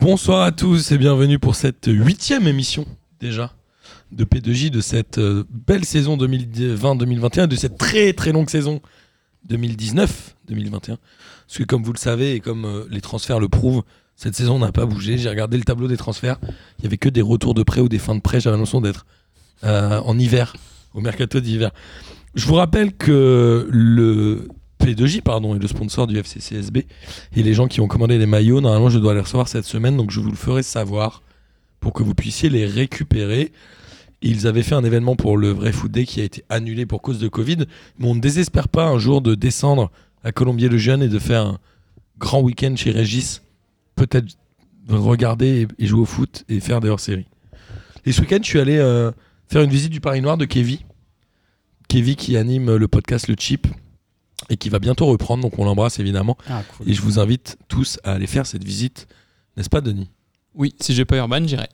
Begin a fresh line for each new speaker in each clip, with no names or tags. Bonsoir à tous et bienvenue pour cette huitième émission déjà de P2J de cette euh, belle saison 2020-2021, de cette très très longue saison 2019-2021. Parce que comme vous le savez et comme euh, les transferts le prouvent, cette saison n'a pas bougé. J'ai regardé le tableau des transferts, il y avait que des retours de prêt ou des fins de prêt. J'avais l'impression d'être euh, en hiver, au mercato d'hiver. Je vous rappelle que le P2J pardon, est le sponsor du FCCSB et les gens qui ont commandé les maillots, normalement je dois les recevoir cette semaine, donc je vous le ferai savoir pour que vous puissiez les récupérer. Ils avaient fait un événement pour le vrai foot day qui a été annulé pour cause de Covid, mais on ne désespère pas un jour de descendre à Colombier le Jeune et de faire un grand week-end chez Régis, peut-être regarder et, et jouer au foot et faire des hors-séries. Et ce week-end, je suis allé euh, faire une visite du Paris Noir de Kevin, Kevin qui anime le podcast Le Chip et qui va bientôt reprendre, donc on l'embrasse évidemment.
Ah, cool.
Et je vous invite tous à aller faire cette visite, n'est-ce pas, Denis
Oui, si j'ai pas Urban, j'irai.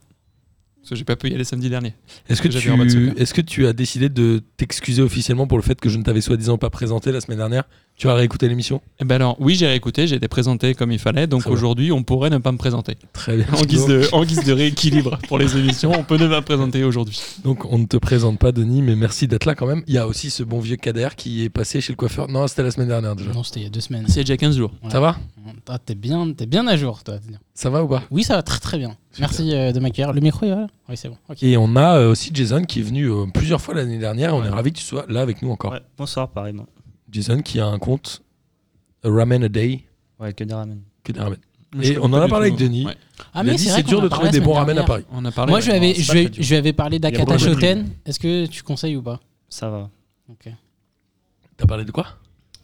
Parce que j'ai pas pu y aller samedi dernier.
Est-ce que,
J'avais un mode
tu...
soccer.
Est que tu as décidé de t'excuser officiellement pour le fait que je ne t'avais soi-disant pas présenté la semaine dernière Tu as réécouté l'émission
Eh ben alors, oui, j'ai réécouté, j'ai été présenté comme il fallait, donc
Très bien.
aujourd'hui, on pourrait ne pas me présenter.
Très bien.
En guise, de, en guise de rééquilibre pour les émissions, on peut ne pas me présenter aujourd'hui.
Donc on ne te présente pas, Denis, mais merci d'être là quand même. Il y a aussi ce bon vieux Kader qui est passé chez le coiffeur. Non, c'était la semaine dernière déjà.
Non, c'était il y a deux semaines.
C'est déjà 15 jours.
Ouais.
Ça va
Ah, t'es bien, t'es bien à jour, toi.
Ça va ou pas
Oui, ça va très très bien. Merci euh, de m'accueillir. Le micro, il va là Oui, c'est bon. Ok.
Et on a euh, aussi Jason qui est venu euh, plusieurs fois l'année dernière. On
Ouais.
est ravi que tu sois là avec nous encore.
Ouais, bonsoir, pareillement.
Jason qui a un compte a Ramen a Day.
Ouais, que des ramen.
Que des ramen.
Je
Et on en
connais
a
pas du
parlé
tout,
avec Denis.
non. Ouais.
Ah,
Il a dit,
vrai
c'est
qu'on
dur
en
de
parlait
trouver
la
des
semaine
bons ramen à
dernière.
Paris.
On a parlé.
Moi, je lui
ouais.
hein.
avais,
c'est
je
pas
lui
très
ai-
dur.
je lui avais parlé d'Akata
Bretagne.
Shoten. Est-ce que tu conseilles ou pas
Ça va.
T'as parlé de quoi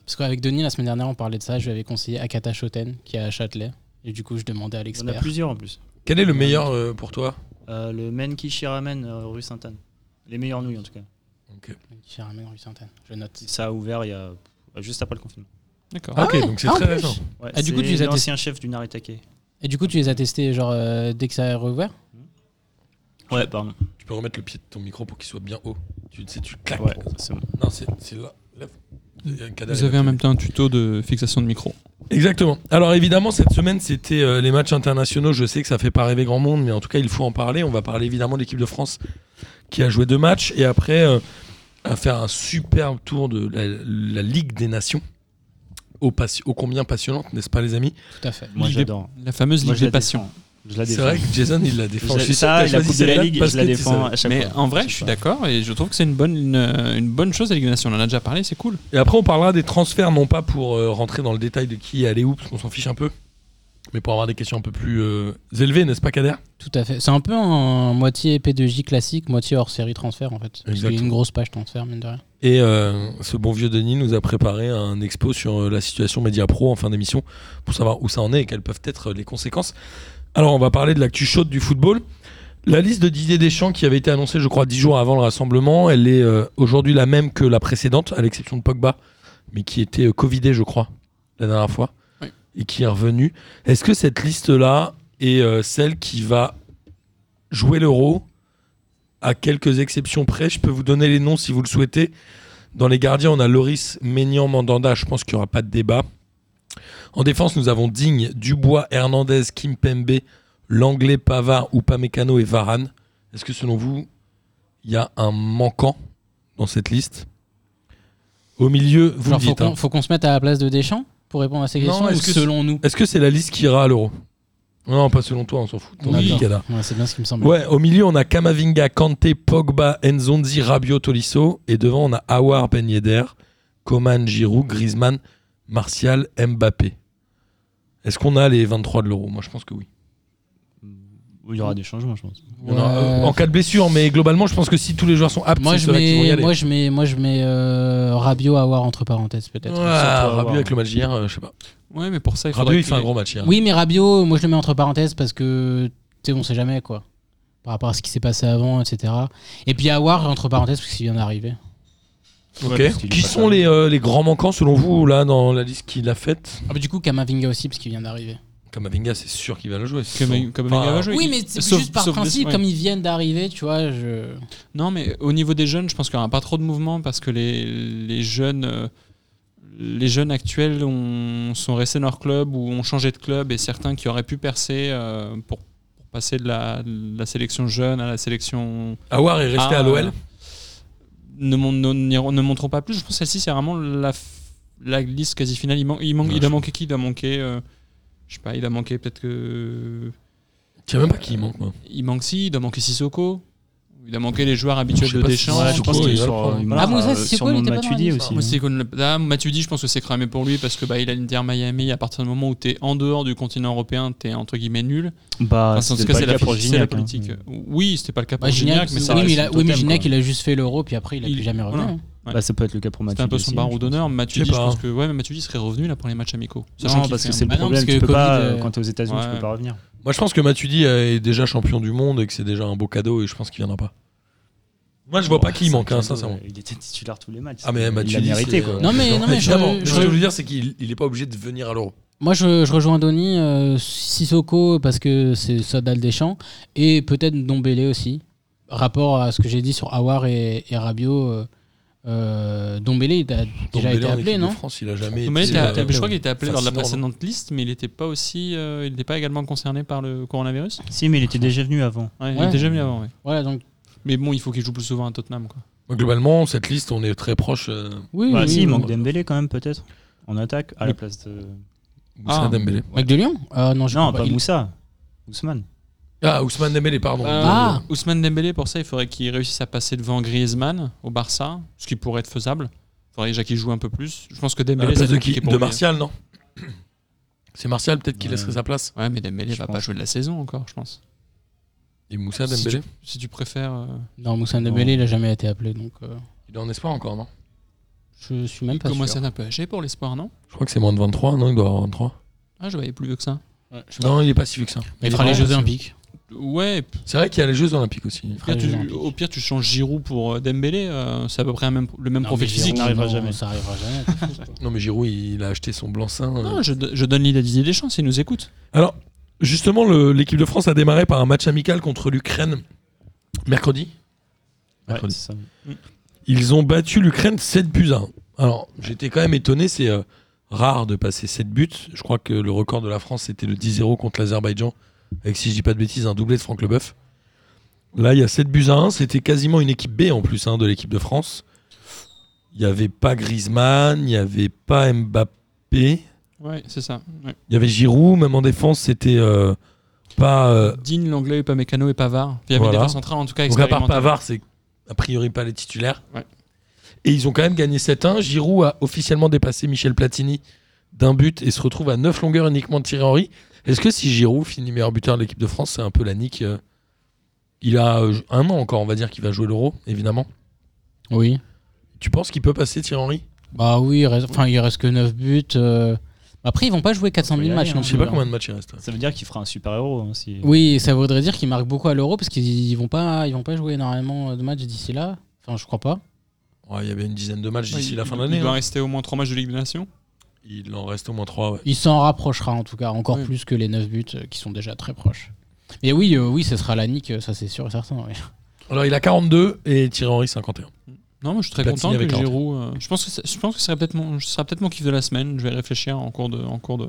Parce qu'avec Denis, la semaine dernière, on parlait de ça. Je lui avais conseillé Akata Shoten, qui est à Châtelet. Et du coup, je demandais à
Il y en a
l'expert.
plusieurs en plus.
Quel est le meilleur euh, pour toi
Euh, le Menkishi Ramen euh, rue Sainte-Anne. Les meilleures nouilles en tout cas.
Qui ramène rue Sainte-Anne. Je note.
Ça a ouvert il y a euh, juste après le confinement.
D'accord.
Ah, ok,
ouais,
donc c'est
ah, en
très
plus.
récent.
Ouais,
Ah, du
c'est
coup, tu les as
l'ancien chef du Naritake.
Et du coup, tu les as testés genre euh, dès que ça a rouvert
Ouais, pardon.
Tu peux remettre le pied de ton micro pour qu'il soit bien haut. Tu sais, tu claques.
Ouais, c'est bon.
Non, c'est c'est là. là. Il y a un cadavre.
Ah, Vous avez en même temps un tuto de fixation de micro.
Exactement. Alors évidemment, cette semaine, c'était euh, les matchs internationaux. Je sais que ça fait pas rêver grand monde, mais en tout cas, il faut en parler. On va parler évidemment de l'équipe de France qui a joué deux matchs et après euh, à faire un superbe tour de la, la Ligue des Nations. Ô passi- ô combien passionnante, n'est-ce pas les amis
Tout à fait.
Moi
Ligue
j'adore.
La fameuse
Moi,
Ligue
je
des
la
Passions.
défends. Je la
C'est
défends.
vrai que Jason, il la
Je
défend.
la-
Je suis sûr
ça
que t'as
et la
choisi
Coupe de la
celle-là
Ligue,
parce
je la
que tu
défends
savais.
à chaque
Mais
fois.
en vrai,
sais
je suis
pas.
d'accord et je trouve que c'est une bonne, une, une bonne chose, la Ligue des Nations. On en a déjà parlé, c'est cool.
Et après, on parlera des transferts, non pas pour euh, rentrer dans le détail de qui est allé où, parce qu'on s'en fiche un peu, mais pour avoir des questions un peu plus euh, élevées, n'est-ce pas, Kader
Tout à fait. C'est un peu un moitié P2J classique, moitié hors série transfert en fait. Parce qu'il y a
Exactement.
une grosse page transfert, mine de rien.
Et euh, ce bon vieux Denis nous a préparé un expo sur euh, la situation Média Pro en fin d'émission pour savoir où ça en est et quelles peuvent être euh, les conséquences. Alors, on va parler de l'actu chaude du football. La liste de Didier Deschamps qui avait été annoncée, je crois, dix jours avant le rassemblement, elle est euh, aujourd'hui la même que la précédente, à l'exception de Pogba, mais qui était euh, Covidé, je crois, la dernière fois,
Oui.
et qui est revenu. Est-ce que cette liste-là est euh, celle qui va jouer l'euro À quelques exceptions près, je peux vous donner les noms si vous le souhaitez. Dans les gardiens, on a Loris, Ménian, Mandanda. Je pense qu'il n'y aura pas de débat. En défense, nous avons Digne, Dubois, Hernandez, Kimpembe, Langlais, Pavard, Upamecano et Varane. Est-ce que selon vous, il y a un manquant dans cette liste Au milieu, vous
Genre,
me
faut
dites.
qu'on
hein.
faut qu'on se mette à la place de Deschamps pour répondre à ces
Non,
questions ou
est-ce que
selon nous
Est-ce que c'est la liste qui ira à l'euro Non, pas selon toi, on s'en fout. Ton
D'accord.
avis, Kada.
Ouais, C'est bien ce qui me semble.
Ouais, au milieu, on a Kamavinga, Kanté, Pogba, Nzonzi, Rabiot, Tolisso. Et devant, on a Awar, Ben Yedder, Coman, Giroud, Griezmann, Martial, Mbappé. Est-ce qu'on a les 23 de l'euro Moi, je pense que oui.
Il y aura des changements, je pense.
Il y en aura, euh,
Ouais.
en cas de blessure, mais globalement, je pense que si tous les joueurs sont aptes,
Moi
c'est
je,
ceux-là qui vont y
mets,
aller.
moi je mets, moi je mets euh, Rabiot à avoir entre parenthèses peut-être.
Ouais,
Awar.
Rabiot avec le match d'hier, euh, je sais pas.
Ouais, mais pour ça, il faudrait
Rabiot, il
qu'il
fait un
ait-
gros match hein. hier.
Oui mais Rabiot, moi je le mets entre parenthèses parce que tu sais on sait jamais quoi par rapport à ce qui s'est passé avant etc. Et puis avoir entre parenthèses parce qu'il vient d'arriver.
Ok.
Ouais, parce qu'il est
qui
pas
sont
fameux.
les, euh, les grands manquants selon vous là dans la liste qu'il a faite
Ah, mais du coup Kamavinga aussi parce qu'il vient d'arriver.
Kamavinga, c'est sûr qu'il va le jouer.
Comme,
Sans-
comme
Enfin,
Wenger va jouer.
Oui
Il-
mais c'est
sauf-
juste par
sauf blessure,
principe
ouais.
comme ils viennent d'arriver tu vois je.
Non, mais au niveau des jeunes, je pense qu'il n'y aura pas trop de mouvement parce que les, les jeunes, euh, les jeunes actuels ont- sont restés dans leur club ou ont changé de club et certains qui auraient pu percer euh, pour, pour passer de la, de la sélection jeune à la sélection
Awar est resté
ah,
à l'OL.
euh, Ne, mon- ne, n'irons- ne montrons pas plus. Je pense que celle-ci, c'est vraiment la, f- la liste quasi finale. Il, man- il, manque-
Ouais,
il a
je-
manqué qui Il a manqué. euh, je sais pas, il a manqué peut-être que.
Tu sais même pas qui il manque, moi.
Il manque si, il doit manquer Sissoko. Il a manqué les joueurs habituels
Je sais
de
pas si
Deschamps.
Ouais,
Ouais,
Soko,
je pense
il
qu'il est
va le
sur.
prendre.
euh, il
Ah,
marche,
Moussa
euh,
Sissoko,
sûrement
il était pas dans la
Matuidi
liste.
aussi.
Ah, Moi, Bah, c'est qu'on l'a- là, Matuidi, je pense que c'est cramé pour lui parce que bah, il a l'Inter Miami. À partir du moment où tu es en dehors du continent européen, tu es entre guillemets nul.
Bah,
Enfin, en tout
c'était
cas,
pas
c'est
le
la,
cas pour
politique- c'est la
Gignac. hein.
politique. Oui, c'était pas le cas pour
Bah, Gignac,
Gignac, mais ça
oui,
reste
mais il a,
le
oui, mais
totem,
Gignac,
quoi.
il a juste fait l'euro, puis après, il a
Il-
plus jamais revenu.
voilà.
Bah, ça peut être le cas pour
hein. C'était
Matuidi.
un peu son
aussi, je
barreau
pense.
d'honneur. Matuidi,
Je
je
sais pas.
pense que ouais, mais Matuidi serait revenu là pour les matchs amicaux. Sachant
Non,
qu'il
parce
fait
que
un-
c'est le
Bah non,
problème.
parce
Tu
que
peux pas,
Covid,
euh,
euh,
quand t'es aux États-Unis, tu
ouais.
peux pas revenir.
Moi, je pense que Matuidi est déjà champion du monde et que c'est déjà un beau cadeau et je pense qu'il viendra pas. Moi, je vois pas qui il manque, hein, sincèrement.
Il était titulaire tous les matchs.
Ah, mais
il a
Matuidi.
mérité
c'est- euh,
quoi.
Non, mais- non, mais je-
Évidemment. Mais
je-
Ce que je veux dire, c'est qu'il il est pas obligé de venir à l'Euro.
Moi, je, je rejoins Donny, euh, Sissoko, parce que c'est Sodal Deschamps, et peut-être Dombélé aussi. Rapport à ce que j'ai dit sur Awar et, et Rabiot, euh, euh, Dombélé, il a déjà
Dombele
été
en
appelé,
équipe hein, de
non
France, il a jamais
Thomas,
été.
il a-
euh,
je crois qu'il était appelé lors de la
fascinant, non
précédente liste, mais il n'était pas aussi, euh, il n'était pas également concerné par le coronavirus.
Si, mais il était déjà venu avant.
Ouais, Il
Ouais.
était jamais avant. ouais.
Voilà, donc
Mais bon, il faut qu'il joue plus souvent à Tottenham. Quoi.
Globalement, cette liste, on est très proche. euh,
oui,
Bah,
oui,
si,
oui.
il manque Dembélé quand même, peut-être. En attaque, à
Le-
la place de.
Moussa
Ah.
Dembélé.
Mec de Lyon Ah non, je
Non,
crois
pas
Il-
Moussa. Ousmane.
Ah, Ousmane Dembélé, pardon. bah.
Ah.
Euh, Ousmane Dembélé, pour ça, il faudrait qu'il réussisse à passer devant Griezmann au Barça, ce qui pourrait être faisable. Il faudrait déjà qu'il joue un peu plus. Je pense que
À
Dembélé,
la
ça va
place
être
Euh, de, qui
compliqué pour
De
lui. hein.
Martial, non C'est Martial, peut-être qui
Ouais.
laisserait sa place.
Ouais, mais Dembélé
Je
va
pense.
pas jouer de la saison encore, je pense.
Et Moussa
Si
Dembélé,
Si tu préfères, euh,
Non, Moussa Dembélé, il a jamais été appelé, donc euh,
il est en espoir encore, non
je suis même pas
comment
sûr.
c'est un peu âgé pour l'espoir, non
Je crois que c'est moins de 23, non Il doit avoir 23.
Ah, je voyais plus vieux que ça.
Non, il est pas si vieux que ça.
Mais il fera les
Ouais,
Jeux
c'est-
Olympiques.
Ouais,
C'est vrai qu'il y a les Jeux Olympiques aussi.
Au pire, tu-
Ah, les Olympiques.
au pire, tu changes Giroud pour euh, Dembélé, euh, c'est à peu près un même, le même
Non,
profil
mais
physique.
Giroud,
n'arrivera
non,
jamais.
Ça arrivera jamais.
Non, mais Giroud, il a acheté son blanc-seing. euh.
Non, je, do- je donne l'idée à Didier Deschamps, il nous écoute.
Alors, justement, le- l'équipe de France a démarré par un match amical contre l'Ukraine mercredi.
Ouais,
Mercredi.
c'est ça.
Ils ont battu l'Ukraine 7 buts à 1. Alors, j'étais quand même étonné, c'est euh, rare de passer 7 buts. Je crois que le record de la France, c'était le 10-0 contre l'Azerbaïdjan, avec, si je dis pas de bêtises, un doublé de Franck Leboeuf. Là, il y a 7 buts à 1. C'était quasiment une équipe B en plus hein, de l'équipe de France. Il n'y avait pas Griezmann, il n'y avait pas Mbappé,
Ouais, c'est ça. Ouais.
il y avait Giroud, même en défense, c'était euh, pas. euh,
Digne, l'anglais, Upamecano et Pavard. Puis il y avait
Voilà.
des phases centrales en tout cas
Donc à part
expérimentales.
Pavard, c'est a priori pas les titulaires.
Ouais.
Et ils ont quand même gagné 7-1. Giroud a officiellement dépassé Michel Platini d'un but et se retrouve à 9 longueurs uniquement de Thierry Henry. Est-ce que si Giroud finit meilleur buteur de l'équipe de France, c'est un peu la nique euh, Il a euh, un an encore, on va dire, qu'il va jouer l'Euro, évidemment.
oui.
Tu penses qu'il peut passer Thierry Henry
Bah oui, il reste- enfin il reste que 9 buts. euh. Après ils vont pas jouer 400
Faut y
000
aller,
matchs
hein.
non
Je sais
plus.
pas
hein.
combien de matchs il reste.
Ça veut dire qu'il fera un super héros. hein, si...
Oui, ça voudrait dire qu'ils marquent beaucoup à l'euro parce qu'ils vont pas ils vont pas jouer énormément de matchs d'ici là. Enfin je crois pas.
Ouais, il y avait une dizaine de matchs
Ouais,
d'ici
il-
la fin de
il-
l'année.
Il doit
hein.
rester au moins 3 matchs de Ligue des Nations.
Il en reste au moins 3.
Il s'en rapprochera en tout cas encore
Oui.
plus que les 9 buts euh, qui sont déjà très proches. Mais oui, euh, oui, ce sera la nique, euh, ça c'est sûr et certain. ouais.
Alors il a 42 et Thierry Henry 51.
Non, moi je suis très
Platini
content
avec
que
Laurent.
Giroud. euh, je pense que ça- je pense que ce serait peut-être mon, ce sera peut-être mon kiff de la semaine. Je vais réfléchir en cours de en cours de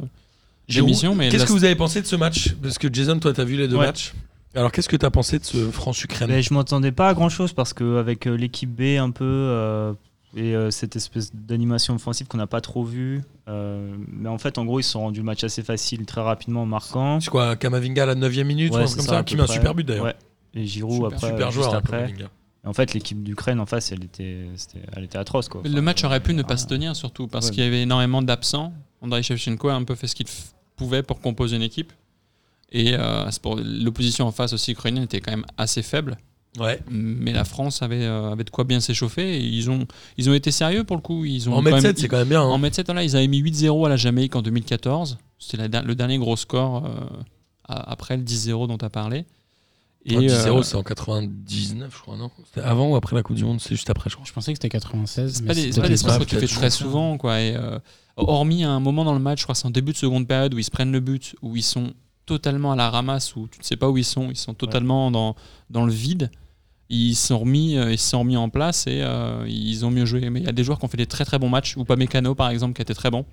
Giroud,
d'émission, mais
Qu'est-ce
la-
que vous avez pensé de ce match Parce que Jason, toi, t'as vu les deux
Ouais.
matchs. Alors, qu'est-ce que t'as pensé de ce France-Ukraine
Ben, je m'entendais pas à grand chose parce qu'avec l'équipe B un peu euh, et euh, cette espèce d'animation offensive qu'on n'a pas trop vue. euh, mais en fait, en gros, ils se sont rendus le match assez facile très rapidement en marquant.
C'est quoi Kamavinga à la 9 e minute ou un
Ouais,
truc
c'est
comme
ça,
ça
à
Qui
peu
met un
près.
super but d'ailleurs.
Ouais. Et Giroud
Super-
après, euh,
super
juste
joueur, hein,
après.
Kamavinga.
Et en fait, l'équipe d'Ukraine en face, elle était, c'était- elle était atroce quoi.
le match hein. aurait pu ne pas
voilà.
se tenir surtout parce
Ouais.
qu'il y avait énormément d'absents. Andrei Shevchenko a un peu fait ce qu'il f- pouvait pour composer une équipe. Et euh, c'est pour- l'opposition en face aussi ukrainienne était quand même assez faible.
Ouais.
mais la France avait, euh, avait de quoi bien s'échauffer et ils ont, ils ont été sérieux pour le coup. Ils ont
En
quand
mètre
même-
7, c'est quand même bien.
En
hein.
mètre sept, voilà, ils avaient mis 8-0 à la Jamaïque en 2014. C'était la der- le dernier gros score euh, à- après le 10-0 dont tu as parlé. Et,
Ah, 10-0,
euh,
c'est en 99, je crois, non C'était avant ou après la Coupe du Monde C'est juste après, je crois.
Je pensais que c'était 96.
c'est
mais
pas des,
c'était
c'est pas
peut-être
des
pas,
scores que tu fais
peut-être
très
pas.
souvent. Quoi, et, euh, hormis un moment dans le match, je crois que c'est en début de seconde période où ils se prennent le but, où ils sont totalement à la ramasse, où tu ne sais pas où ils sont, ils sont totalement dans, dans le vide. ils se sont remis, euh, ils se sont remis en place et euh, ils ont mieux joué. Mais il y a des joueurs qui ont fait des très très bons matchs, ou pas Mécano par exemple, qui était très bon.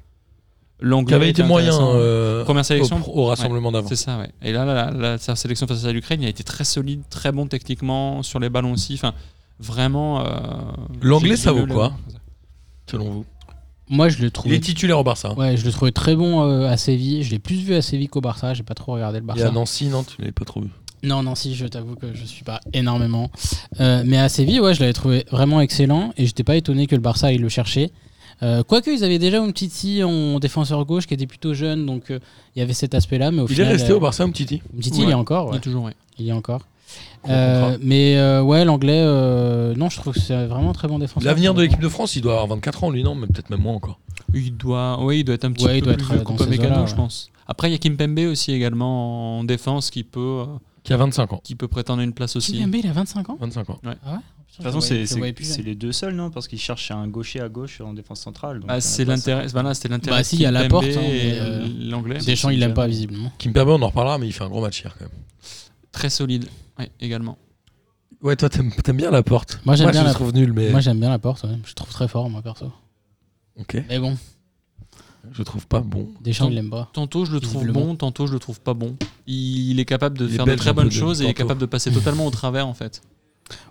L'anglais
Qui avait été
était
moyen
intéressant.
euh,
Première
au,
sélection,
pro- au rassemblement d'avant.
c'est ça, ouais. Et là, la, la- la- sa sélection face à l'Ukraine, il a été très solide, très bon techniquement, sur les ballons aussi. Enfin, vraiment. euh,
L'anglais,
j'ai-
ça
j'ai
vaut
le-
quoi Selon vous.
Moi, je le
Il
trouvais.
est titulaire au Barça. hein.
Ouais, je le trouvais très bon euh, à Séville. Je l'ai plus vu à Séville qu'au Barça. J'ai pas trop regardé le
Et
Barça.
à Nancy, non, tu l'avais pas trop vu.
Non, non, si, je t'avoue que je suis pas énormément. Euh, mais à Séville, ouais, je l'avais trouvé vraiment excellent et j'étais pas étonné que le Barça aille le chercher. Euh, Quoique, ils avaient déjà une petite en défenseur gauche qui était plutôt jeune, donc euh, il y avait cet aspect-là. Mais au
Il est
final,
resté
euh,
au Barça un petit
Umtiti,
Ouais.
il y a encore.
Il
ouais.
est toujours, ouais.
Il y a encore.
Gros
Euh,
contrat.
mais euh, ouais, l'anglais, euh, non, je trouve que c'est vraiment un très bon défenseur.
L'avenir de l'équipe de France, il doit avoir 24 ans, lui, non, mais peut-être même moins encore.
Il doit, oui, il doit être un petit
Ouais, il
peu
doit
plus
être,
vieux
euh, dans
qu'Upamecano,
ces eaux-là,
je
ouais.
pense. Après, il y a Kimpembe aussi également en défense qui peut, euh,
Qui a 25 ans.
qui peut prétendre une place aussi.
Kimpembe, il a 25 ans
25 ans.
De toute façon, c'est c'est- c'est les deux seuls, non Parce qu'ils cherchent un gaucher à gauche en défense centrale. donc on
Ah,
a
c'est
pas ça.
l'intérêt. Voilà, c'était l'intérêt.
Bah,
de
si, il y a
Kimpembe
Laporte, hein,
et
mais, euh,
l'anglais.
Deschamps, il l'aime pas visiblement.
Qui me permet, on en reparlera, mais il fait un gros match hier quand même.
Très solide, ouais, également.
Ouais, toi, t'aimes t'aimes bien la porte.
Moi, j'aime bien
je
la
le trouve nul, mais.
Moi, j'aime bien la porte. ouais. Je le trouve très fort, moi, perso.
Ok,
Mais bon,
je le trouve pas bon.
Deschamps,
Donc-
il l'aime pas.
Tantôt je le trouve
Visiblement.
bon, tantôt je le trouve pas bon. Il est capable de
Les
faire de
Belges
très
un peu
bonnes
de-
choses et il est
tantôt.
capable de passer totalement au travers en fait.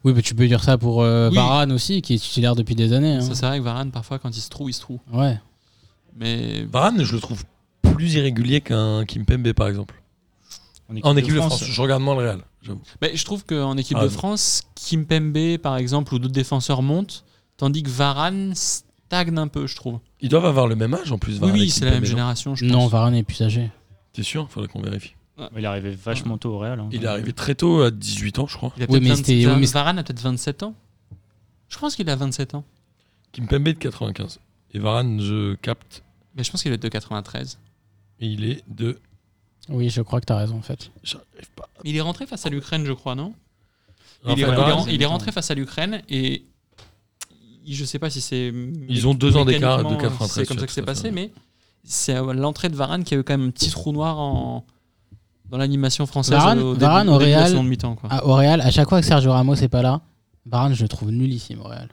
Oui, mais tu peux dire ça pour euh,
Oui.
Varane aussi, qui est titulaire depuis des années. hein.
Ça c'est vrai que Varane parfois quand il se trouve, il se trouve.
Ouais.
Mais
Varane, je le trouve plus irrégulier qu'un Kimpembe, par exemple. En équipe de France, je regarde moins le Real, j'avoue.
mais je trouve qu'en équipe
Ah,
de
non.
France, Kimpembe par exemple ou d'autres défenseurs montent, tandis que Varane stagne un peu, je trouve.
Ils doivent avoir le même âge en plus,
Oui,
Varane. et
oui, c'est la même
Kimpembe, non
génération, je pense.
Non, Varane est plus âgé.
T'es sûr Faudrait qu'on vérifie.
Il est arrivé vachement tôt au Real. hein.
Il est arrivé très tôt, à 18 ans, je crois.
Il a
Oui,
peut-être
mais
20
c'était- oui, mais c'était-
Varane a peut-être 27 ans. Je pense qu'il a 27 ans.
Kimpembe de 95. Et Varane, je capte,
Mais je pense qu'il est de 93.
il est de.
Oui, je crois que t'as raison, en fait.
J'arrive pas.
Il est rentré face à l'Ukraine, je crois, non
Raphaël
il, est, il est-
Varane,
il est rentré face à l'Ukraine et il- je sais pas si c'est.
Ils ont deux ans d'écart de
mécaniquement,
93,
C'est comme ça que
tout
c'est
à
passé,
fait.
mais c'est à l'entrée de Varane qui a eu quand même un petit trou noir en, dans l'animation française.
Varane-
au début,
Varane au
début de la
Real-
seconde mi-temps, quoi.
Ah, au Real, à chaque fois que Sergio Ramos est pas là, Varane, je le trouve nullissime au Real.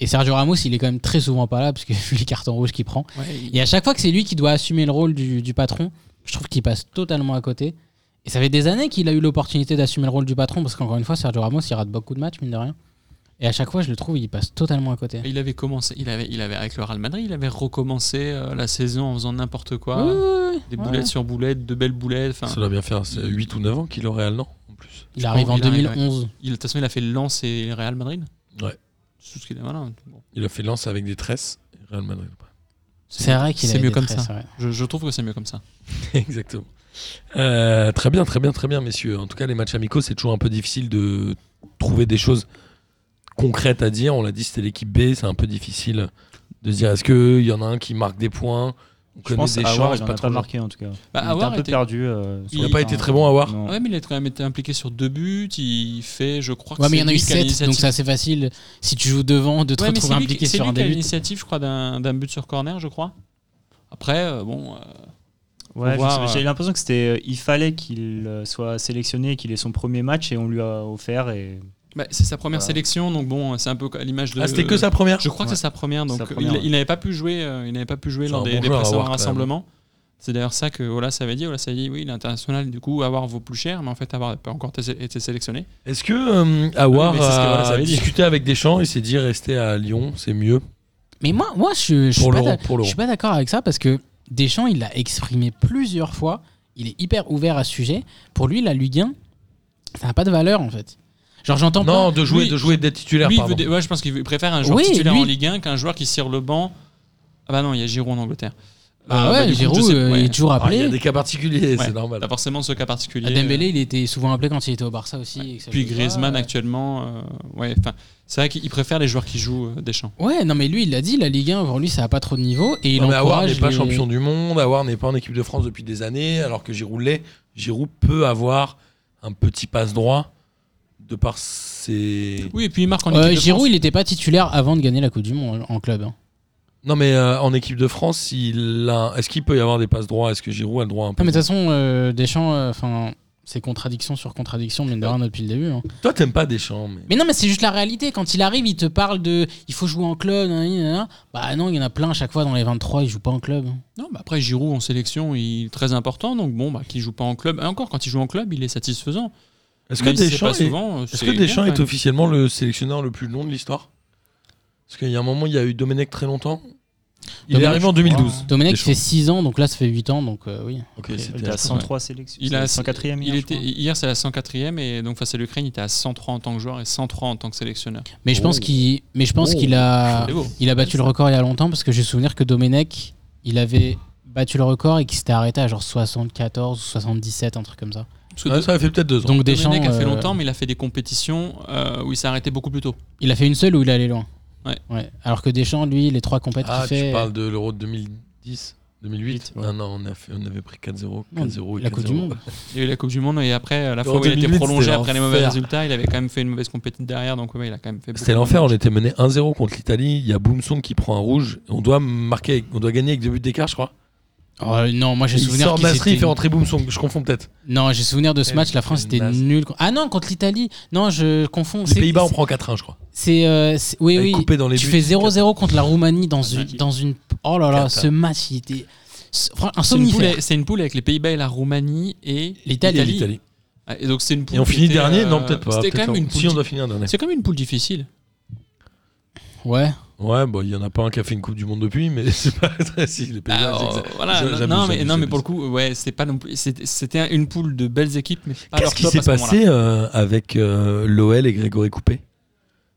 Et Sergio Ramos, il est quand même très souvent pas là, parce que vu les cartons rouges qu'il prend.
Ouais, il-
Et à chaque fois que c'est lui qui doit assumer le rôle du, du patron, je trouve qu'il passe totalement à côté. Et ça fait des années qu'il a eu l'opportunité d'assumer le rôle du patron, parce qu'encore une fois, Sergio Ramos, il rate beaucoup de matchs, mine de rien. Et à chaque fois, je le trouve, il passe totalement à côté.
il avait commencé, il avait, il avait avec le Real Madrid, il avait recommencé euh, la saison en faisant n'importe quoi,
Oui, oui, oui,
des
ouais.
boulettes sur boulettes, de belles boulettes. enfin,
Ça doit bien faire c'est 8 ou 9 ans qu'il est au Real, non En plus.
Il arrive en
Il arrive,
2011.
il- de toute façon, il a fait le Lens et le Real Madrid.
Ouais.
C'est tout ce qu'il a. Voilà. Bon.
Il a fait lance avec des tresses. Real Madrid.
C'est vrai qu'il a
C'est
des
mieux comme
traits,
ça.
c'est vrai.
Je, je trouve que c'est mieux comme ça.
Exactement. Euh, très bien, très bien, très bien, messieurs. En tout cas, les matchs amicaux, c'est toujours un peu difficile de trouver des choses concrètes à dire. On l'a dit, c'était l'équipe B, c'est un peu difficile de se dire est-ce qu'il y en a un qui marque des points On
Je
connaît
pense
des
à Aouar,
chances,
il en
pas
a
trop.
pas marqué en tout cas.
Bah,
il était
Aouar
un peu
était-
perdu. euh, sur
il
le
a
pas
terrain.
été très bon, Aouar.
Non.
Ah Ouais, mais il a quand même été impliqué sur deux buts. Il fait, je crois que
Ouais, mais il y
c'est
en a
lui
eu
qui a
7, donc
l'initiative.
c'est assez facile si tu joues devant de te
Ouais, mais
retrouver
c'est lui
impliqué
qui- c'est
sur
lui
un
qui a
début.
l'initiative, je crois, d'un d'un but sur corner, je crois. Après, euh, bon, euh,
Ouais, je
voir,
sais-
ouais.
J'ai l'impression que c'était, euh, il fallait qu'il euh, soit sélectionné, et qu'il ait son premier match et on lui a offert et
bah, c'est sa première
Voilà.
sélection, donc bon, c'est un peu à l'image de.
Ah, c'était que sa première
euh, Je crois que
Ouais.
c'est sa première, donc
Sa
il-
première,
il, n'avait pas pu jouer. euh, il n'avait pas pu jouer
C'est
lors
un
des,
bon
des
joueur à
précédents
avoir, quand même.
rassemblements. C'est d'ailleurs ça que Ola ça avait dit. Ola ça avait dit, oui, l'international, du coup, avoir vaut plus cher, mais en fait, avoir pas encore été été sélectionné.
Est-ce que euh, Aouar
Oui, mais c'est ce que Wallace
a
avait dit.
discuté avec Deschamps et s'est dit rester à Lyon, c'est mieux
Mais moi, moi je, je suis
pour
pas
l'euro
d'ac-
pour
je
l'euro.
suis pas d'accord avec ça parce que Deschamps, il l'a exprimé plusieurs fois. Il est hyper ouvert à ce sujet. Pour lui, la Ligue 1, ça n'a pas de valeur en fait. Genre, j'entends
Non,
pas.
de jouer,
Lui-
de jouer d'être titulaire.
Lui, il
pardon.
veut des- ouais, je pense qu'il veut- préfère un joueur
Oui,
titulaire
lui-
en Ligue 1 qu'un joueur qui cire le banc. Ah bah non, il y a Giroud en Angleterre.
Bah
Euh,
ouais,
du coup,
Giroud,
je sais-
euh,
ouais.
il est toujours
Ah, Il y a
appelé. Ah,
des cas particuliers, c'est
Ouais.
normal.
T'as forcément ce cas particulier. euh,
Dembélé, il était souvent appelé quand il était au Barça aussi. et que ça
Puis
jouait pas,
Griezmann
euh.
actuellement. euh, ouais, enfin, c'est vrai qu'il préfère les joueurs qui jouent euh, Deschamps.
Ouais, non, mais lui, il l'a dit, la Ligue 1, pour lui, ça n'a pas trop de niveau. Et il
Non, mais Aouar
encourage
n'est pas
les-
champion du monde, Aouar n'est pas en équipe de France depuis des années, alors que Giroud l'est. Giroud peut avoir un petit passe droit de par ses.
Oui, et puis il marque en
Euh,
équipe de
Giroud,
France.
il n'était pas titulaire avant de gagner la Coupe du Monde en club. hein.
Non, mais euh, en équipe de France, il a... est-ce qu'il peut y avoir des passes droits Est-ce que Giroud a le droit à un peu
Non, mais de toute façon, euh, Deschamps, enfin, C'est contradiction sur contradiction, mais de rien, depuis le début. hein.
Toi, t'aimes pas Deschamps, mais.
Mais non, mais c'est juste la réalité. Quand il arrive, il te parle de il faut jouer en club. nan, nan, nan. Bah non, il y en a plein à chaque fois dans les 23, ils jouent pas en club.
Non, bah après Giroud en sélection, il est très important. Donc bon, bah, qu'il joue pas en club. Et encore, quand il joue en club, il est satisfaisant.
Est-ce que
Même si c'est
Deschamps
pas
est,
souvent, euh,
est-ce
c'est
que
bien,
Deschamps
quand
est
même.
officiellement le sélectionneur le plus long de l'histoire Parce qu'il y a un moment, il y a eu Domenech très longtemps. Il est
Domenech,
arrivé en
je crois.
2012.
Domenech
Deschamps.
fait 6 ans, donc là, ça fait 8 ans. Donc euh, oui.
Ok,
Après,
c'était
Il a
à-
103 sélections.
Il a
104 e
il était, hier, c'est la 104e. Et donc, face à l'Ukraine, il était à 103 en tant que joueur et 103 en tant que sélectionneur.
Mais je pense
Oh.
qu'il mais je pense
Oh.
qu'il a
C'est beau.
il a battu le record il y a longtemps parce que j'ai souvenir que Domenech, il avait battu le record et qu'il s'était arrêté à genre 74 ou 77, un truc comme ça.
Parce que
Ouais, ça a fait peut-être deux ans.
Donc Deschamps,
Domenech a fait
euh,
longtemps, mais il a fait des compétitions euh, où il s'est arrêté beaucoup plus tôt.
il a fait une seule où il allait loin.
Ouais.
Alors que Deschamps, lui, les trois compètes
ah,
qu'il fait,
tu parles de l'Euro de 2010 2008
ouais.
Non, non, on, a fait, on avait pris 4-0, 4-0 et
la Coupe du
4-0.
Monde.
Il y a eu la Coupe du Monde et après, euh, la fois
En
où il a été
2008,
prolongé
c'était
après les mauvais
l'enfer.
résultats, il avait quand même fait une mauvaise compétition derrière. Donc, ouais, il a quand même fait.
C'était
beaucoup.
l'enfer, on était mené 1-0 contre l'Italie, il y a Boomsong qui prend un rouge, on doit marquer, avec- on doit gagner avec deux buts d'écart, je crois.
Oh, non, moi j'ai
Il
souvenir
sort
qu'il
Nasri, il
s'était-
fait rentrer Boomsong, je confonds peut-être.
Non, j'ai souvenir de ce
Quel-
match, la France
quel
était
naze.
nulle. Ah non, contre l'Italie. Non, je confonds.
Les
C'est-
Pays-Bas, on prend 4-1, je crois.
C'est euh, c'est- oui
Avec
oui.
coupé dans les
Tu
buts.
fais 0-0 contre la Roumanie dans une dans une oh là là,
Cata.
ce match il était Fran- un
C'est une, poule,
somnifère.
avec- c'est une poule avec les Pays-Bas et la Roumanie et
L'Italie.
L'Italie.
Ah, Et donc c'est une poule
Et on
qui
finit
était,
dernier Non,
euh,
peut-être pas.
C'était
peut-être
quand même
on-
une
Si, on
poule.
doit finir dernier.
C'est quand même une poule difficile.
Ouais.
Ouais, bah, il y en a pas un qui a fait une Coupe du Monde depuis, mais c'est pas très si. Les Pays-Bas,
Ah, oh.
c'est que
Alors,
ça-
Bah, voilà,
J'abuse,
non, non, mais,
j'abuse,
non, mais
j'abuse.
pour le coup, ouais, c'est pas non plus. C'était c'était une poule de belles équipes, mais pas leur
Qu'est-ce qui
top à
s'est
ce moment-là.
passé euh, avec euh, l'OL et Grégory Coupé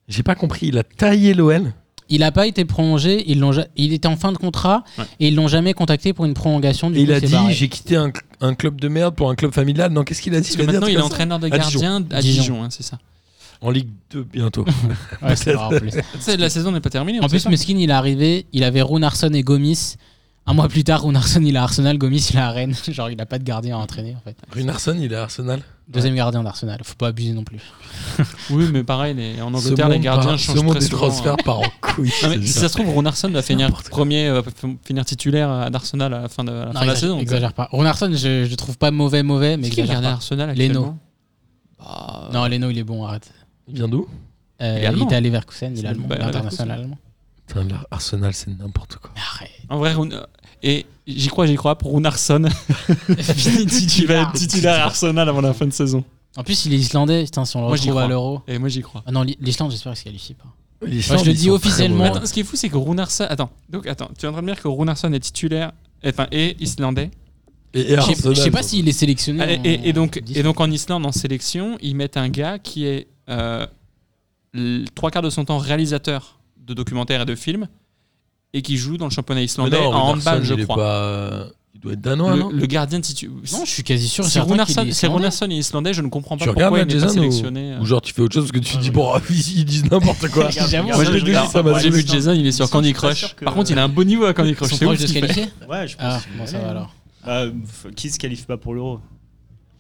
J'ai pas compris, il a taillé l'OL.
Il a pas été prolongé, ils l'ont ja- il était en fin de contrat
Ouais.
et ils l'ont jamais contacté pour une prolongation du
Et
coup,
il a
c'est
dit
barré.
j'ai quitté un, cl- un club de merde pour un club familial. Non, qu'est-ce qu'il a dit
Parce
Il
que
a dit un
maintenant,
truc
il est
comme ça
entraîneur de
À Dijon.
gardien à
Dijon.
Dijon, hein, c'est ça.
En Ligue 2 bientôt.
Ouais, c'est rare, en plus.
C'est- La saison n'est pas terminée. on
En
sait
plus
pas.
Meskin, il est arrivé, il avait Runarsson et Gomis. Un mois plus tard, Runarsson il est à Arsenal, Gomis il est à Rennes. Genre il a pas de gardien à entraîner en fait.
Runarsson, il est à Arsenal.
Deuxième gardien d'Arsenal, faut pas abuser non plus.
Oui, mais pareil, les- en
Ce
Angleterre, les
monde
gardiens
part-
changent
Ce monde
très
des
souvent. hein.
transferts part en couille.
Non, mais
c'est
si
ça.
ça se trouve, Ronarsson va finir
n'importe quoi.
premier, euh, va f- finir titulaire euh, à Arsenal à la fin de, à la, fin de la
exagère-
saison. donc, euh,
Exagère pas. Runarsson, je, je le trouve pas mauvais, mauvais, mais
Est-ce qu'il est
exagère
gardien
pas.
Arsenal
Leno. Bah,
actuellement
Non, Leno, il est bon, arrête.
Il vient d'où
Euh,
Il est
il
allemand.
est allé vers Coussen, il
C'est
est allemand,
le-
il est
bah,
international allemand.
Putain, là, Arsenal, c'est n'importe quoi.
Mais arrête.
En vrai, Roun- et j'y crois, j'y crois, pour Runarsson, il va être titulaire à Arsenal avant la fin de saison.
En plus, il est islandais, putain, si on le
Moi, j'y
retrouve à
crois.
l'euro.
Et moi, j'y crois.
Ah non, l'I- l'Islande, j'espère qu'il se qualifie pas.
Les
Moi, je
Islandais,
le
ils
dis
sont
officiellement.
très mauvais.
Attends, ce qui est fou, c'est que Runarsson. Attends, donc attends, tu es en train de me dire que Runarsson est titulaire, enfin, et islandais.
Et, et
Je sais-
Arsenal.
je sais pas
donc.
s'il est sélectionné.
Allez,
en-
Ah, et, et donc,
en dix.
et donc, en Islande, en sélection, ils mettent un gars qui est euh, l- trois quarts de son temps réalisateur de documentaires et de films, et qui joue dans le championnat
Mais
islandais
non,
en
Runarsson,
handball, je
il est
crois.
pas- euh, Il doit être danois, non
le, le gardien titulaire.
Non, je suis quasi sûr.
Si
certain qu'il
Runarsson
est
si
islandais.
Runarsson est islandais, je ne comprends pas
Tu regardes
pourquoi
là,
il n'est pas
Jason, ou-
sélectionné. euh.
Ou genre tu fais autre chose parce que tu te dis
Ouais,
bon ah, ils ils disent n'importe quoi.
J'avoue,
Moi, je l'ai déjà dit, ça m'a
Alors, J'ai
saoulé.
vu Jason, il est sur
Ils sont
Candy
pas
Crush.
sûrs que-
Par contre, il a un beau niveau à Candy
Ils
Crush.
sont
C'est ouf
proches de se
ce qu'il fait.
qualifier
Ouais, je pense.
Ah,
qu'il
bon,
va
ça
aller,
va
hein.
alors.
Bah, f- qui se qualifie pas pour l'euro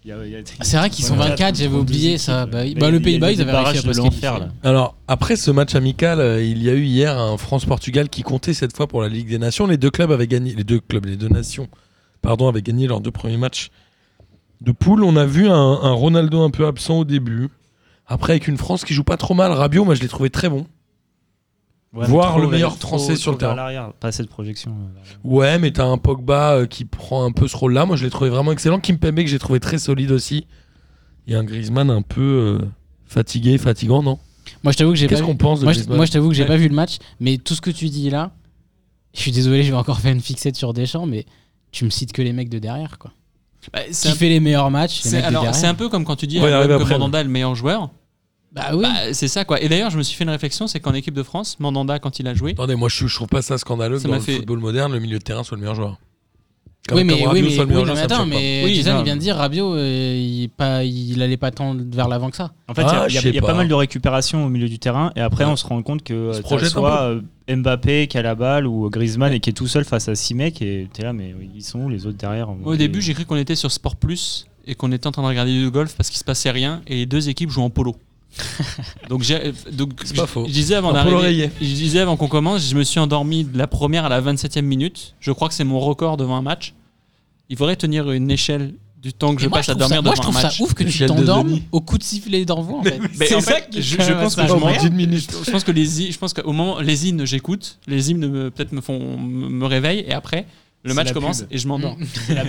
Il y a- il y a-
C'est vrai qu'ils sont 24, j'avais
32
oublié
équipes. euh,
ça. Bah oui.
Mais
Bah, le
il y a
Pays-Bas,
des
ils avaient
barrages
réussi à
de
pas se
l'enfer,
qualifier.
là.
Alors après ce match amical, euh, il y a eu hier un France-Portugal qui comptait cette fois pour la Ligue des Nations. Les deux clubs avaient gagné, les deux clubs, les deux nations, pardon, avaient gagné leurs deux premiers matchs de poule. On a vu un, un Ronaldo un peu absent au début. Après avec une France qui joue pas trop mal, Rabiot, moi je l'ai trouvé très bon.
Ouais, mais
Voir
trop
le
vers-
meilleur
trop-
français sur le
trop
terrain.
vers l'arrière, Pas assez de projection. euh, vers l'arrière.
Ouais, mais t'as un Pogba euh, qui prend un peu ce rôle-là. Moi je l'ai trouvé vraiment excellent. Kimpembe que j'ai trouvé très solide aussi. Et un Griezmann un peu euh, fatigué, fatigant, non
Moi, je t'avoue que j'ai pas
Qu'est-ce qu'on pense de
Eh ben, Moi, je,
Griezmann
moi, je t'avoue que j'ai
Ouais.
pas vu le match, mais tout ce que tu dis là, je suis désolé, je vais encore faire une fixette sur Deschamps, mais tu me cites que les mecs de derrière, quoi.
Bah, c'est
Qui
un-
fait les meilleurs matchs les
C'est
mecs de
alors,
derrière.
c'est un peu comme quand tu dis
On va y
euh,
arriver
que
après,
Mandanda est le meilleur joueur.
Bah oui.
Bah, c'est ça quoi. Et d'ailleurs, je me suis fait une réflexion, c'est qu'en équipe de France, Mandanda quand il a joué,
Attendez, moi je, je trouve pas ça scandaleux que
Ça
dans
m'a
le
fait-
football moderne, le milieu de terrain soit le meilleur joueur.
oui,
Comme-
mais,
comme
oui,
Rabiot
mais,
soit le
oui,
meilleur
non,
joueur,
mais
ça me
attends,
choque
mais
Oui,
Jason,
ça-
il vient de dire Rabiot, euh, il, est pas, il allait pas tant vers l'avant que ça.
En fait, il
Ah,
y a- il y a,
je sais
il y a pas
pas.
mal de récupération au milieu du terrain et après
Ouais.
on se rend compte que
se
euh, t'as
projette un
soit euh, Mbappé qui a la balle ou Griezmann et qui est tout seul face à 6 mecs et t'es là mais ils sont où les autres derrière
au début, j'ai cru qu'on était sur Sport Plus et qu'on était en train de regarder du golf parce qu'il se passait rien et les deux équipes jouent en polo. donc j'ai donc
C'est pas
je-
faux.
je disais avant
En polo
d'arriver,
rayé.
je disais avant qu'on commence, je me suis endormi de la première à la 27e minute. Je crois que c'est mon record devant un match. Il faudrait tenir une échelle du temps que je
Et moi,
passe à
trouve ça-
dormir
moi, je
devant un
trouve ça
match.
ouf que tu
Michel
t'endormes
Denis.
au coup de sifflet d'envoi. En fait. Bah,
Mais en fait, je- je pense que
Pas
je
au
m'en-
bout d'une minute.
Je pense que les hy- je pense qu'au moment les hymnes j'écoute, les hymnes me- peut-être me font me me réveillent et après le
C'est
match
la
commence
pub.
et je
Mm.
m'endors.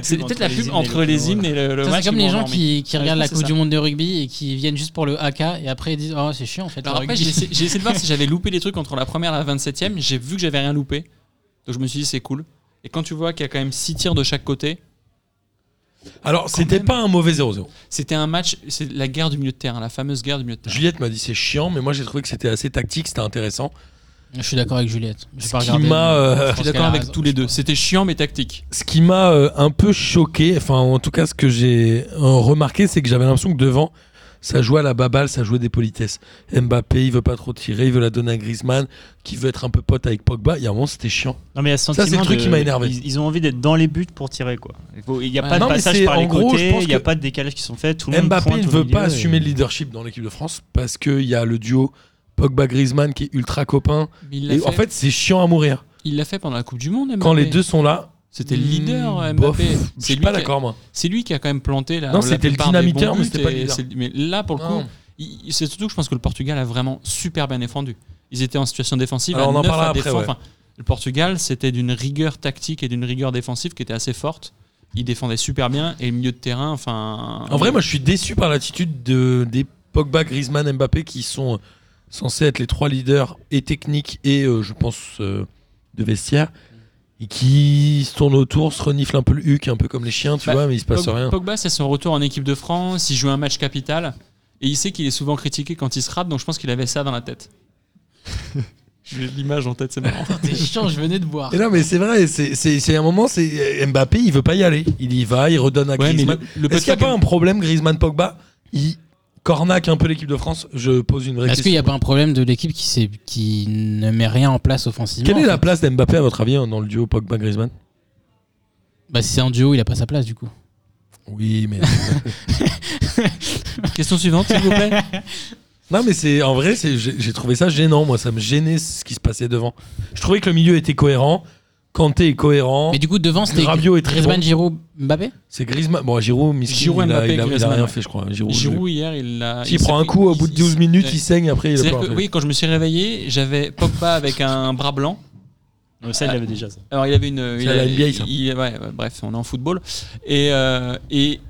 C'est peut-être la pub
hymnes et
entre
le
les
chrono,
hymnes et le, le
Ça,
match.
C'est comme
ils
les
m'ont
gens
endormi.
qui, qui
Ouais, je
regardent la
pense que
Coupe
c'est
du Monde de rugby et qui viennent juste pour le AK et après ils disent Oh, c'est chiant en fait.
Alors
le
après, j'ai
rugby.
essayé j'ai essayé de voir si j'avais loupé des trucs entre la première et la 27e. J'ai vu que j'avais rien loupé. Donc je me suis dit, c'est cool. Et quand tu vois qu'il y a quand même 6 tirs de chaque côté,
Alors, c'était
même.
pas un mauvais 0-0.
c'était un match, c'est la guerre du milieu de terrain, la fameuse guerre du milieu de terrain.
Juliette m'a dit c'est chiant, mais moi j'ai trouvé que c'était assez tactique, c'était intéressant.
Je suis d'accord avec Juliette. J'ai
Ce
pas
qui
regardé,
m'a,
mais
euh,
pense
je
Je suis
qu'elle
d'accord
a
avec
raison,
tous les
je
deux.
pense.
C'était chiant mais tactique.
Ce qui m'a euh, un peu choqué, enfin en tout cas ce que j'ai euh, remarqué, c'est que j'avais l'impression que devant, ça jouait à la baballe, ça jouait des politesses. Mbappé, il veut pas trop tirer, il veut la donner à Griezmann, qui veut être un peu pote avec Pogba. Il y a un moment, c'était chiant.
Non, mais il y a
Ça,
ce
c'est le
sentiment
truc
de-
qui m'a énervé.
Ils, ils ont envie d'être dans les buts pour tirer, quoi. Il faut- Il n'y a
Ouais.
pas
Non,
de
mais c'est-
passage par
en
les
gros, je
côtés,
pense
il n'y a
que
pas de décalage qui sont faits. Tout le
Mbappé
monde
ne veut pas assumer le leadership dans l'équipe de France parce qu'il y a le duo Pogba-Griezmann qui est ultra copain.
Mais Il l'a
Et
fait,
en fait, c'est chiant à mourir.
il l'a fait pendant la Coupe du Monde.
Quand
Mbappé.
les deux sont là,
C'était le leader,
hmm,
Mbappé.
bof, Je
C'est
suis
lui
pas
qui a-
d'accord, moi.
C'est lui qui a quand même planté la.
Non,
la
c'était le
plupart des bons
dynamiteur, mais
buts
c'était pas le
et
leader.
c'est- Mais là, pour le coup,
Non.
il- il- c'est surtout que je pense que le Portugal a vraiment super bien défendu. Ils étaient en situation défensive.
Alors,
à
on en
neuf
parlera
à
après,
défendre.
ouais.
Enfin, le Portugal, c'était d'une rigueur tactique et d'une rigueur défensive qui était assez forte. Ils défendaient super bien et le milieu de terrain, enfin. euh,
En vrai, moi, je suis déçu par l'attitude de, des Pogba, Griezmann, Mbappé qui sont censés être les trois leaders et techniques et, euh, je pense, euh, de vestiaire et qui se tournent autour, se reniflent un peu le huc, un peu comme les chiens, tu
Bah,
vois, mais il se passe
Pog-
rien.
Pogba, c'est son retour en équipe de France. Il joue un match capital et il sait qu'il est souvent critiqué quand il se rate, donc je pense qu'il avait ça dans la tête. J'ai l'image en tête, c'est marrant.
T'es chiant, je venais de boire.
Et non, mais c'est vrai, c'est- c'est c'est un moment, c'est Mbappé, il veut pas y aller. Il y va, il redonne à
Ouais, mais
Griezmann.
le, le
Est-ce qu'il n'y a
podcast-
pas un problème, Griezmann-Pogba Il cornaque un peu l'équipe de France Je pose une vraie
Est-ce
question.
qu'il n'y a pas un problème de l'équipe qui, s'est- qui ne met rien en place offensivement
Quelle est
en
la
fait
place d'Mbappé, à votre avis, hein, dans le duo Pogba-Griezmann
Bah, si c'est en duo, il a pas sa place du coup.
Oui, mais.
Question suivante, s'il vous plaît.
Non, mais c'est en vrai, c'est- j'ai j'ai trouvé ça gênant. Moi, ça me gênait ce qui se passait devant. Je trouvais que le milieu était cohérent. Kanté est cohérent.
Mais du coup, devant, c'était
Rabiot est très
Griezmann,
bon.
Giroud, Mbappé
C'est Griezmann. Bon, Giroud, Miskin,
Giroud,
il, a,
Mbappé,
il a- il a
Griezmann,
rien
ouais.
fait, je crois. Giroud,
Giroud hier, il l'a.
S'il
s'est
prend un
fait-
coup au
il-
bout de
il-
12 minutes,
ouais.
il saigne. Après, il a
C'est-à-dire
plus rien
que,
fait.
oui, quand je me suis réveillé, j'avais Pogba avec un bras blanc.
Ça, il avait déjà ça.
Alors il avait une.
C'est
il
à la
avait-
NBA, ça.
il- ouais, ouais, bref, on est en football. Et, euh, et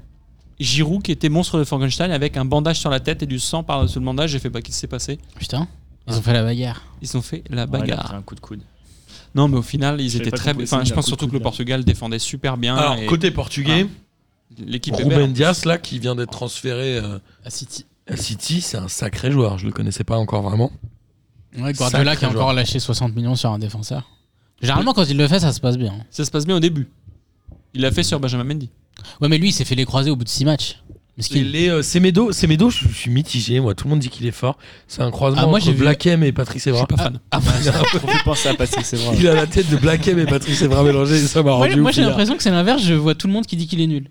Giroud qui était monstre de Frankenstein avec un bandage sur la tête et du sang par-dessus le bandage. J'ai fait, bah, qu'est-ce qui s'est passé
Putain, ils ont fait la bagarre.
Ils ont fait la
Ouais, il a
bagarre.
pris un coup de coude.
non, mais au final, ils
J'avais
étaient
pas
très.
compris
Enfin,
ça,
je
la
pense
coupe
surtout que
de
le
la-
Portugal défendait super bien.
Alors,
et
côté portugais,
L'équipe est
Ruben
belle.
Dias, là, qui vient d'être transféré euh,
À City.
à City, c'est un sacré joueur. Je le connaissais pas encore vraiment.
Ouais, Guardiola
Sacré
qui a
joueur.
encore lâché 60 millions sur un défenseur. Généralement, quand il le fait, ça se passe bien.
Ça se passe bien au début. Il l'a fait sur Benjamin Mendy.
Ouais, mais lui, il s'est fait les croiser au bout de 6 matchs. Parce qu'il-
Il est, euh, Semedo, Semedo, je je suis mitigé. Moi, tout le monde dit qu'il est fort. C'est un croisement
Ah, moi,
entre
j'ai vu-
Blakem et Patrick
Je suis
Evra. Ah,
pas fan.
Ah,
On fait penser à Patrick Sévrin.
Il a la tête de Blakem et Patrice Evra mélangé, ça m'a
Moi,
rendu
moi,
ouf,
j'ai
hier.
l'impression que c'est l'inverse. Je vois tout le monde qui dit qu'il est nul.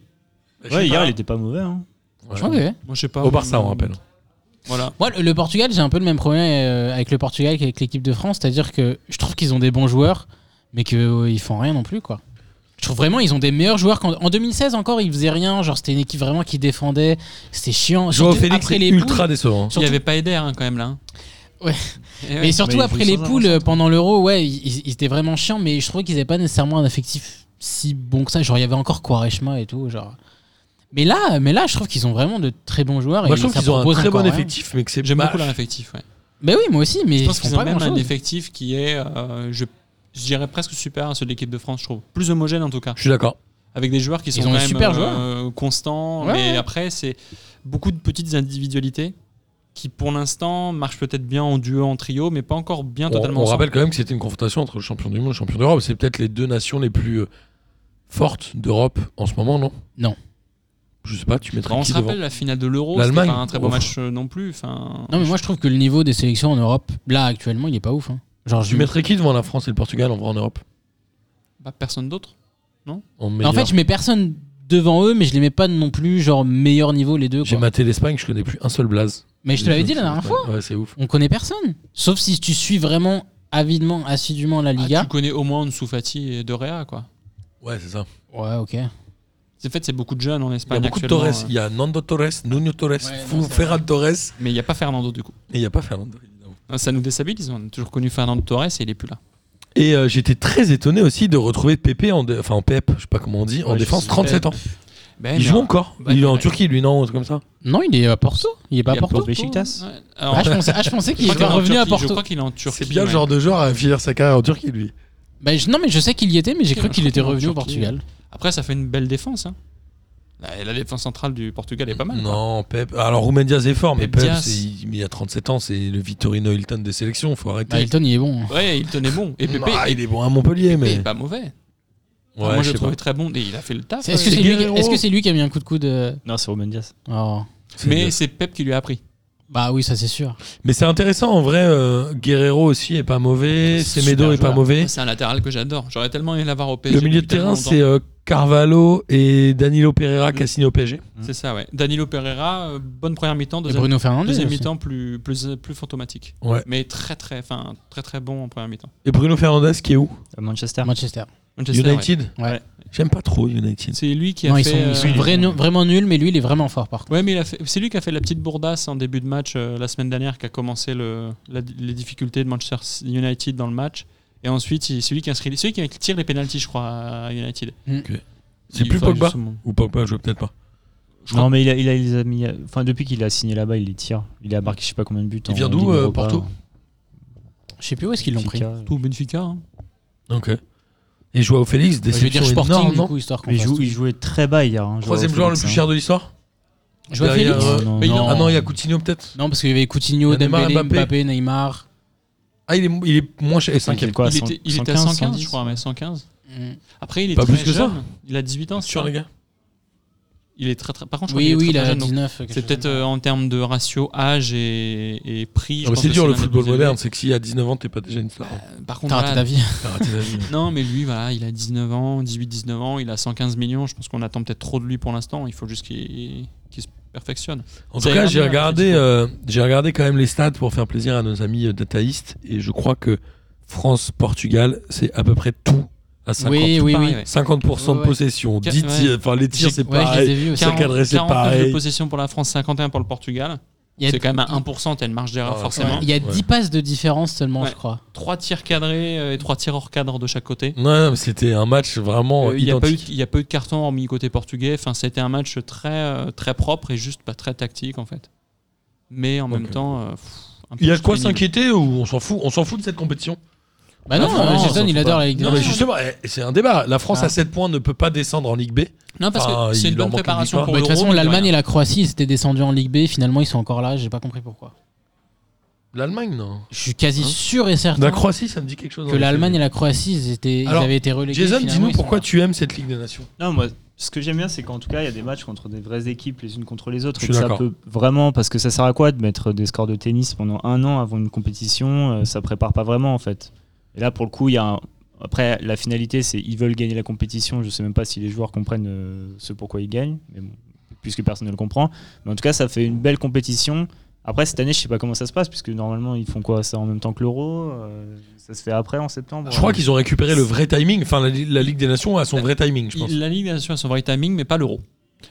Ouais, hier, il était pas mauvais. hein.
Ouais.
Je crois que-
Moi, je sais pas.
Au Barça, on rappelle.
Voilà.
Moi, le- le Portugal, j'ai un peu le même problème euh, avec le Portugal qu'avec l'équipe de France, c'est-à-dire que je trouve qu'ils ont des bons joueurs, mais qu'ils font rien non plus, quoi. Je trouve vraiment ils ont des meilleurs joueurs qu'en en 2016 encore ils faisaient rien genre c'était une équipe vraiment qui défendait c'était chiant
Joao
Surtout
Félix
après
est
les
ultra
poules,
décevant. hein.
Il n'y
surtout-
avait pas Eder hein, quand même là. hein.
Ouais.
Et ouais.
mais surtout
Mais ils
après
jouent
les
sans
poules
avancer.
euh, pendant l'Euro ouais ils, ils- ils étaient vraiment chiants mais je trouvais qu'ils n'avaient pas nécessairement un effectif si bon que ça genre il y avait encore Quaresma et tout genre mais là mais là je trouve qu'ils ont vraiment de très bons joueurs
Moi,
et
je trouve
ça
qu'ils ont un
propose
très
encore hein.
bon
rien.
effectif, mais que c'est
J'aime
bah,
beaucoup leur effectif. ouais.
mais Ben oui moi aussi mais
Je pense
ils
qu'ils
font
ont
pas
même un
grand-chose.
effectif qui est, euh, je, je dirais presque supérieur à celui de l'équipe de France, je trouve. Plus homogène en tout cas.
Je suis d'accord.
Avec des joueurs qui sont
ont
quand
des
même
super
euh,
joueurs.
constants.
Ouais,
Mais
ouais.
après, c'est beaucoup de petites individualités qui, pour l'instant, marchent peut-être bien en duo, en trio, mais pas encore bien
On,
totalement
on
ensemble.
rappelle quand même que c'était une confrontation entre le champion du monde et le champion d'Europe. C'est peut-être les deux nations les plus euh, fortes d'Europe en ce moment, non
Non.
Je sais pas, tu mettrais
Bah, on
qui
se
devant
rappelle la finale de l'Euro, c'était
L'Allemagne.
pas un très bon
Ouf.
match euh, non plus. Enfin,
Non, mais moi je trouve que le niveau des sélections en Europe, là actuellement, il est pas ouf. hein. Genre, je
Tu mettrais qui devant la France et le Portugal en vrai en Europe
bah, personne d'autre.
en,
En
meilleur
fait, je mets personne devant eux, mais je les mets pas non plus, genre meilleur niveau les deux.
J'ai
Quoi.
maté l'Espagne, je connais plus un seul blaze.
Mais je te
Des
l'avais
autres,
dit la dernière
c'est-
fois,
Ouais, c'est ouf.
on connaît personne. Sauf si tu suis vraiment avidement, assidûment la
Ah,
Liga.
tu connais au moins Ansu Fati et Dorea, quoi.
Ouais, c'est ça.
Ouais, ok.
En fait, c'est beaucoup de jeunes en
Il y a
Espagne.
beaucoup de
actuellement,
Torres.
euh,
Il y a Nando Torres, Nuno Torres,
non,
Fu-
c'est
Ferran Torres, et
Mais il n'y a pas Fernando du coup. Ah,
il n'y a pas Fernando. évidemment.
Ça nous déstabilise. On a toujours connu Fernando Torres et il est plus là.
Et euh, j'étais très étonné aussi de retrouver Pépé, en dé- enfin en PEP, je sais pas comment on dit, en
Ouais, je
défense,
sais.
37 ans.
Ben,
Il
mais-
joue encore.
Bah,
il est en
ouais.
Turquie, lui, non, un truc comme ça.
Non, il est à Porto. Il est pas à
Il y a
Porto.
Porto Beşiktaş.
Ouais. Alors,
Ah, je pensais, ah, je pensais
je
qu'il
crois
était
qu'il est en
revenu à
Turquie. Je
Porto.
crois qu'il est en Turquie.
C'est bien le
ouais.
genre de genre à finir sa carrière en Turquie, lui.
Bah, je- non, mais je sais qu'il y était, mais j'ai
Ok,
cru
je
qu'il
crois
était
qu'il est en
revenu au
Turquie.
Portugal.
Après, ça fait une belle défense. hein. La, la défense centrale du Portugal est pas mal.
Non, Pep. Alors, Roumen Diaz est fort, mais
Pep
Pep,
Diaz.
c'est- il y a 37 ans, c'est le Vittorino Hilton des sélections, faut arrêter.
Bah, Hilton, il est bon.
Ouais, il tenait bon. Et Pépé,
Ah,
et
il est bon à Montpellier,
Pépé
mais.
est pas mauvais.
Ouais,
bah, Moi,
je
je
sais
le
pas.
trouvais très bon. Et il a fait le taf.
C'est- Est-ce que
c'est
c'est lui,
Guerrero.
est-ce que c'est lui qui a mis un coup de coude euh,
Non, c'est Ruben Diaz.
oh.
C'est
Mais
bien.
c'est Pep qui lui a appris.
Bah oui, ça c'est sûr.
Mais c'est intéressant, en vrai, euh, Guerrero aussi est pas mauvais,
Super
Semedo est pas
joueur.
mauvais.
C'est un latéral que j'adore. J'aurais tellement aimé l'avoir au PSG.
Le milieu de
depuis
terrain,
tellement Mm.
c'est euh, Carvalho et Danilo Pereira qui a signé au PSG.
longtemps. C'est ça, ouais. Danilo Pereira, euh, bonne première mi-temps,
Et
deuxième,
Bruno Fernandes.
deuxième
aussi.
mi-temps plus, plus, plus fantomatique.
Ouais.
Mais très très, enfin, très très bon en première mi-temps.
Et Bruno Fernandez qui est où
À Manchester.
Manchester.
Manchester, ouais.
United
Ouais.
Ouais.
J'aime pas trop United.
C'est lui qui a
Non,
fait.
ils sont, ils sont
euh,
vrais- nu- vraiment nuls, mais lui, il est vraiment fort par contre.
Ouais, mais il a fait- c'est lui qui a fait la petite bourdasse en début de match euh, la semaine dernière, qui a commencé le, la- les difficultés de Manchester United dans le match. Et ensuite, il- c'est lui qui inscrit, c'est lui qui tire les pénalties, je crois, à United.
C'est
Il
plus
faut du
Pogba
saumon.
Ou Pogba, je vois peut-être pas.
Non, mais il a, il a les a mis- Enfin, depuis qu'il a signé là-bas, il les tire. Il a marqué je sais pas combien de buts.
Il
en
vient
Ligue
d'où, euh,
Europa,
Porto
Je sais plus où est-ce qu'ils l'ont pris.
Benfica.
Tout Benfica. hein.
Ok. Et Joao Félix,
Je veux dire
déception
Sporting
énorme,
du
non
coup, histoire qu'on
Il,
fasse
joue-
tout.
il jouait très bas hier. hein, Joao
Troisième joueur le
Félix,
plus
hein.
cher de l'histoire
Joao
derrière,
Félix
euh,
Non,
Mais
non.
Ah non, il y a Coutinho peut-être
Non, parce qu'il y avait Coutinho,
Il y a Neymar,
Dembélé,
Mbappé.
Mbappé, Neymar.
Ah, il est, il est moins cher. Et
Il était
cinquième.
quoi,
il,
cent-
était, il était à 115,
110,
je crois, mais 115.
Mm.
Après, il est
Pas
très
Bah, plus que ça.
jeune. Il a 18 ans. c'est
Sur
ça
les gars.
Il est très, très. Par contre, je
Oui,
crois
oui,
qu'il
il
est très,
a
très jeune, donc
19. quelque
C'est
chose
peut-être
comme ça.
euh, en termes de ratio âge et, et prix. je
Ah bah,
pense
c'est
que
dur le
l'un des
football
plus élevés.
moderne, c'est que si à 19 ans t'es pas déjà une star.
Par contre,
T'as raté
voilà,
ta vie.
T'as raté la vie.
Non, mais lui, voilà, il a 19 ans, 18-19 ans, il a 115 millions. Je pense qu'on attend peut-être trop de lui pour l'instant. Il faut juste qu'il qu'il se perfectionne.
En
Ça
tout
ira
cas, j'ai
bien,
regardé,
c'est
euh, j'ai regardé quand même les stats pour faire plaisir à nos amis euh, dataïstes et je crois que France-Portugal, c'est à peu près tout à 50.
Eh Oui, oui,
pareil,
oui.
ouais.
50%
Ouais,
de
ouais.
possession,
Quat-
10
ouais.
tirs, enfin les tirs
J'ai-
c'est
Ouais, je les
pareil.
ai vus aussi.
Chaque adresse est
49 de
pareil.
possession pour la France, 51 pour le Portugal.
Il y a-
C'est quand même à 1%, t'as une marge d'erreur
Ouais,
forcément.
Il y a
Ouais.
10 passes de différence seulement,
Ouais.
je crois.
3 tirs cadrés euh, et 3 tirs hors cadre de chaque côté.
Non, non, mais c'était un match vraiment
Euh, Il n'y a, pas eu-
identique.
il y a pas eu de carton hormis côté portugais. Enfin, c'était un match très, euh, très propre et juste pas très tactique en fait. Mais en même
Ok.
temps. euh, pff, un peu
Il y a de quoi
pénible.
s'inquiéter ou on s'en fout, on s'en fout de cette compétition
Bah
La
non,
France,
Jason,
on
il
s'en
adore
fout
la Ligue des
Non mais
Nations.
justement, eh, c'est un débat. La France
Ah.
à 7 points ne peut pas descendre en Ligue B.
Non, parce
Enfin,
que c'est
Ah, il
une bonne
leur manque une
préparation
victoire.
pour
Bah, De toute
l'Euro,
façon,
mais de
l'Allemagne
rien.
et la Croatie, ils étaient descendus en Ligue B. Finalement, ils sont encore là. J'ai pas compris pourquoi.
L'Allemagne non.
Je suis quasi
Hein
sûr et certain
La Croatie, ça me dit quelque chose. en
que
effet.
l'Allemagne et la Croatie, ils, étaient, ils
Alors,
avaient été relégués.
Jason,
finalement,
dis-nous
ils sont
pourquoi
là.
tu aimes cette Ligue des Nations.
Non, moi, ce que j'aime bien, c'est qu'en tout cas, il y a des matchs contre des vraies équipes, les unes contre les autres.
Je
et
suis
que ça
d'accord.
peut vraiment, parce que ça sert à quoi de mettre des scores de tennis pendant un an avant une compétition euh, Ça prépare pas vraiment, en fait. Et là, pour le coup, il y a un- Après, la finalité, c'est ils veulent gagner la compétition. Je sais même pas si les joueurs comprennent euh, ce pourquoi ils gagnent, mais bon, puisque personne ne le comprend. Mais en tout cas, ça fait une belle compétition. Après, cette année, je sais pas comment ça se passe, puisque normalement, ils font quoi Ça en même temps que l'Euro euh, Ça se fait après, en septembre
Je crois qu'ils ont récupéré le vrai timing. Enfin, la, la Ligue des Nations a son vrai timing, je pense.
La Ligue des Nations a son vrai timing, mais pas l'euro.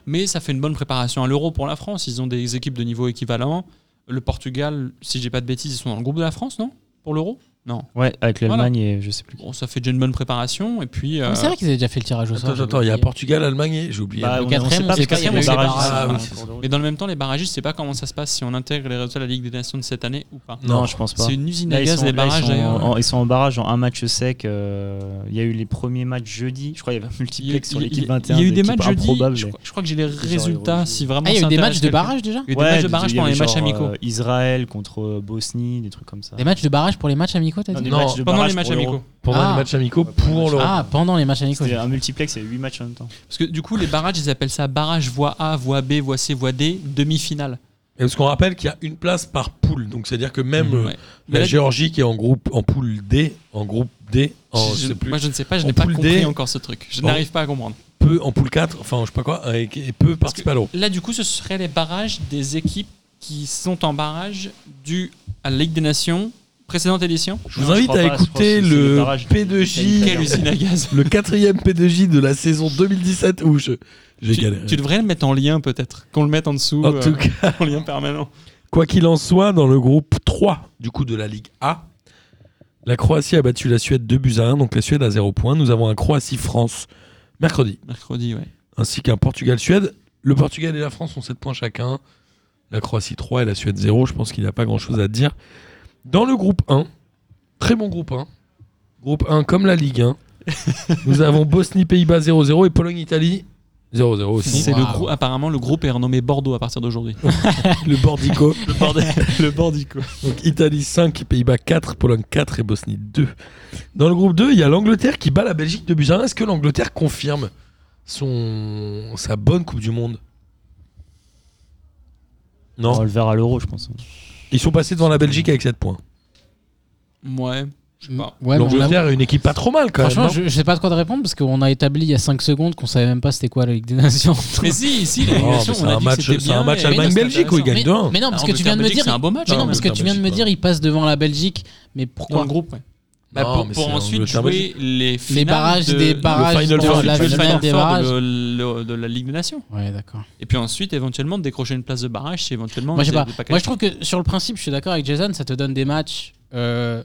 Mais ça fait une bonne préparation à l'euro pour la France. Ils ont des équipes de niveau équivalent. Le Portugal, si j'ai pas de bêtises, ils sont dans le groupe de la France, non Pour l'euro Non.
Ouais, avec
Voilà.
l'Allemagne et je sais plus.
Bon, ça fait déjà une bonne préparation. Et puis.
Ah,
euh,
mais C'est vrai qu'ils avaient déjà fait le tirage au sort.
Attends, attends,
j'avais
attends, il y a
oublié.
Portugal, Allemagne, et- j'ai oublié.
Bah,
Le
on- on
quatrième,
sait
on
pas
sait
parce
pas,
qu'il
il y
y a
avait
les
eu les barrages.
barrages.
Ah, oui, c'est
c'est ça.
Mais dans le même temps, les barragistes, je sais pas comment ça se passe, si on intègre les résultats de la Ligue des Nations de cette année ou pas.
Non, je pense pas.
C'est une usine
Là,
à
ils
gaz,
sont-
les
là, ils
barrages
sont
d'ailleurs.
en- Ils sont en barrage en un match sec. euh, Il y a eu les premiers matchs jeudi. Je crois qu'il y avait un multiplex sur
Il- il-
l'équipe
il-
21.
il y a eu des
d'équipes
matchs jeudi.
improbables.
Je, crois- je crois que j'ai les résultats
rejoué.
si vraiment.
Ah, il y a eu
ça
des
intéresse
matchs de
quelqu'un.
barrage déjà
Il y a eu des
Ouais,
matchs de
il y
barrage
avait
pendant les
genre,
matchs amicaux.
euh, Israël contre euh, Bosnie, des trucs comme ça.
Des matchs de barrage pour les matchs amicaux, t'as
Non,
dit
des
Non,
matchs de
Pendant
barrage
les matchs
pour l'Euro.
amicaux.
Pendant
Ah.
les matchs amicaux pour l'Europe.
Ah, pendant les matchs amicaux.
C'était un multiplex, il y avait 8 matchs en même temps.
Parce que du coup, les barrages, ils appellent ça barrage voie A, voie B, voie C, voie D, demi-finale.
Et parce qu'on rappelle qu'il y a une place par poule. Donc c'est-à-dire que même euh,
Mhm. Ouais. Mais
la
là,
Géorgie qui est en groupe en poule D, en groupe D, en, je
je-
sais oh, plus,
moi, je ne sais pas, je
En
n'ai pas
poule
compris
D.
encore ce truc. Je
Bon.
n'arrive pas à comprendre.
peut en poule 4, enfin je sais pas quoi, et, et peut participer à l'Euro.
Là, du coup, ce seraient les barrages des équipes qui sont en barrage dû à la Ligue des Nations Précédente édition
Je vous
Non, je
invite
crois
à
pas, je
écouter
pense que c'est le
le
barrage.
Quelle
P2J,
usine à gaz
le quatrième P2J de la saison 2017 où je- j'ai galéré.
tu, tu devrais le mettre en lien peut-être, qu'on le mette en dessous,
En
euh,
tout cas,
en lien permanent.
quoi qu'il en soit, dans le groupe 3 du coup de la Ligue A, la Croatie a battu la Suède 2 buts à 1, donc la Suède à 0 points. Nous avons un Croatie-France mercredi,
Mercredi, ouais.
ainsi qu'un Portugal-Suède. Le Portugal et la France ont 7 points chacun. La Croatie 3 et la Suède 0, je pense qu'il n'y a pas grand-chose à dire. Dans le groupe 1, très bon groupe 1, groupe 1 comme la Ligue 1, nous avons Bosnie-Pays-Bas 0-0 et Pologne-Italie 0-0 aussi.
C'est
Wow.
le grou- apparemment le groupe est renommé Bordeaux à partir d'aujourd'hui.
le Bordico.
le, Bordico.
Donc Italie 5, Pays-Bas 4, Pologne 4 et Bosnie 2. Dans le groupe 2, il y a l'Angleterre qui bat la Belgique de buts à un. Est-ce que l'Angleterre confirme son... sa bonne Coupe du Monde
On
Non.
le verra à l'euro, je pense.
Ils sont passés devant la Belgique avec 7 points.
Ouais, je sais pas.
Ouais, mais on a-
L'Angleterre est une équipe pas trop mal quand même.
Franchement,
non
je, je sais pas de quoi te répondre parce qu'on a établi il y a 5 secondes qu'on savait même pas c'était quoi la Ligue des Nations.
Mais si, si,
Non,
l'élimination,
Oh, mais c'est
on a
un
dit
match,
que c'était
c'est un
bien,
match
mais-
Allemagne-Belgique où ils gagnent
Mais,
2-1.
mais non, parce que tu viens de me
Angleterre-Belgique,
dire.
Ah, C'est un beau match.
mais non,
hein,
parce que tu viens de me
Angleterre-Belgique,
dire, il passe devant la Belgique, mais
dans
pourquoi
le groupe. ouais.
Non,
Bah, pour
mais
pour
c'est
ensuite
Angleterre-Belgique.
jouer les
Les
finales
barrages
de-
des
de-
barrages,
Final
pour
Four,
de la
le
ensuite jouer le
finale
Final
des
Four
barrages.
de, le- de la Ligue des Nations.
Ouais, d'accord.
Et puis ensuite, éventuellement, décrocher une place de barrage si éventuellement.
Moi, je sais
vous
pas.
êtes
Moi, je
qualifié.
trouve que sur le principe, je suis d'accord avec Jason, ça te donne des matchs, euh,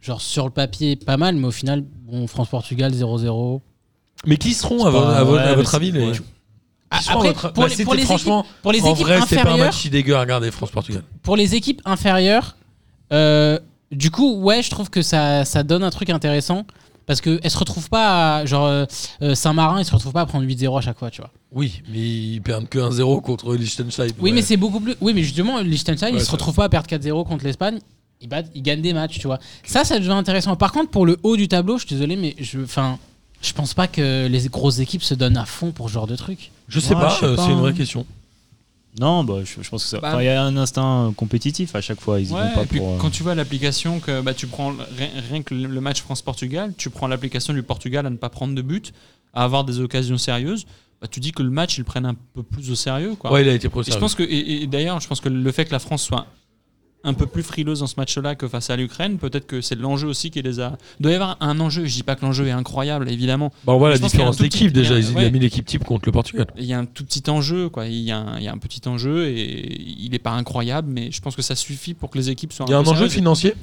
genre sur le papier, pas mal, mais au final, bon, France-Portugal 0-0.
Mais qui seront à,
pas-
vo- à vo-
ouais,
à
mais
votre
c'est-
avis les...
ouais.
qui
Ah,
seront à
Après,
votre-
pour
Bah,
les-
c'était
pour les équipes-
franchement,
pour les
en
équipes
vrai, c'était pas un
inférieures,
match si dégueu à regarder France-Portugal.
pour les équipes inférieures, euh, du coup, ouais, je trouve que ça, ça donne un truc intéressant parce qu'elles se retrouvent pas, à- genre euh, euh, Saint-Marin, ils se retrouvent pas à prendre 8-0 à chaque fois, tu vois.
Oui, mais ils perdent que 1-0 contre Liechtenstein.
Oui,
Ouais.
mais c'est beaucoup plus. Oui, mais justement, Liechtenstein,
Ouais,
ils se
ça-
retrouvent pas à perdre 4-0 contre l'Espagne. Ils, battent, ils gagnent des matchs, tu vois. Ça, ça devient intéressant. Par contre, pour le haut du tableau, je suis désolé, mais je, enfin, je pense pas que les grosses équipes se donnent à fond pour ce genre de truc.
Je sais
Ouais,
pas,
je sais
euh,
pas,
c'est une vraie
hein.
question.
Non, bah, je, je pense que ça.
Bah.
enfin, Il y a un instinct euh, compétitif à chaque fois. Ils y
Ouais,
vont pas
et puis
pour. euh,
quand tu vois l'application que bah, tu prends le- rien, rien que le match France-Portugal, tu prends l'application du Portugal à ne pas prendre de but, à avoir des occasions sérieuses, bah, tu dis que le match ils le prennent un peu plus au sérieux quoi.
Ouais, il a été
Et
procédé.
je pense que et, et d'ailleurs, je pense que le fait que la France soit un peu plus frileuse dans ce match-là que face à l'Ukraine, peut-être que c'est l'enjeu aussi qui les a. Il doit y avoir un enjeu. Je dis pas que l'enjeu est incroyable, évidemment.
Bah, on voit la
je pense qu'il y a un
différence
tout petit-
d'équipe déjà. Il
ouais.
a mis l'équipe type contre le Portugal.
Il y a un tout petit enjeu, quoi. Il y a un, il y a un petit enjeu et il n'est pas incroyable, mais je pense que ça suffit pour que les équipes soient.
Il y a un
peu
enjeu
sérieuses.
financier.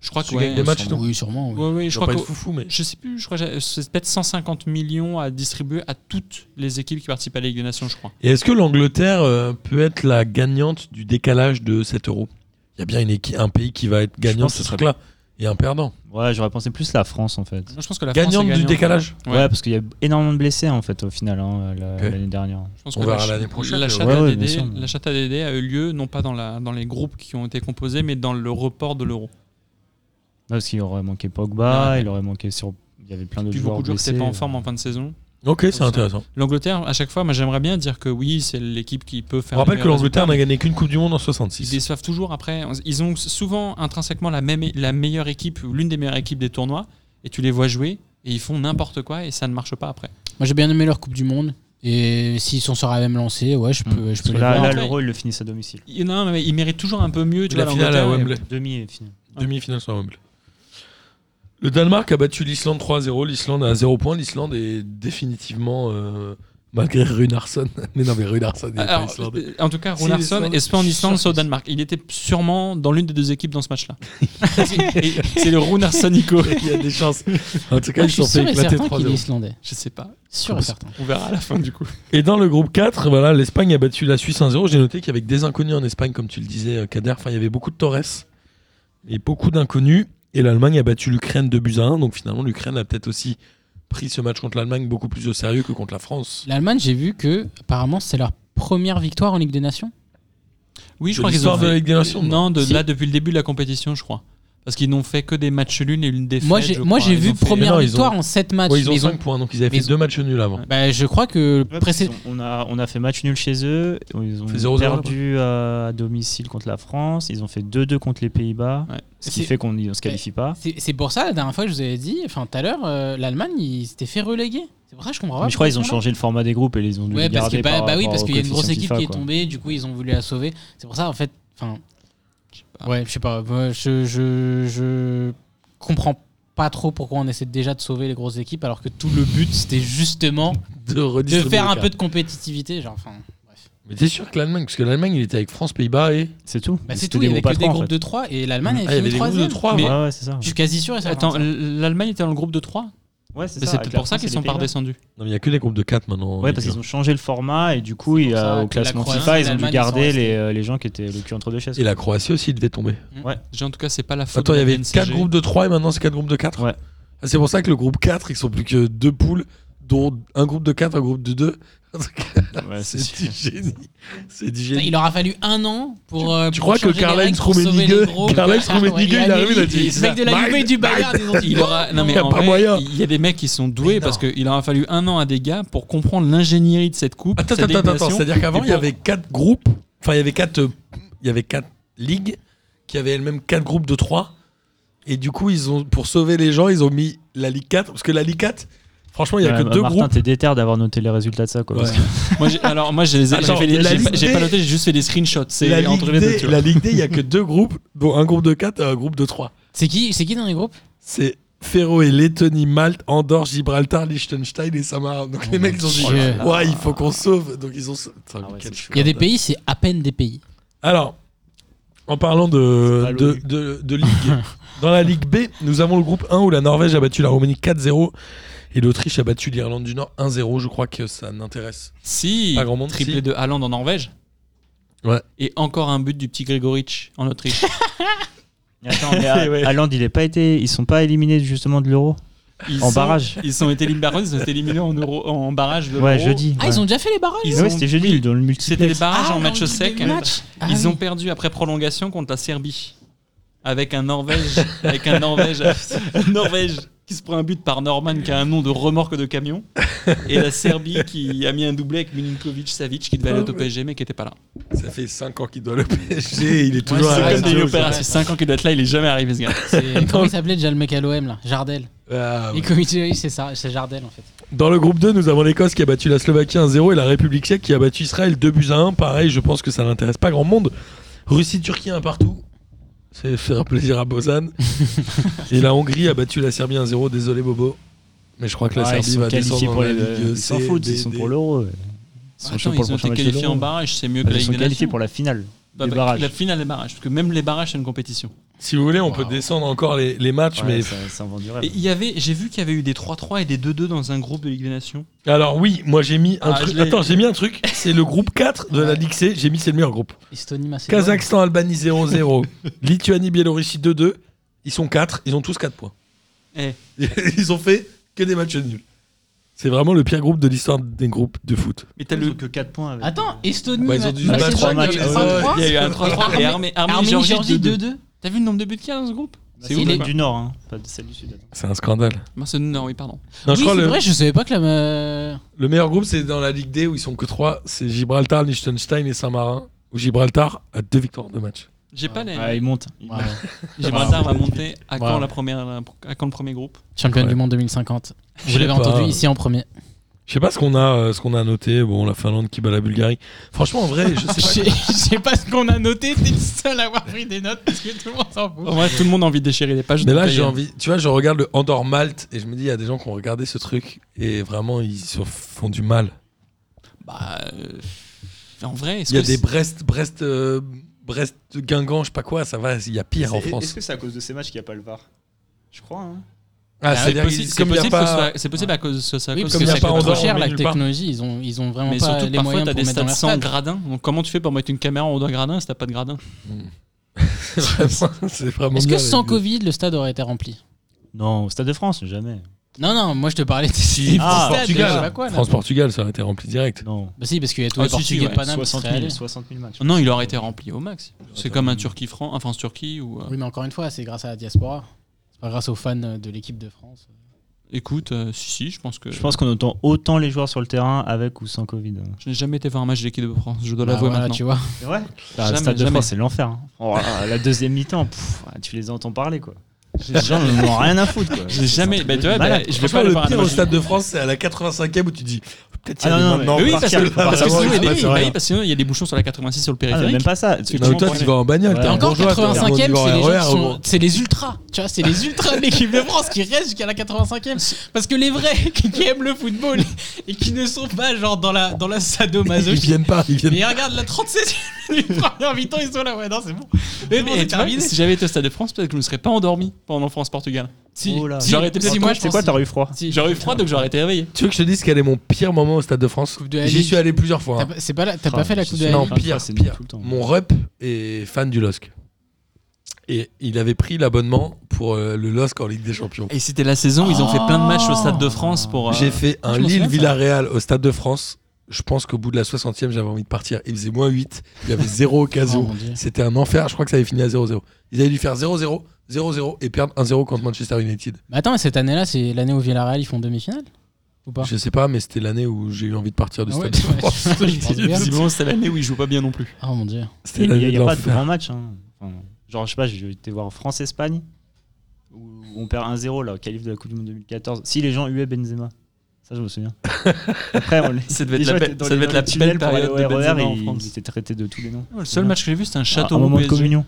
Je crois que
Tu gagnes
ouais,
des matchs,
Oui, sûrement. oui.
Ouais, ouais, je
Je
crois
crois
que
pas être foufou, mais.
je sais plus, je crois que j'ai- c'est peut-être 150 millions à distribuer à toutes les équipes qui participent à la Ligue des Nations, je crois.
Et est-ce que l'Angleterre euh, peut être la gagnante du décalage de 7 euros Il y a bien une équi- un pays qui va être gagnant de
pense
ce
que ce
truc-là. Et un perdant.
Ouais, j'aurais pensé plus la France en fait.
Moi, je pense que la France
Gagnante
est
du décalage
Ouais.
Ouais, parce qu'il y a énormément de blessés en fait au final hein, la-
Ok.
l'année dernière.
Je pense
On
que
verra
la-
l'année prochaine,
La
mais
chatte,
ouais.
à
Ouais, ouais,
Dédé-
bien sûr.
la chatte à Dédé a eu lieu non pas dans, la, dans les groupes qui ont été composés, mais dans le report de l'euro.
Non, parce qu'il aurait manqué Pogba,
Ouais.
il aurait manqué sur. Il y avait plein d'autres
Puis
joueurs
beaucoup de joueurs qui
blessés.
n'étaient pas en forme en fin de saison.
Ok, c'est
ça.
intéressant.
L'Angleterre, à chaque fois, moi j'aimerais bien dire que oui, c'est l'équipe qui peut
On
faire. les
rappelle que
meilleurs
l'Angleterre
résultats,
n'a gagné qu'une Coupe du Monde en
Ils
66.
déçoivent toujours après. Ils ont souvent intrinsèquement la, même, la meilleure équipe ou l'une des meilleures équipes des tournois et tu les vois jouer et ils font n'importe quoi et ça ne marche pas après.
Moi, j'ai bien aimé leur Coupe du Monde. Et s'ils sont sur la même lancée, ouais, je peux, je
Mm. Parce
peux
que
les
là,
voir.
là,
Ouais.
l'euro, ils le finissent à domicile.
Il- Non, mais ils méritent toujours un peu mieux. Tu
La
vois,
finale à
l'Angleterre, et-
Wembley.
Demi et finale.
Demi-finale sur Wembley. Le Danemark a battu l'Islande 3-0. L'Islande a 0 points. L'Islande est définitivement, euh, malgré Runarsson. Mais non, mais Runarsson, il est pas
Alors,
islandais.
euh, en tout cas,
Si,
Runarsson
l'Islande-
est soit en Islande, soit au Danemark. Il était sûrement dans l'une des deux équipes dans ce match-là. Et c'est le Runarsonico.
Il y a des chances. En tout cas, ils
Moi, Ah, je
se sont fait
suis sûr et
éclater
certain qu'il est
3-0.
islandais.
Je sais pas.
Sûr et certain.
On verra à la fin du coup.
Et dans le groupe 4, voilà, l'Espagne a battu la Suisse 1-0. J'ai noté qu'avec des inconnus en Espagne, comme tu le disais, euh, Kader, enfin, il y avait beaucoup de Torres et beaucoup d'inconnus. Et l'Allemagne a battu l'Ukraine 2 buts à 1. Donc finalement, l'Ukraine a peut-être aussi pris ce match contre l'Allemagne beaucoup plus au sérieux que contre la France.
L'Allemagne, j'ai vu que, apparemment, c'est leur première victoire en Ligue des Nations.
Oui,
De l'histoire de la Ligue des Nations,
Non, de
Si.
là depuis le début de la compétition, je crois. Parce qu'ils n'ont fait que des matchs nuls et une défaite.
Moi,
je
j'ai
crois.
moi, j'ai
Ils
vu
ont fait-
première
Non, ils
victoire
ont-
en 7 matchs.
Ouais, ils
mais
ont
ils ont-
5 points, donc ils avaient
mais
fait
ils
deux matchs nuls avant.
Ouais.
Bah, je crois que le précédent.
On a, on a fait match nul chez eux. Ils ont
Fait 0-0
perdu euh, à domicile contre la France. Ils ont fait 2-2 contre les Pays-Bas.
Ouais.
Ce qui
C'est- Eh,
fait qu'on ne se qualifie pas.
C'est c'est pour ça, la dernière fois que je vous avais dit, enfin tout à l'heure, euh, l'Allemagne, ils s'étaient fait reléguer. C'est pour ça que je comprends pas.
Mais je crois qu'ils ont
pourquoi
changé le format des groupes et ils ont
ils sont
dû
là. Ouais,
le
parce que,
garder
bah,
par
bah oui,
rapport
parce
au
qu'il y a une grosse
coefficient
équipe
FIFA,
qui est
quoi.
tombée, du coup, ils ont voulu la sauver. C'est pour ça, en fait, enfin,
pas.
Ouais, je sais pas. moi, Je, je, je comprends pas trop pourquoi on essaie déjà de sauver les grosses équipes alors que tout le but c'était justement
de
de
redistribuer.
faire
les
un
cartes.
peu de compétitivité. Genre, enfin, bref.
Mais t'es sûr que l'Allemagne, parce que l'Allemagne, il était avec France, Pays-Bas et.
C'est tout.
Bah, c'est
C'était
tout, il y avait
groupes à
que des
trois, en
groupes
fait.
de 3 et l'Allemagne
Ah, il y
a
avait
fini
des groupes de
troisième.
3.
Mais-
Ouais, ouais, c'est ça.
Je suis quasi sûr et certain.
Attends,
ça.
l- l'Allemagne était dans le groupe de 3
Ouais, c'est
Mais
ça,
c'est
avec
peut-être
la
pour ça
France et
qu'ils
les
sont pas
Pays-Bas.
redescendus.
Non, mais il y a que des groupes de 4 maintenant.
Ouais,
les
parce
gars.
qu'ils ont changé le format et du coup, il y
pour ça
a, au
que la
classement
Croatie,
FIFA, ils ont dû
l'Allemagne, ils
garder
sont restés.
les, euh, les gens qui étaient le cul entre deux chaises.
Et la Croatie aussi, il devait tomber.
J'ai en tout cas, c'est pas la faute.
Attends, il y
de la
avait
BNCG.
4 groupes de 3 et maintenant c'est 4 groupes de 4
Ouais.
C'est pour ça que le groupe 4, ils sont plus que deux poules, dont un groupe de 4, un groupe de 2.
Ouais,
c'est
c'est sûr.
du génie. C'est du
Putain,
génie.
Il aura fallu un an pour. euh,
Tu
pour
crois que
changer les
Karl-Heinz
règles pour sauver
Rummenigge-
les gros.
Karl-Heinz
Ah ouais,
Rummenigge,
a
il est
mis
arrivé, il a dit,
Les mecs de la
Bye,
Juve et du Bayern, ils ont dit.
Il aura. Non, mais
Y a
en
pas
vrai,
moyen.
il y a des mecs qui sont doués
Mais
parce
non.
qu'il aura fallu un an à des gars pour comprendre l'ingénierie de cette coupe.
Attends,
cette
attends, attends,
élimination.
c'est-à-dire qu'avant,
Et
il y
pour-
avait 4 groupes, enfin, il y avait 4 il y avait quatre ligues qui avaient elles-mêmes 4 groupes de 3. Et du coup, ils ont, pour sauver les gens, ils ont mis la Ligue 4. Parce que la Ligue 4, franchement, il n'y a
Ouais,
que
bah,
deux
Martin,
groupes.
t'es déter d'avoir noté les résultats de ça. Quoi,
Ouais.
parce que-
Moi, j'ai- alors moi, j'ai les- j'ai
Attends,
fait les-
la
j'ai
Ligue
pas- j'ai pas
D-
noté, j'ai juste fait des screenshots.
La
C'est
Ligue,
entre les deux.
D,
tu vois.
la Ligue D, il y a que deux groupes, dont un groupe de 4 et un groupe de 3.
C'est qui, c'est qui dans les groupes
C'est Féroé, Lettonie, Malte, Andorre, Gibraltar, Liechtenstein et Saint-Marin. Donc les
Oh, mon
mecs, ils ont dit
Dieu.
Ouais, il faut qu'on sauve. Donc ils ont sauvé. Putain,
Ah ouais,
quel
c'est
chou-
Il y a des pays, c'est à peine des pays.
Alors, en parlant de,
C'est pas
de,
l'ONU.
de- de Ligue, dans la Ligue B, nous avons le groupe 1 où la Norvège a battu la Roumanie 4-0 et l'Autriche a battu l'Irlande du Nord 1-0. Je crois que ça n'intéresse.
Si,
Pas grand monde,
triplé
si.
de Haaland en Norvège.
Ouais.
Et encore un but du petit Grégorich en Autriche.
Attends, mais à-
Ouais.
Haaland, il est pas été, ils sont pas éliminés justement de l'euro
Ils
en
sont-
barrage.
Ils sont été éliminés, par contre, ils ont été éliminés en, euro, en barrage de
Ouais,
l'Euro.
jeudi.
Ah, ils ont déjà fait les barrages
Ils
Ouais,
ont-
c'était jeudi dans le
C'était des
multiplex.
barrages
Ah,
en
dans
match
le
sec.
deuxième match. Ah
ils
oui.
ont perdu après prolongation contre la Serbie. Avec un Norvège, avec un Norvège, un Norvège qui se prend un but par Norman qui a un nom de remorque de camion. Et la Serbie qui a mis un doublé avec Milinkovic Savic qui devait aller au PSG mais qui n'était pas là.
Ça fait 5 ans qu'il doit le PSG. Il est toujours
Ouais,
à la
C'est comme
c'est
des
radio,
opérations. 5 ans qu'il doit être là, il est jamais arrivé ce gars.
C'est- Comment il s'appelait déjà le mec à l'OM là Jardel.
ça. Ah, ouais.
Et comme il dit, oui, c'est ça, c'est Jardel en fait.
Dans le groupe 2, nous avons l'Écosse qui a battu la Slovaquie 1-0 et la République tchèque qui a battu Israël 2 buts à 1. Pareil, je pense que ça n'intéresse pas grand monde. Russie-Turquie 1 partout. C'est faire plaisir à Bozan. et la Hongrie a battu la Serbie 1-0. Désolé, Bobo. Mais je crois que la
Ouais, Ah, ils
Serbie
sont
va
qualifiés
descendre
pour
dans la
les.
Ligue
Ils s'en
C,
foutent,
D,
ils sont
D.
pour l'euro. Ils sont
Attends,
chauds pour le
ils ont été
prochain match de
qualifiés en
l'Euro.
barrage, c'est mieux que
Bah,
la
Ils sont
Ligue des
qualifiés
Nations.
pour la finale.
Bah,
des
bah,
barrages.
La finale des barrages, parce que même les barrages, c'est une compétition.
Si vous voulez, on peut
Wow.
descendre encore les, les matchs.
Ouais,
mais
ça- ça vend du rêve.
Et il y avait, j'ai vu qu'il y avait eu des 3-3 et des 2-2 dans un groupe de Ligue des Nations.
Alors, oui, moi j'ai mis un
Ah, je
truc.
l'ai-
Attends, j'ai mis un truc. C'est le groupe 4 de la Ligue C. J'ai mis c'est le meilleur groupe.
Estonie, Macédoine.
Kazakhstan, Albanie 0-0. Lituanie, Biélorussie 2-2. Ils sont 4, ils ont tous 4 points.
Eh.
Ils ont fait que des matchs nuls. C'est vraiment le pire groupe de l'histoire des groupes de foot.
Mais t'as
Ils
le.
ont que 4 points. avec-
Attends, Estonie,
Bah, ils ont dû se battre
trois
Macédoine,
matchs.
il y a eu
Ouais, ouais,
3-3.
Il y a eu un 3-3 et Armée- Arménie,
Arménie,
Géorgie
Géorgie
2-2.
2-2.
T'as vu le nombre de buts qu'il y a dans ce groupe
Bah,
C'est
C'est
ouf,
une
quoi.
du Nord, hein, pas de celle du Sud. attends.
C'est un scandale.
Macédoine Nord, oui, pardon.
Non,
Oui,
je
c'est
crois le,
vrai, je savais pas que la. me-
le meilleur groupe, c'est dans la Ligue D où ils sont que 3. C'est Gibraltar, Liechtenstein et Saint-Marin. Où Gibraltar a deux victoires de match.
J'ai pas les.
Ah, ils montent. Ils
Wow.
montent.
Gibraltar va
Bravo.
monter à quand,
Bravo.
la première, à quand le premier groupe
Championne
Ouais.
du monde 2050.
Je
Vous
sais
l'avez
pas.
entendu ici en premier.
Je sais pas ce qu'on a, euh, ce qu'on a noté. Bon, la Finlande qui bat la Bulgarie. Franchement, en vrai, je
Je
sais
sais- je sais pas ce qu'on a noté, t'es le seul à avoir pris des notes parce que tout le monde s'en fout.
Ouais, tout le monde a envie de déchirer les pages.
Mais
de
là,
Taïen.
j'ai envie. Tu vois, je regarde le Andorre Malte et je me dis, il y a des gens qui ont regardé ce truc et vraiment, ils se font du mal.
Bah, euh, en vrai, est-ce
Il y a
que
des
c'est-
Brest, Brest, euh, Brest, Guingamp, je sais pas quoi, ça va, il y a pire en
C'est- Est-ce
France.
que c'est à cause de ces matchs qu'il n'y a pas le VAR Je crois. hein.
Ah,
Ah, c'est
c'est-à-dire
possible,
qu'ils-
c'est
comme il y a
possible que
pas-
ce soit- c'est possible à cause que ça.
Oui,
cause
parce
il
que
y a
ça
pas
coûte trop
Andorre,
cher
on met
la
nulle part.
technologie, ils ont, ils ont vraiment
Mais
pas
surtout,
les
parfois,
moyens
t'as
pour mettre
des
dans
stades
leur
sans
stade.
gradin. Donc, comment tu fais pour mettre une caméra en haut d'un gradin si t'as pas de gradin
C'est vraiment- c'est vraiment
Est-ce que
bien,
sans
mais-
Covid, le stade aurait été rempli
Non, au Stade de France, jamais.
Non, non, moi je te parlais des
Si,
des
Ah,
stades,
Portugal.
je sais pas quoi, là.
France-Portugal, ça aurait été rempli direct.
Non.
Bah si, parce qu'il y a tous
Ah,
les
si, si,
Portugais
ouais,
de Paname qui
60
seraient
000,
allés.
60 000 matchs.
Non, il aurait été rempli au max. C'est
Attends,
comme un
mais-
Turquie-France, enfin, ce Turquie ou. euh,
Oui, mais encore une fois, c'est grâce à la diaspora. C'est pas grâce aux fans de l'équipe de France.
Écoute, euh, si, si, je pense que.
Je pense qu'on entend autant les joueurs sur le terrain avec ou sans Covid.
Je n'ai jamais été voir un match de l'équipe de France, je dois
Bah,
l'avouer
voilà,
maintenant.
tu vois.
Ouais.
Jamais,
Bah, Stade de
jamais.
France, c'est l'enfer. hein. Oh, la deuxième mi-temps, pff, tu les entends parler quoi.
J'ai
Les gens
jamais.
n'en ont rien à foutre. quoi.
J'ai jamais. Bah, tu vois, bah,
Malade.
je vais
Franchement,
pas aller
le
voir un
pire au
match.
Stade de France, c'est à la 85e où tu dis peut-être y
Ah,
a
non,
des
non, mais-
maintenant.
de-
Oui,
Par
parce
contre,
que,
faut pas
parce que
savoir,
sinon,
faut pas
oui,
savoir.
bah oui, parce que sinon, il y a des bouchons sur la 86 sur le
Ah, non,
périphérique.
même pas ça. Tu-
Non, mais toi,
Ouais.
tu vas en bagnole.
Ouais.
t'es
Et
un
encore
bourgeois, t'es un
85e, c'est les,
bourgeois
gens
RER,
qui
bon.
sont- c'est les ultras. Tu vois, c'est les ultras de l'équipe de France qui restent jusqu'à la 85e. Parce que les vrais qui, qui aiment le football et qui ne sont pas genre dans la, dans la
Ils
sadomasochisme.
viennent pas. Ils viennent
Mais regarde, la 37 e première mi-temps, ils sont là. Ouais, non, c'est bon.
Et-
C'est bon,
et
c'est
tu vois,
terminé.
si j'avais été au Stade de France, peut-être que je ne serais pas endormi pendant France-Portugal.
Si,
Oh là.
si,
J'aurais été
si,
plus
moi,
C'est quoi,
je pense-
t'aurais eu froid
si.
J'aurais eu froid, donc j'aurais été réveillé.
Tu veux que je te dise quel est mon pire moment au Stade de France
Coupe de la
J'y
Ligue.
suis allé plusieurs fois.
T'as
hein.
pas- C'est pas, la- t'as
Ah,
pas fait la
je
Coupe de
suis
la
Non,
Ligue
Enfin,
pire,
c'est
pire.
tout le temps.
Mon rep est fan du LOSC. Et il avait pris l'abonnement pour euh, le LOSC en Ligue des Champions.
Et c'était la saison, ils ont fait plein de matchs au Stade de France pour. euh,
J'ai fait un
je m'en souviens, ça.
Lille-Villarreal au Stade de France. Je pense qu'au bout de la 60e, j'avais envie de partir. Il faisait moins 8. Il y avait zéro
Oh,
occasion.
mon Dieu.
C'était un enfer. Je crois que ça avait fini à 0-0. Ils avaient dû faire 0-0, 0-0 et perdre 1-0 contre Manchester United.
Mais attends, mais cette année-là, c'est l'année où Villarreal ils font demi-finale Ou pas
Je sais pas, mais c'était l'année où j'ai eu envie de partir du
Bah. Ah ouais,
Stade de France.
ouais, je pense bien.
Visiblement, c'était l'année où ils jouent pas bien non plus.
Oh mon dieu.
C'était
Il
l'année
n'y
de
a, pas de
l'enfer.
grand match. hein. Enfin, genre, je sais pas, j'ai été voir France-Espagne, où on perd 1-0, là, au qualif de la Coupe du Monde 2014. Si les gens huaient Benzema. Ça, je me souviens. Après, on les-
Ça devait
les
être la
gens
belle-
étaient dans
ça
les-
devait être
dans
la
les tunnels
belle
pour aller
période
au
de
RER,
Benzema
et
en France.
Ils étaient traités de tous les noms.
Le seul match que j'ai vu, c'était un
Un,
château
moment de communion.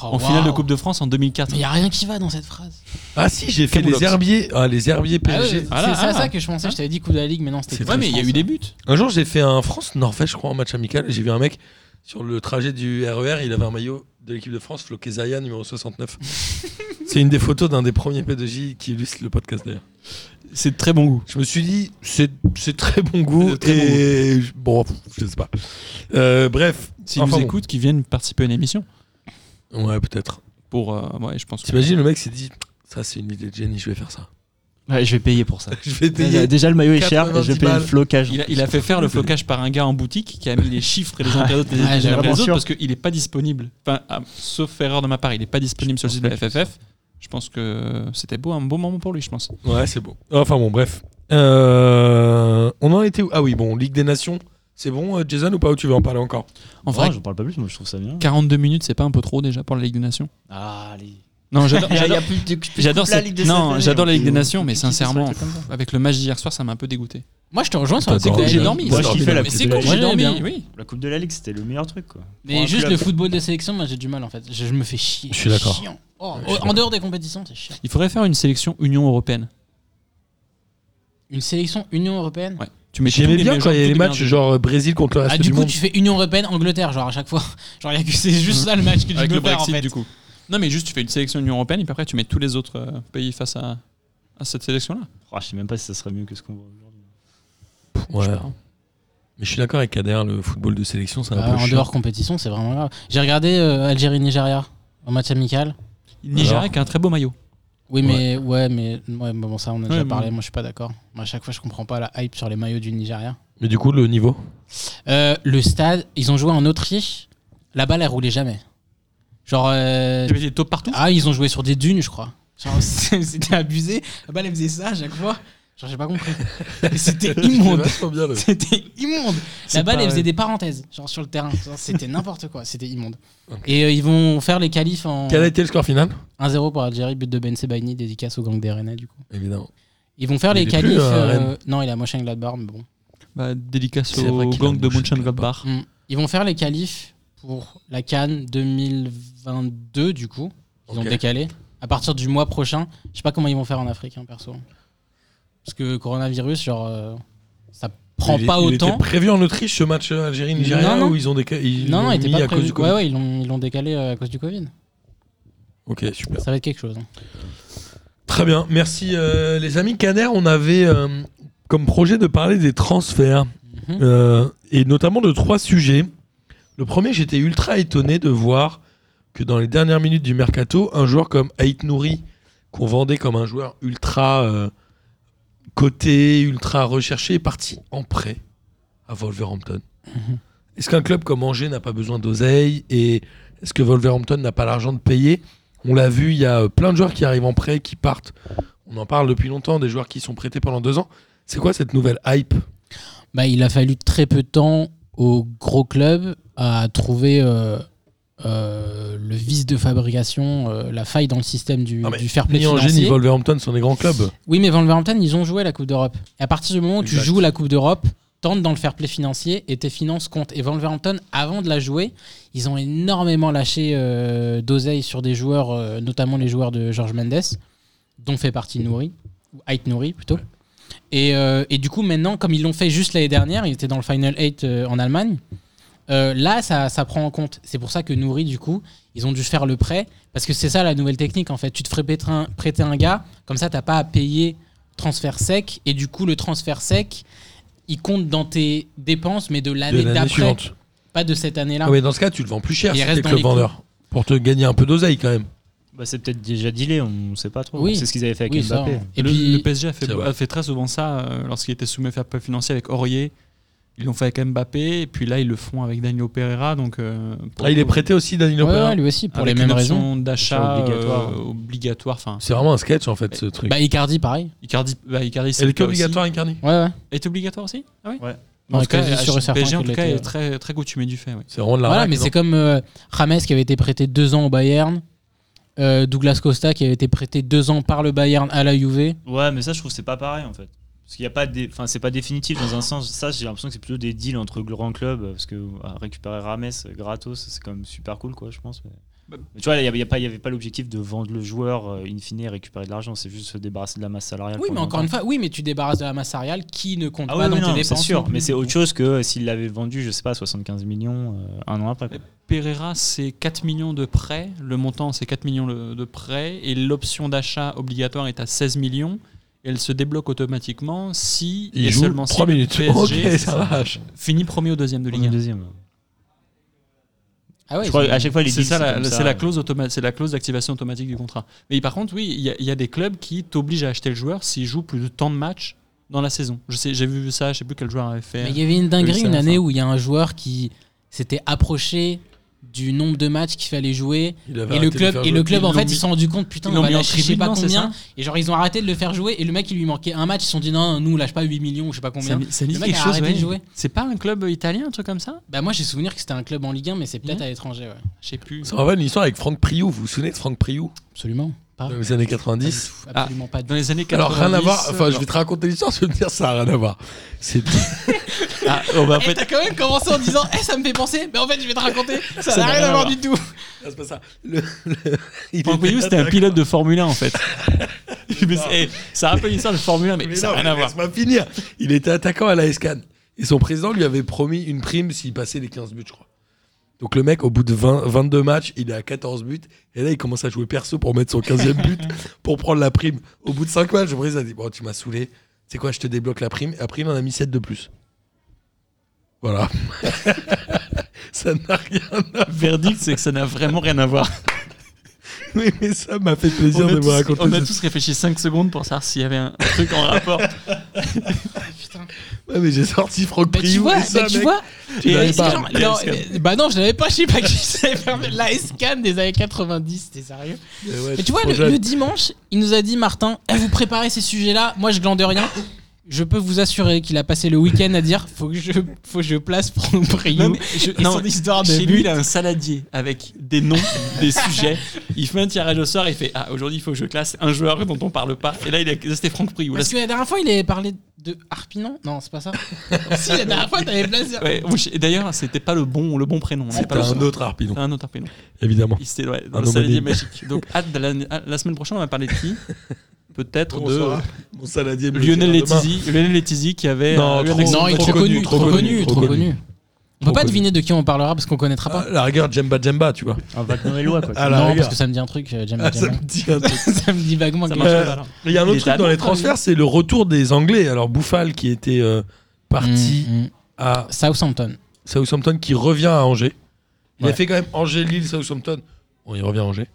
en finale de Coupe de France en 2004.
Mais y a rien qui va dans cette phrase.
Ah si, j'ai fait
Camoulox.
les herbiers. Ah, les herbiers PSG.
c'est
Voilà,
ça,
ah.
ça que je pensais, je t'avais dit Coupe de la Ligue, mais non, c'était
C'est
Ouais, mais il y a eu des
buts.
buts.
Un jour, j'ai fait un France-Norvège, je crois, en match amical. et J'ai vu un mec sur le trajet du RER. Il avait un maillot de l'équipe de France, floqué Zaya, numéro 69. c'est une des photos d'un des premiers P2J qui illustre le podcast d'ailleurs.
C'est de très bon goût.
Je me suis dit, c'est c'est très bon goût.
C'est très bon
et je- bon, je sais pas. Euh, bref.
S'ils
Enfin
nous
bon.
écoutent, qu'ils viennent participer à une émission.
Ouais, peut-être.
Pour. euh, Ouais, je pense que.
T'imagines, le mec s'est dit, ça c'est une idée de génie, je vais faire ça.
Ouais, je vais payer pour ça.
Je vais
Déjà,
payer.
déjà, le maillot est cher, et
90
je vais payer le
balles.
flocage.
Il a, il a fait faire le flocage par un gars en boutique qui a mis les chiffres et les internautes des
Ouais,
épisodes
j'ai
après les
vraiment
autres
sûr.
parce qu'il n'est pas disponible. Enfin, ah, sauf erreur de ma part, il n'est pas disponible sur le site de la FFF. Je pense que c'était beau, un bon moment pour lui, je pense.
Ouais, c'est beau. Enfin bon, bref. Euh, on en était où Ah oui, bon, Ligue des Nations. C'est bon, euh, Jason, ou pas Ou tu veux en parler encore
En
vrai,
vrai,
je parle pas plus, moi je trouve ça bien.
42 minutes, c'est pas un peu trop déjà pour la Ligue des Nations Ah,
Allez.
Non, j'adore. j'adore- J'adore
la
cette-
Ligue des
non,
Nations.
j'adore la Ligue des
Puis-
Nations, mais
puis qui se
sincèrement,
fait comme ça.
avec le match d'hier soir, ça m'a un peu dégoûté.
Moi, je te rejoins sur
T'as
le truc
dormi,
que j'ai
hein.
dormi.
Moi,
ça.
je kiffais la
Mais
petite
c'est cool,
blague.
j'ai dormi.
oui.
La Coupe de la Ligue, c'était le meilleur truc, quoi. Pour
Mais
un
juste
club.
le football de sélection, moi j'ai du mal en fait. Je, je me fais chier.
Je suis d'accord.
C'est chiant. Oh,
je suis
oh, en
d'accord.
dehors des compétitions, c'est chiant.
Il faudrait faire une sélection Union européenne.
Une sélection Union Européenne
Ouais. Tu mets
J'aimais
tous les
bien
meilleurs
quand il y
joueurs,
avait
tous
les
les
matchs
meilleurs
genre euh, Brésil contre le reste
Ah,
du,
du coup,
monde.
tu fais Union Européenne, Angleterre, genre à chaque fois. Genre, y a que c'est juste ça le match que tu
avec
peux
le
faire en
Brexit
fait.
du coup. Non, mais juste tu fais une sélection Union européenne et puis après tu mets tous les autres euh, pays face à, à cette sélection là.
Oh, je sais même pas si ça serait mieux que ce qu'on voit aujourd'hui.
Ouais. Mais je suis d'accord avec Kader, le football de sélection, c'est un
Bah,
peu
en
chiant.
dehors compétition, c'est vraiment grave. J'ai regardé euh, Algérie-Nigéria en match amical.
Nigeria
Alors
qui a un très beau maillot.
Oui, mais ouais, mais ouais, bon, ça, on a déjà
mais-
parlé. Moi, je suis pas d'accord. Moi, à chaque fois, je comprends pas la hype sur les maillots du Nigeria.
Mais du coup, le niveau
Euh, le stade, ils ont joué en Autriche. La balle, elle roulait jamais. Genre. euh,
Tu mets des taupes partout.
Ah, ils ont joué sur des dunes, je crois. Genre, c'est- c'était abusé. La balle, elle faisait ça à chaque fois. Genre, j'ai pas compris. Mais C'était immonde. C'était immonde. La
C'est
balle,
pas
elle
vrai.
faisait des parenthèses, genre sur le terrain. Genre, C'était n'importe quoi. C'était immonde. Et euh, ils vont faire les qualifs en
Quel a été le score final
1-0 pour Algérie, but de Ben Sebaini, dédicace au gang des Rennais, du coup.
Évidemment.
Ils vont faire
Il
les
est
qualifs.
plus, euh,
euh,
Rennes.
non, il a Mönchengladbach, mais bon.
Bah, dédicace
C'est vrai
au
qu'il a
gang de
mouché
Mönchengladbach.
Mm. Ils vont faire les qualifs pour la Cannes 2022, du coup.
Ok.
Ils ont décalé. À partir du mois prochain, je sais pas comment ils vont faire en Afrique, hein, perso. Parce que coronavirus, genre, euh, ça prend
Il-
pas
il était
autant.
prévu en Autriche ce match euh, Algérie-Nigéria
Non, non.
où ils ont des ils
Non, non,
l'ont
il était
mis
pas
à cause
prévu.
du Covid.
Ouais, ouais, ils l'ont ils l'ont décalé euh, à cause du Covid.
Ok, super.
Ça va être quelque chose. hein.
Très bien, merci euh, les amis. Kader, on avait euh, comme projet de parler des transferts
Mhm.
euh, et notamment de trois sujets. Le premier, j'étais ultra étonné de voir que dans les dernières minutes du mercato, un joueur comme Aït Nouri, qu'on vendait comme un joueur ultra euh, coté, ultra recherché, est parti en prêt à Wolverhampton. Est-ce qu'un club comme Angers n'a pas besoin d'oseille et est-ce que Wolverhampton n'a pas l'argent de payer On l'a vu, il y a euh, plein de joueurs qui arrivent en prêt, qui partent. On en parle depuis longtemps, des joueurs qui sont prêtés pendant deux ans. C'est quoi cette nouvelle hype
Bah, il a fallu très peu de temps au gros club à trouver euh, euh, le vice de fabrication, euh, la faille dans le système du,
Non, mais
du fair play
Ni Angers ni
financier.
Wolverhampton sont des grands clubs.
Oui, mais Wolverhampton, ils ont joué la Coupe d'Europe. Et à partir du moment où
Exact.
tu joues la Coupe d'Europe, tente dans le fair play financier et tes finances comptent. Et Wolverhampton, avant de la jouer, ils ont énormément lâché euh, d'oseille sur des joueurs, euh, notamment les joueurs de George Mendes, dont fait partie Nouri, ou Ait Nouri plutôt. Et, euh, et du coup, maintenant, comme ils l'ont fait juste l'année dernière, ils étaient dans le Final 8 euh, en Allemagne. euh, là, ça, ça prend en compte. C'est pour ça que Nouri, du coup, ils ont dû faire le prêt. Parce que c'est ça la nouvelle technique, en fait. Tu te ferais prêter un, prêter un gars, comme ça, t'as pas à payer transfert sec. Et du coup, le transfert sec, il compte dans tes dépenses, Ah, mais de
De
l'année
l'année
d'après,
suivante.
pas de cette année-là.
Ah ouais, dans ce cas, tu le vends plus cher
Il
si
reste
t'es
dans
club
les clous.
vendeur. Pour te gagner un peu d'oseille quand même.
Bah, c'est peut-être déjà dealé, on ne sait pas trop.
Oui.
C'est ce qu'ils avaient fait avec
Oui, ça,
Mbappé.
on- Et
le,
puis,
le PSG a fait,
C'est vrai.
a fait très souvent ça euh, lorsqu'il était soumis au fair play financier avec Aurier. Ils l'ont fait avec Mbappé, et puis là, ils le font avec Danilo Pereira. Donc, euh, pour
Ah, il
le
est
coup,
prêté aussi, Danilo
Ouais,
Pereira
ouais, lui aussi, pour
avec
les mêmes
une
raisons.
option d'achat
Option obligatoire.
euh, obligatoire. Enfin,
C'est vraiment un sketch en fait ce truc.
Bah, Icardi, pareil.
Icardi, bah, Icardi c'est
Elle
le
est
cas aussi.
obligatoire, Incarni
Ouais, ouais.
Est obligatoire aussi Ah oui
Ouais.
En
Ouais,
tout cas,
quasi sûr et
le
certain
PSG en
qu'il
tout cas
l'était,
est
ouais.
très, très coutumé du fait. oui.
C'est vraiment de la
Voilà,
raque,
mais
non
c'est comme euh, Rames qui avait été prêté deux ans au Bayern, euh, Douglas Costa qui avait été prêté deux ans par le Bayern à la Juve.
Ouais, mais ça, je trouve que c'est pas pareil en fait. Parce qu'il y a pas des. Enfin, c'est pas définitif dans un sens. Ça, j'ai l'impression que c'est plutôt des deals entre grands clubs. Parce que à récupérer Rames euh, gratos, c'est quand même super cool, quoi, je pense. Mais,
Bah-
mais tu vois, il n'y avait, il y a pas, il y avait pas l'objectif de vendre le joueur euh, in fine et récupérer de l'argent. C'est juste se débarrasser de la masse salariale.
Oui,
pour
mais
le
encore
moment.
une fois, oui, mais tu débarrasses de la masse salariale qui ne compte
Ah
pas
oui,
dans
oui,
tes
non, c'est
dépenses. non
sûr.
plus.
Mais c'est autre chose que euh, s'il l'avait vendu, je sais pas, 75 millions euh, un an après. quoi.
Pereira, c'est 4 millions de prêts. Le montant, c'est 4 millions le- de prêts. Et l'option d'achat obligatoire est à 16 millions. Et elle se débloque automatiquement si
Il
et
joue
seulement si
3
le
minutes.
PSG
ok, ça marche.
finit premier ou deuxième de Ligue
Premier,
1.
deuxième.
Ah ouais,
Je crois
c'est-
à chaque fois, les
C'est
deals.
ça, la-
comme
c'est la clause automa- c'est la clause d'activation automatique du contrat. Mais par contre, oui, il y, a- il y a des clubs qui t'obligent à acheter le joueur s'il joue plus de tant de matchs dans la saison. Je sais, j'ai vu ça, je sais plus quel joueur avait fait. euh,
Mais il y avait une
Oui,
dinguerie
c'est
une
vrai,
année
ça.
où il y a un joueur qui s'était approché du nombre de matchs qu'il fallait jouer
Il avait
et
arrêté
le
de
club
faire
et
jouer.
le club
Ils
en fait
l'ont
ils se sont rendu compte putain
ils
on
l'ont
va
mis en
lâcher je sais
tribune,
pas
non, c'est
combien
ça
et genre ils ont arrêté de le faire jouer et le mec il lui manquait un match ils se sont dit non nous lâche pas 8 millions ou je sais pas combien
Ça me- ça me dit
Le mec
quelque
a
chose,
arrêté de
ouais.
jouer.
C'est pas un club italien, un truc comme ça
bah moi j'ai souvenir que c'était un club en Ligue 1 mais c'est peut-être à l'étranger ouais.
Je sais plus.
Ça me rappelle une histoire avec Franck Priou. Vous vous souvenez de Franck Priou
absolument pas
Dans les années 90
Ah, absolument pas
Dans les années 90.
Alors rien à voir. Enfin, je vais te raconter l'histoire, je vais me dire ça a rien à voir. C'est
Ah, oh, bah, en fait,
Eh, t'as quand même commencé en disant Eh, ça me fait penser, mais en fait, je vais te raconter, ça n'a
n'a
rien
rien
à
à
voir
voir.
du tout.
c'est pas ça. Le- le- il
Franck
était
Bayou, c'était un pilote de Formule 1 en fait. Mais c'est- eh, ça rappelle une histoire de Formule 1, mais,
Mais
ça
non,
n'a rien à
mais
voir.
laisse-moi finir. Il était attaquant à la SCAN. Et son président lui avait promis une prime s'il passait les 15 buts, je crois. Donc le mec, au bout de 20 22 matchs, il est à 14 buts. Et là, il commence à jouer perso pour mettre son 15e but, pour prendre la prime. Au bout de 5 matchs, le président a dit Bon, tu m'as saoulé. Tu sais quoi, je te débloque la prime. Et après, il en a mis 7 de plus. Voilà. ça n'a rien à
Verdict, c'est que ça n'a vraiment rien à voir.
Oui, mais ça m'a fait plaisir
on a,
de vous
tous,
raconter
on a
ça.
tous réfléchi 5 secondes pour savoir s'il y avait un truc en rapport.
Ouais, mais j'ai sorti Franck
Mais Bah, tu
Priou
vois,
et ça,
mais tu
mec.
vois,
Tu
Et
l'avais
est-ce
pas.
que genre- non,
euh,
mais- bah non, je l'avais pas, je sais pas qui savait faire la SCAN des années 90, t'es sérieux.
Mais ouais,
Mais tu vois,
trop
le,
jeune.
le dimanche, il nous a dit Martin, Eh, vous préparez ces sujets-là, moi je glande rien. Je peux vous assurer qu'il a passé le week-end à dire faut que je, faut que je place Franck
Non,
Priou
mais je-
et
non,
son histoire de
Chez lui,
but.
il a un saladier avec des noms, des sujets. Il fait un tirage au sort, il fait Ah, aujourd'hui, il faut que je classe un joueur dont on parle pas. Et là, il a- c'était Franck Priou. Là,
Parce que la dernière fois, il avait parlé de Harpinon Non, c'est pas ça. si, la dernière fois, t'avais placé.
c'est- ouais, oui, je- et D'ailleurs, c'était pas le bon, le bon prénom. on n'est
C'était
pas le
un
bon.
autre Arpillon,
Un autre prénom.
Ah.
évidemment.
Il s'était- ouais, dans
Un
le saladier
homonyme.
magique. Donc, hâte de la, à- la semaine prochaine, on va parler de qui Peut-être
On
de
saura. euh, Mon saladier. me le
Lionel
dira demain.
Letizy, Lionel Letizy qui avait
Non,
euh, eu un
trop-
accident
Non,
Trop
il est
de
trop
connu,
connu,
trop
trop
connu,
connu, trop
trop
connu. On peut
Trop
pas
connu.
deviner de qui on parlera parce qu'on connaîtra pas.
Ah, la rigueur, Jemba Jemba, tu vois.
Un Noëlois, quoi.
Ah, la
non,
rigueur.
parce que ça me dit un truc, euh, j'aime
Ah,
bien.
ça me dit un truc.
ça me dit vaguement
Ça
quelque
marche
chose.
Euh,
pas, là.
Il y a un
Il
autre
est
truc
allemand,
dans les
quand même.
transferts, c'est le retour des Anglais. Alors, Bouffal qui était euh, parti
Mm, mm.
à
Southampton.
Southampton, qui revient à Angers. Il a
Ouais.
fait quand même Angers, Lille, Southampton. Bon, il revient à Angers.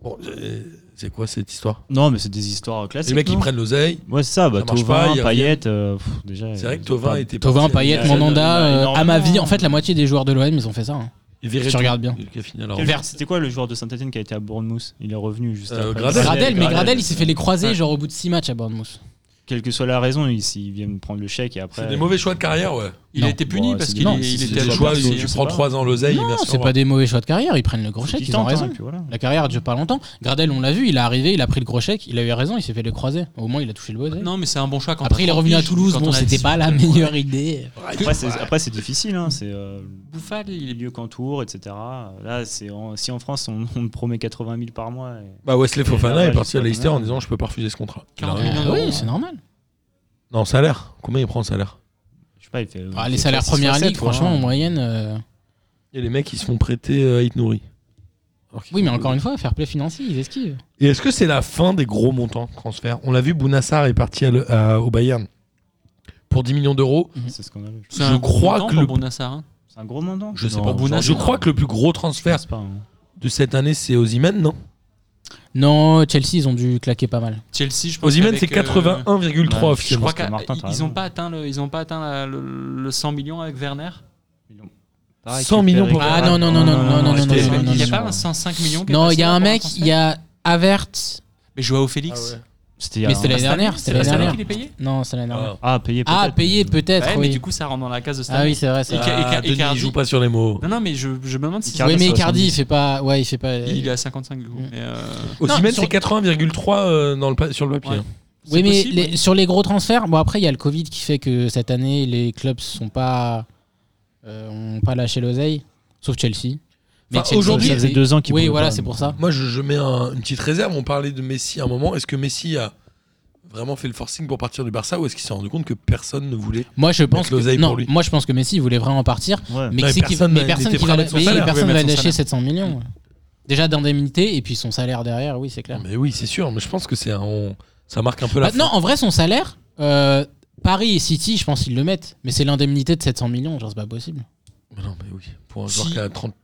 Bon, euh, c'est quoi cette
Ah,
histoire
Non, mais c'est des histoires
Les
classiques.
mecs, ils
non
prennent l'oseille.
Ouais, c'est ça, bah,
Ça marche
Thauvin,
pas, il
Payet, euh, pff, déjà.
C'est vrai que
euh,
Tovin
pas-
était
Tovin,
parti à
Payet,
Newcastle.
Mandanda,
il y en a
euh, à ma vie,
énormément.
en fait, la moitié des joueurs de l'OM, ils ont fait ça. hein.
Il verrait
tu
tout.
regardes bien.
Il a fini, alors.
Quel- C'était quoi le joueur de Saint-Etienne qui a été à Bournemouth Il est revenu juste
Euh,
après.
Gradel. Ouais,
Gradel, mais Gradel, il s'est fait les croiser
Ouais.
genre au bout de 6 matchs à Bournemouth.
Quelle que soit la raison, ils, ils viennent prendre le chèque et après.
C'est des mauvais choix de carrière, ouais.
Il
Non.
a été puni
Bon,
parce
c'est
qu'il
non,
est-
c'est-
il
c'est
était à
le
des
la
choix,
Chelsea,
où
Chelsea,
tu
je sais
prends
pas.
3 ans l'oseille,
non,
merci, au
c'est
revoir.
pas des mauvais choix de carrière. Ils prennent le gros chèque,
Qui
ils ont
tente, hein,
raison.
et puis voilà.
La carrière de Palentin. Gradel, on l'a vu, il est arrivé, il a pris le gros chèque, il a eu raison, il s'est fait les croiser. Au moins, il a touché le boisé.
Non, mais c'est un bon choix quand
Après, il est revenu à Toulouse, bon, c'était pas la meilleure idée.
Après, c'est- Après, c'est difficile. hein, C'est euh,
Bouffal,
les
il
lieux qu'entourent, etc. Là, c'est en- si en France, on, on te promet 80 000 par mois. et-
Bah Wesley Fofana est
Ouais,
parti à
je sais
Leicester
pas.
en disant je peux pas refuser ce contrat. Il a
40
raison.
millions.
Ah
non.
oui, c'est normal.
Non, salaire. Combien il prend en salaire
Je sais pas, il fait. il
Ah,
fait
les salaires
3, 6,
première
7,
ligue,
quoi,
franchement,
hein.
en moyenne. euh,
Et les mecs ils se font prêter euh, à Itnouri.
Oui, mais encore une fois, fair play financier, ils esquivent.
Et est-ce que c'est la fin des gros montants de transfert On l'a vu, Bounassar est parti à le- à- au Bayern pour 10 millions d'euros.
C'est scandaleux.
C'est
Je
un
crois
crois
que
que le
le-
Bonassar. hein.
C'est un gros mandant.
Je sais
Non,
pas.
Bounassar.
Je crois que le plus gros
Je
transfert
pense pas. hein.
de cette année c'est Ozymen, non
Non, Chelsea, ils ont dû claquer pas mal.
Chelsea, je pense.
Ozymen
qu'avec,
c'est
euh,
81,3
ouais,
Je
officiellement.
crois
Parce que Martin, t'as
qu'ils
raison.
n'ont pas atteint le, ils ont pas atteint la- le, le 100 millions avec Werner.
Pareil,
100 millions pour-
Ah, non, non, non, non, non, non, non,
c'était-
non, non, non,
il n'y a
non,
pas un 105 millions. qui est
Non,
passé
il y a
là
un
pour
mec,
transfert
il y a Avert.
Mais Joao Félix.
C'était il y a
Mais c'était
un-
l'année dernière.
C'est
C'était
pas
l'année
cette année
dernière.
qu'il est payé
Non, c'est l'année dernière.
Ah.
Ah, payé peut-être.
Ah, payé peut-être,
Ouais, mais
oui.
du coup, ça rentre dans la case de cette
Ah oui,
année.
c'est vrai. c'est
Et
vrai.
Ica-
Ah, Denis,
Icardi.
il joue pas sur les mots.
Non, non, mais je, je me demande si
Oui,
Icardi,
mais
c'est
Icardi, il
70.
fait pas. Ouais, il fait pas.
il est à 55 du coup.
Mm.
Mais, euh,
Ozymen
sur-
c'est 80,3 euh, dans le pa- sur le papier.
Ouais.
hein.
c'est
Oui, mais
possible.
les- sur les gros transferts, bon après il y a le Covid qui fait que cette année les clubs sont pas euh, ont pas lâché l'oseille, sauf Chelsea. Mais
Enfin,
Chelsea,
aujourd'hui-
Ça faisait deux ans qu'il
Oui,
pouvait
voilà,
pas,
c'est
donc.
pour ça.
Moi, je, je mets un- une petite réserve. On parlait de Messi à un moment. Est-ce que Messi a vraiment fait le forcing pour partir du Barça ou est-ce qu'il s'est rendu compte que personne ne voulait
Moi je pense
Mettre l'oseille
que
pour
non,
lui.
moi je pense que Messi il voulait vraiment partir,
Ouais.
mais,
mais
c'est qu'il-
personne
mais
n'a-
personne
n'était
qui
prêt à
va,
mettre son
oui,
salaire.
personne
Il voulait
va
mettre son
lâcher 700
salaire.
millions. Déjà d'indemnité et puis son salaire derrière, oui, c'est clair.
Mais oui, c'est sûr. Mais je pense que c'est un- on- ça marque un peu la
Bah, non, en vrai son salaire euh, Paris et City, je pense qu'ils le mettent, mais c'est l'indemnité de 700 millions, genre c'est pas possible.
fin. Mais non, mais oui. Pour un joueur
Si.
qui a 32,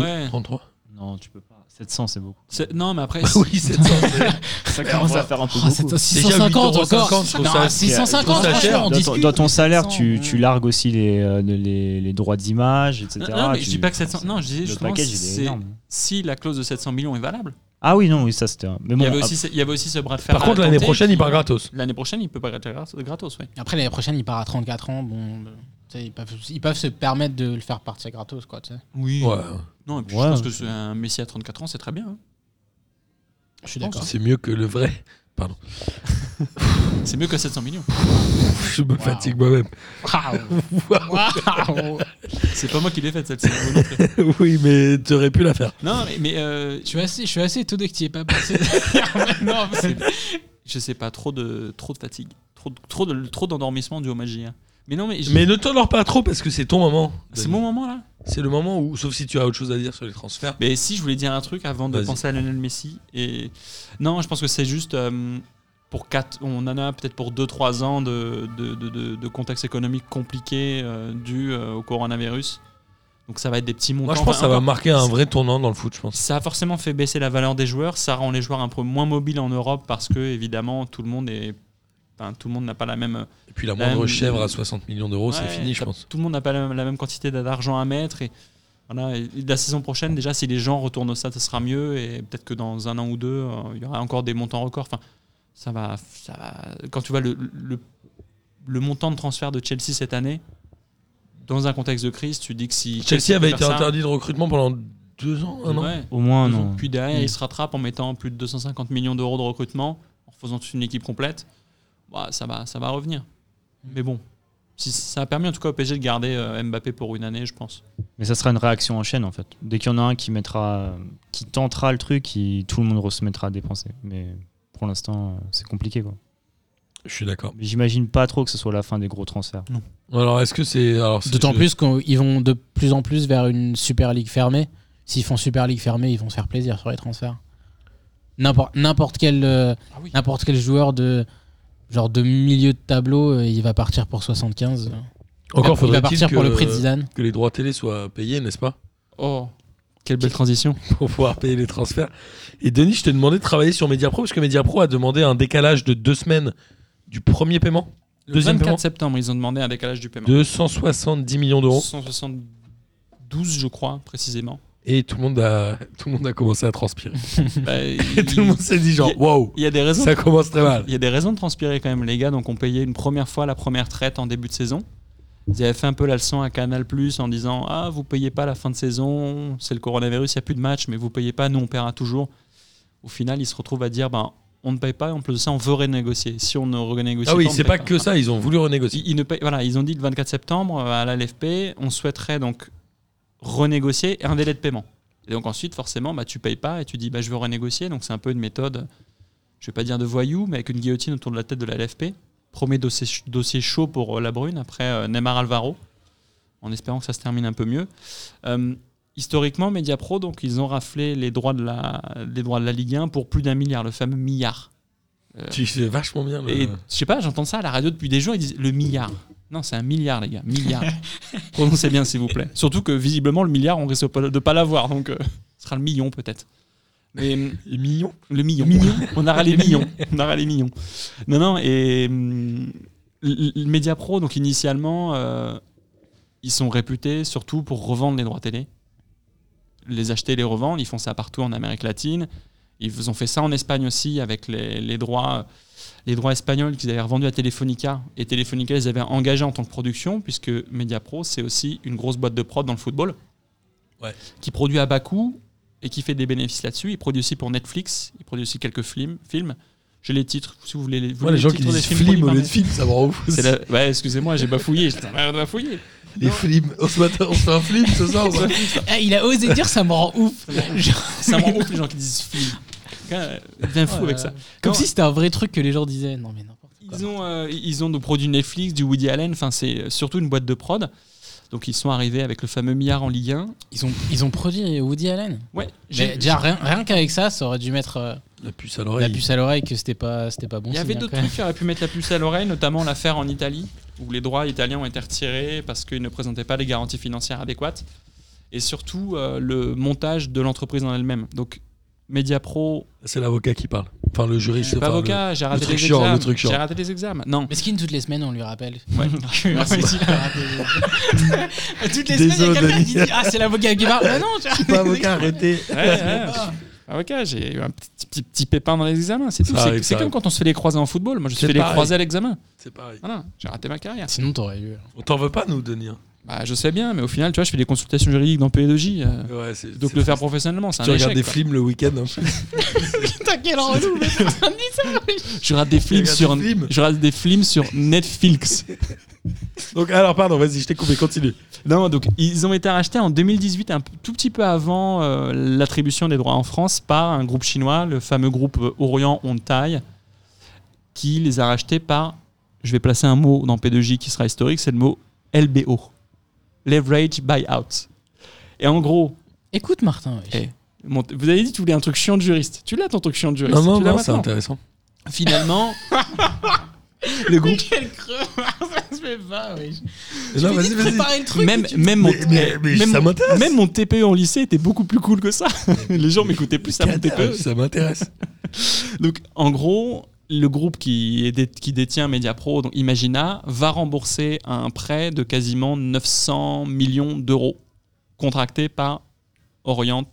Ouais.
33.
Non, tu peux pas. 700, c'est beaucoup.
C'est- Non, mais après.
Bah oui, 700. c'est-
Ça
commence à
faire un peu
Ah,
Oh, 650 encore.
8,50, je trouve
Non,
ça-
650
je trouve ça
franchement,
cher.
on
dans, ton,
discute.
dans ton salaire, tu,
700,
tu largues aussi les, euh, les, les droits d'image, etc.
Non, non, mais
Tu-
je dis pas que 700 non, je disais
Le
justement,
package, il
c'est-
est énorme.
si la clause de 700 millions est valable.
Ah oui, non, oui, ça c'était. un- Mais bon,
il, y avait
ah,
aussi, ce- il y avait aussi ce bras de fer.
Par contre, l'année prochaine, il part gratos.
L'année prochaine, il peut pas gratos, gratos ouais.
Après, l'année prochaine, il part à 34 ans. Bon, euh, tu sais, ils, peuvent, ils peuvent se permettre de le faire partir gratos. Quoi, tu sais.
Oui.
Ouais,
Non, et puis je
Ouais.
pense que c'est un Messi à 34 ans, c'est très bien. hein.
je suis d'accord.
c'est mieux que le vrai.
C'est mieux que 700 millions.
Je me fatigue moi-même.
Waouh. Waouh.
C'est pas moi qui l'ai faite, celle-ci. hein, vous montrez.
oui, mais t'aurais pu la faire.
non, mais, mais, euh,
Je suis assez, je suis assez étonné que tu n'y aies pas pensé. non, parce que-
je sais pas, trop de, trop de fatigue, trop, de- trop, de- trop d'endormissement dû au magie. hein. Mais non, mais, j'ai-
Mais ne t'endors pas trop parce que c'est ton moment.
c'est mon moment là.
C'est le moment où, sauf si tu as autre chose à dire sur les transferts.
Mais si, je voulais dire un truc avant de
Vas-y.
penser à Lionel Messi. Et non, je pense que c'est juste euh, pour quatre. On en a peut-être pour 2-3 ans de, de, de- de- de contexte économique compliqué euh, dû euh, au coronavirus. Donc ça va être des petits montants.
Moi, je pense que
Enfin,
ça va
encore-
marquer un vrai tournant dans le foot, je pense.
Ça a forcément fait baisser la valeur des joueurs, ça rend les joueurs un peu moins mobiles en Europe parce que évidemment tout le monde est, enfin, tout le monde n'a pas la même,
Et puis la
La
moindre
même-
chèvre à 60 millions d'euros, c'est
Euh, Ouais,
fini, je
t'as-
pense.
tout le monde n'a pas la, la même quantité d'argent à mettre et voilà. et la saison prochaine déjà si les gens retournent au stade, ce sera mieux et peut-être que dans un an ou deux euh, il y aura encore des montants records. Enfin, ça va, ça va. Quand tu vois le, le, le montant de transfert de Chelsea cette année dans un contexte de crise, tu dis que si
Chelsea avait
peut
été
faire ça,
interdit de recrutement pendant deux ans, un an.
ouais.
Au moins, Oh non.
Puis derrière,
Mm.
il se rattrape en mettant plus de 250 millions d'euros de recrutement, en faisant toute une équipe complète. Bah, ça, va, ça va revenir. Mais bon, si, ça a permis en tout cas au PSG de garder euh, Mbappé pour une année, je pense.
Mais ça sera une réaction en chaîne en fait. Dès qu'il y en a un qui mettra, qui tentera le truc, il- tout le monde re- se mettra à dépenser. Mais pour l'instant, euh, c'est compliqué quoi.
Je suis d'accord.
Mais J'imagine pas trop que ce soit la fin des gros transferts.
Alors, est-ce que c'est. alors, c'est-
D'autant
je-
plus qu'ils vont de plus en plus vers une Super League fermée. S'ils font Super League fermée, ils vont se faire plaisir sur les transferts. N'importe n'importe quel, euh,
Ah oui.
n'importe quel joueur de, genre de milieu de tableau, euh, il va partir pour 75.
Encore
il va
faudrait-il
partir
que,
pour le prix de Zidane.
que les droits télé soient payés, n'est-ce pas
Oh, quelle belle transition.
Pour pouvoir payer les transferts. Et Denis, je t'ai demandé de travailler sur Mediapro, parce que Mediapro a demandé un décalage de deux semaines du premier paiement.
Le
Deuxième
24
paiement
septembre, ils ont demandé un décalage du paiement.
270 millions d'euros.
172, je crois, précisément.
Et tout le, monde a, tout le monde a commencé à transpirer.
Bah,
Et tout le
il,
monde s'est dit, genre, waouh,
il y a des raisons
ça commence très mal.
Il y a des raisons de transpirer quand même, les gars. Donc, on payait une première fois la première traite en début de saison. Ils avaient fait un peu la leçon à Canal Plus en disant Ah, vous payez pas la fin de saison, c'est le coronavirus, il n'y a plus de match, mais vous payez pas, nous on paiera toujours. Au final, ils se retrouvent à dire ben, On ne paye pas, et en plus de ça, on veut renégocier. Si on ne renégocie
Ah oui,
on
c'est
ne
pas
paye
que ça, ils ont voulu renégocier.
ils, ils ne payent- voilà, ils ont dit le 24 septembre euh, à la LFP, on souhaiterait donc renégocier un délai de paiement. Et donc ensuite, forcément, bah, tu payes pas et tu dis bah, je veux renégocier. Donc c'est un peu une méthode, je vais pas dire de voyou, mais avec une guillotine autour de la tête de la LFP. Premier dossier, ch- dossier chaud pour euh, la Brune, après euh, Neymar Alvaro, en espérant que ça se termine un peu mieux. Euh, historiquement, Mediapro, donc ils ont raflé les droits de la, les droits de la Ligue 1 pour plus d'un milliard, le fameux milliard.
Tu sais vachement bien. le-
Et je sais pas, j'entends ça à la radio depuis des jours, ils disent le milliard. Non, c'est un milliard, les gars, milliard. Prononcez bien, s'il vous plaît. Surtout que visiblement, le milliard, on risque pas- de pas l'avoir, donc euh, ce sera le million peut-être. Mais hum,
Et millions.
le million. On aura les millions. On aura les millions. Non, non, et hum, l- l- Mediapro, donc initialement, euh, ils sont réputés surtout pour revendre les droits télé. Les acheter, les revendre. Ils font ça partout en Amérique latine. Ils ont fait ça en Espagne aussi avec les, les droits, les droits espagnols qu'ils avaient revendus à Telefonica. Et Telefonica les avait engagés en tant que production, puisque Mediapro, c'est aussi une grosse boîte de prod dans le football,
Ouais.
qui produit à bas coût et qui fait des bénéfices là-dessus. Il produit aussi pour Netflix, il produit aussi quelques flim- films. J'ai les titres, si vous voulez les, vous
Moi,
voulez
les gens qui
titres des
disent
pour
flim au
les
lieu de film, ça me rend ouf.
c'est la- Ouais, excusez-moi, j'ai bafouillé. J'étais en train de bafouiller.
Les flims. On se met- on se fait un flim ce soir. on-
Ah, il a osé dire ça me rend ouf. Genre,
Ça me rend ouf les gens qui disent film. Bien fou avec ça.
euh, Comme
Non.
si c'était un vrai truc que les gens disaient. Non, mais n'importe quoi.
Ils ont, euh, ils ont des produits Netflix, du Woody Allen, enfin c'est euh, surtout une boîte de prod. Donc ils sont arrivés avec le fameux milliard en Ligue 1.
Ils ont, ils ont produit Woody Allen.
Ouais,
Mais
j'ai-
déjà, rien, rien qu'avec ça, ça aurait dû mettre euh,
La puce à
la
l'oreille.
puce à l'oreille que c'était pas, c'était pas bon.
il y
signe hein,
avait d'autres
après.
trucs qui auraient pu mettre la puce à l'oreille, notamment l'affaire en Italie, où les droits italiens ont été retirés parce qu'ils ne présentaient pas les garanties financières adéquates. Et surtout euh, le montage de l'entreprise en elle-même. Donc Mediapro,
C'est l'avocat qui parle. Enfin, le juriste.
Je suis pas
enfin, le-
avocat, j'ai raté
truc
les
chiant, le
examens.
truc chiant.
J'ai raté les examens. Non.
Mais skin, toutes les semaines, on lui rappelle.
Ouais.
que-
Merci.
toutes les
Désolé,
semaines, il y a quelqu'un
Denis.
qui dit Ah, c'est l'avocat qui parle. Mais non, tu vois.
Pas avocat, arrêtez.
Ouais, ouais.
Ah.
Avocat, j'ai eu un petit, petit, petit pépin dans les examens. C'est tout.
Ça
C'est-
arrive,
C'est
Ah ça arrive.
comme quand on se fait les croisés en football. Moi, je me suis
C'est
fait les
pareil.
croisés à l'examen.
C'est pareil.
Voilà, j'ai raté ma carrière.
Sinon, t'aurais eu. hein.
On t'en veut pas, nous, Denis. hein
Bah, je sais bien, mais au final, tu vois, je fais des consultations juridiques dans P2J. euh,
Ouais, c'est.
donc
c'est-
le faire professionnellement, c'est un
Tu regardes des
échec. quoi.
films le week-end. hein. en plus.
Putain, quel relou, mais personne dit ça.
Je rate des films
regardes
sur
des films
je rate des films sur Netflix.
Donc, alors, pardon, vas-y, je t'ai coupé, continue.
Non, donc ils ont été rachetés en 2018, un p- tout petit peu avant euh, l'attribution des droits en France, par un groupe chinois, le fameux groupe euh, Orient Hontai, qui les a rachetés par, je vais placer un mot dans P2J qui sera historique, c'est le mot LBO, Leverage Buyout. Et en gros,
Écoute, Martin. wesh.
Eh. mon- vous avez dit que tu voulais un truc chiant de juriste. Tu l'as ton truc chiant de juriste.
Non, non,
tu l'as
non, c'est
maintenant.
intéressant.
Finalement, le groupe,
Quel creux. Ça se fait pas, oui.
Non, vas-y, vas-y.
Préparer le truc.
même,
et tu-
même, mon,
Mais- mais- mais
même
ça
mon-
m'intéresse.
même mon TPE en lycée était beaucoup plus cool que ça. Les gens m'écoutaient plus à mon E. TPE.
Ça m'intéresse.
Donc, en gros, le groupe qui, est dé- qui détient Mediapro, donc Imagina, va rembourser un prêt de quasiment 900 millions d'euros contracté par Orient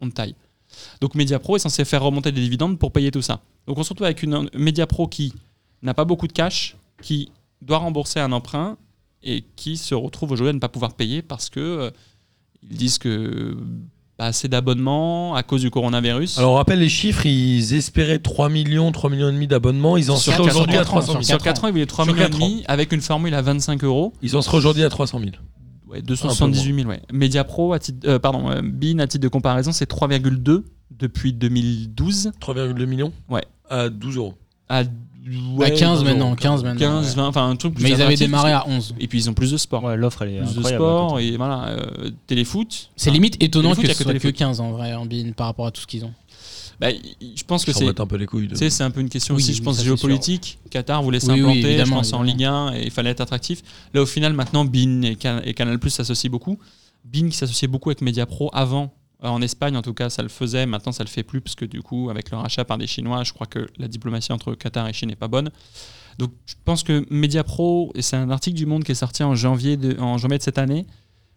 Ontai. Donc, Mediapro est censé faire remonter des dividendes pour payer tout ça. Donc, on se retrouve avec une Mediapro qui n'a pas beaucoup de cash, qui doit rembourser un emprunt et qui se retrouve aujourd'hui à ne pas pouvoir payer parce que euh, ils disent que pas assez d'abonnements à cause du coronavirus.
Alors, on rappelle les chiffres, ils espéraient 3 millions, 3 millions et demi d'abonnements. Ils en
Sur
seraient
quatre ans,
aujourd'hui à
sur
300
ans,
000.
Sur 4 ans, il voulait 3
Sur
millions et
quatre
demi avec une formule à 25 euros.
Ils en seraient aujourd'hui à 300 000.
Ouais,
Ah,
278 000, ouais. Media Pro, à titre, euh, pardon, euh, Bean, à titre de comparaison, c'est 3,2 depuis 2012
3,2 millions
Ouais.
À 12 euros.
à,
À
ouais,
15
non,
Bah, maintenant. 15 maintenant.
15,
ouais.
20, enfin un truc plus
Mais ils avaient
attractif,
démarré
parce
à 11.
que- Et puis ils ont plus de sport.
Ouais, l'offre, elle est
plus de
incroyable. hein,
sport et voilà, euh, téléfoot.
C'est limite étonnant
Téléfoot,
que
Ah, y a
ce
que
soit que
téléfoot.
15 en vrai, en bin, par rapport à tout ce qu'ils ont.
Bah, y- y- je pense que
Ils s'en
c'est.
battent un peu les couilles. de-
Tu sais, c'est un peu une question
Oui,
aussi, je
oui,
pense,
ça, c'est
géopolitique. Qatar voulait
Oui, oui,
s'implanter, je
évidemment,
pense, en Ligue 1 et il fallait être attractif. Là, au final, maintenant, BIN et, Can- et Canal s'associent beaucoup. BIN qui s'associait beaucoup avec Mediapro avant, euh, en Espagne en tout cas, ça le faisait. Maintenant, ça le fait plus parce que du coup, avec le rachat par des Chinois, je crois que la diplomatie entre Qatar et Chine n'est pas bonne. Donc, je pense que Mediapro, et c'est un article du Monde qui est sorti en janvier de, en janvier de cette année,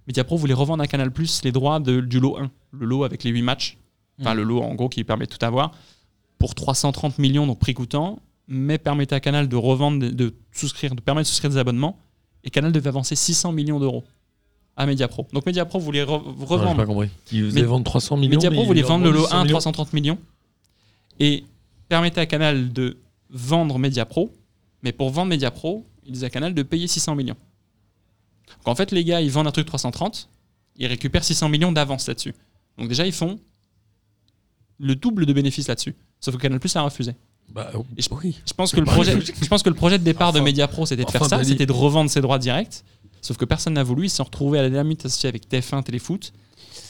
Mediapro voulait revendre à Canal les droits de- du lot 1, le lot avec les 8 matchs. Enfin,
Mm.
le lot en gros qui permet de tout avoir pour 330 millions, donc prix coûtant, mais permettait à Canal de revendre, de souscrire, de permettre de souscrire des abonnements Et Canal devait avancer 600 millions d'euros à Mediapro. Donc Mediapro voulait re-
Ouais, j'ai
revendre
pas compris. Ils faisaient
Mais-
vendre 300 millions.
Mediapro
mais
voulait
ils leur
vendre le lot
vendent
1 à
100 millions.
330 millions et permettait à Canal de vendre Mediapro, mais pour vendre Mediapro, il disait à Canal de payer 600 millions. Donc en fait, les gars, ils vendent un truc 330, ils récupèrent 600 millions d'avance là-dessus. Donc déjà, ils font le double de bénéfices là-dessus. Sauf que Canal Plus a refusé.
Bah,
Et je-
oui.
Je pense que
Bah,
le projet, je pense que le projet de départ de
Enfin-
Mediapro, c'était de faire
enfin,
ça,
Dali.
c'était de revendre ses droits directs. Sauf que personne n'a voulu. Ils se sont retrouvés à la dernière minute associés avec TF1, Téléfoot.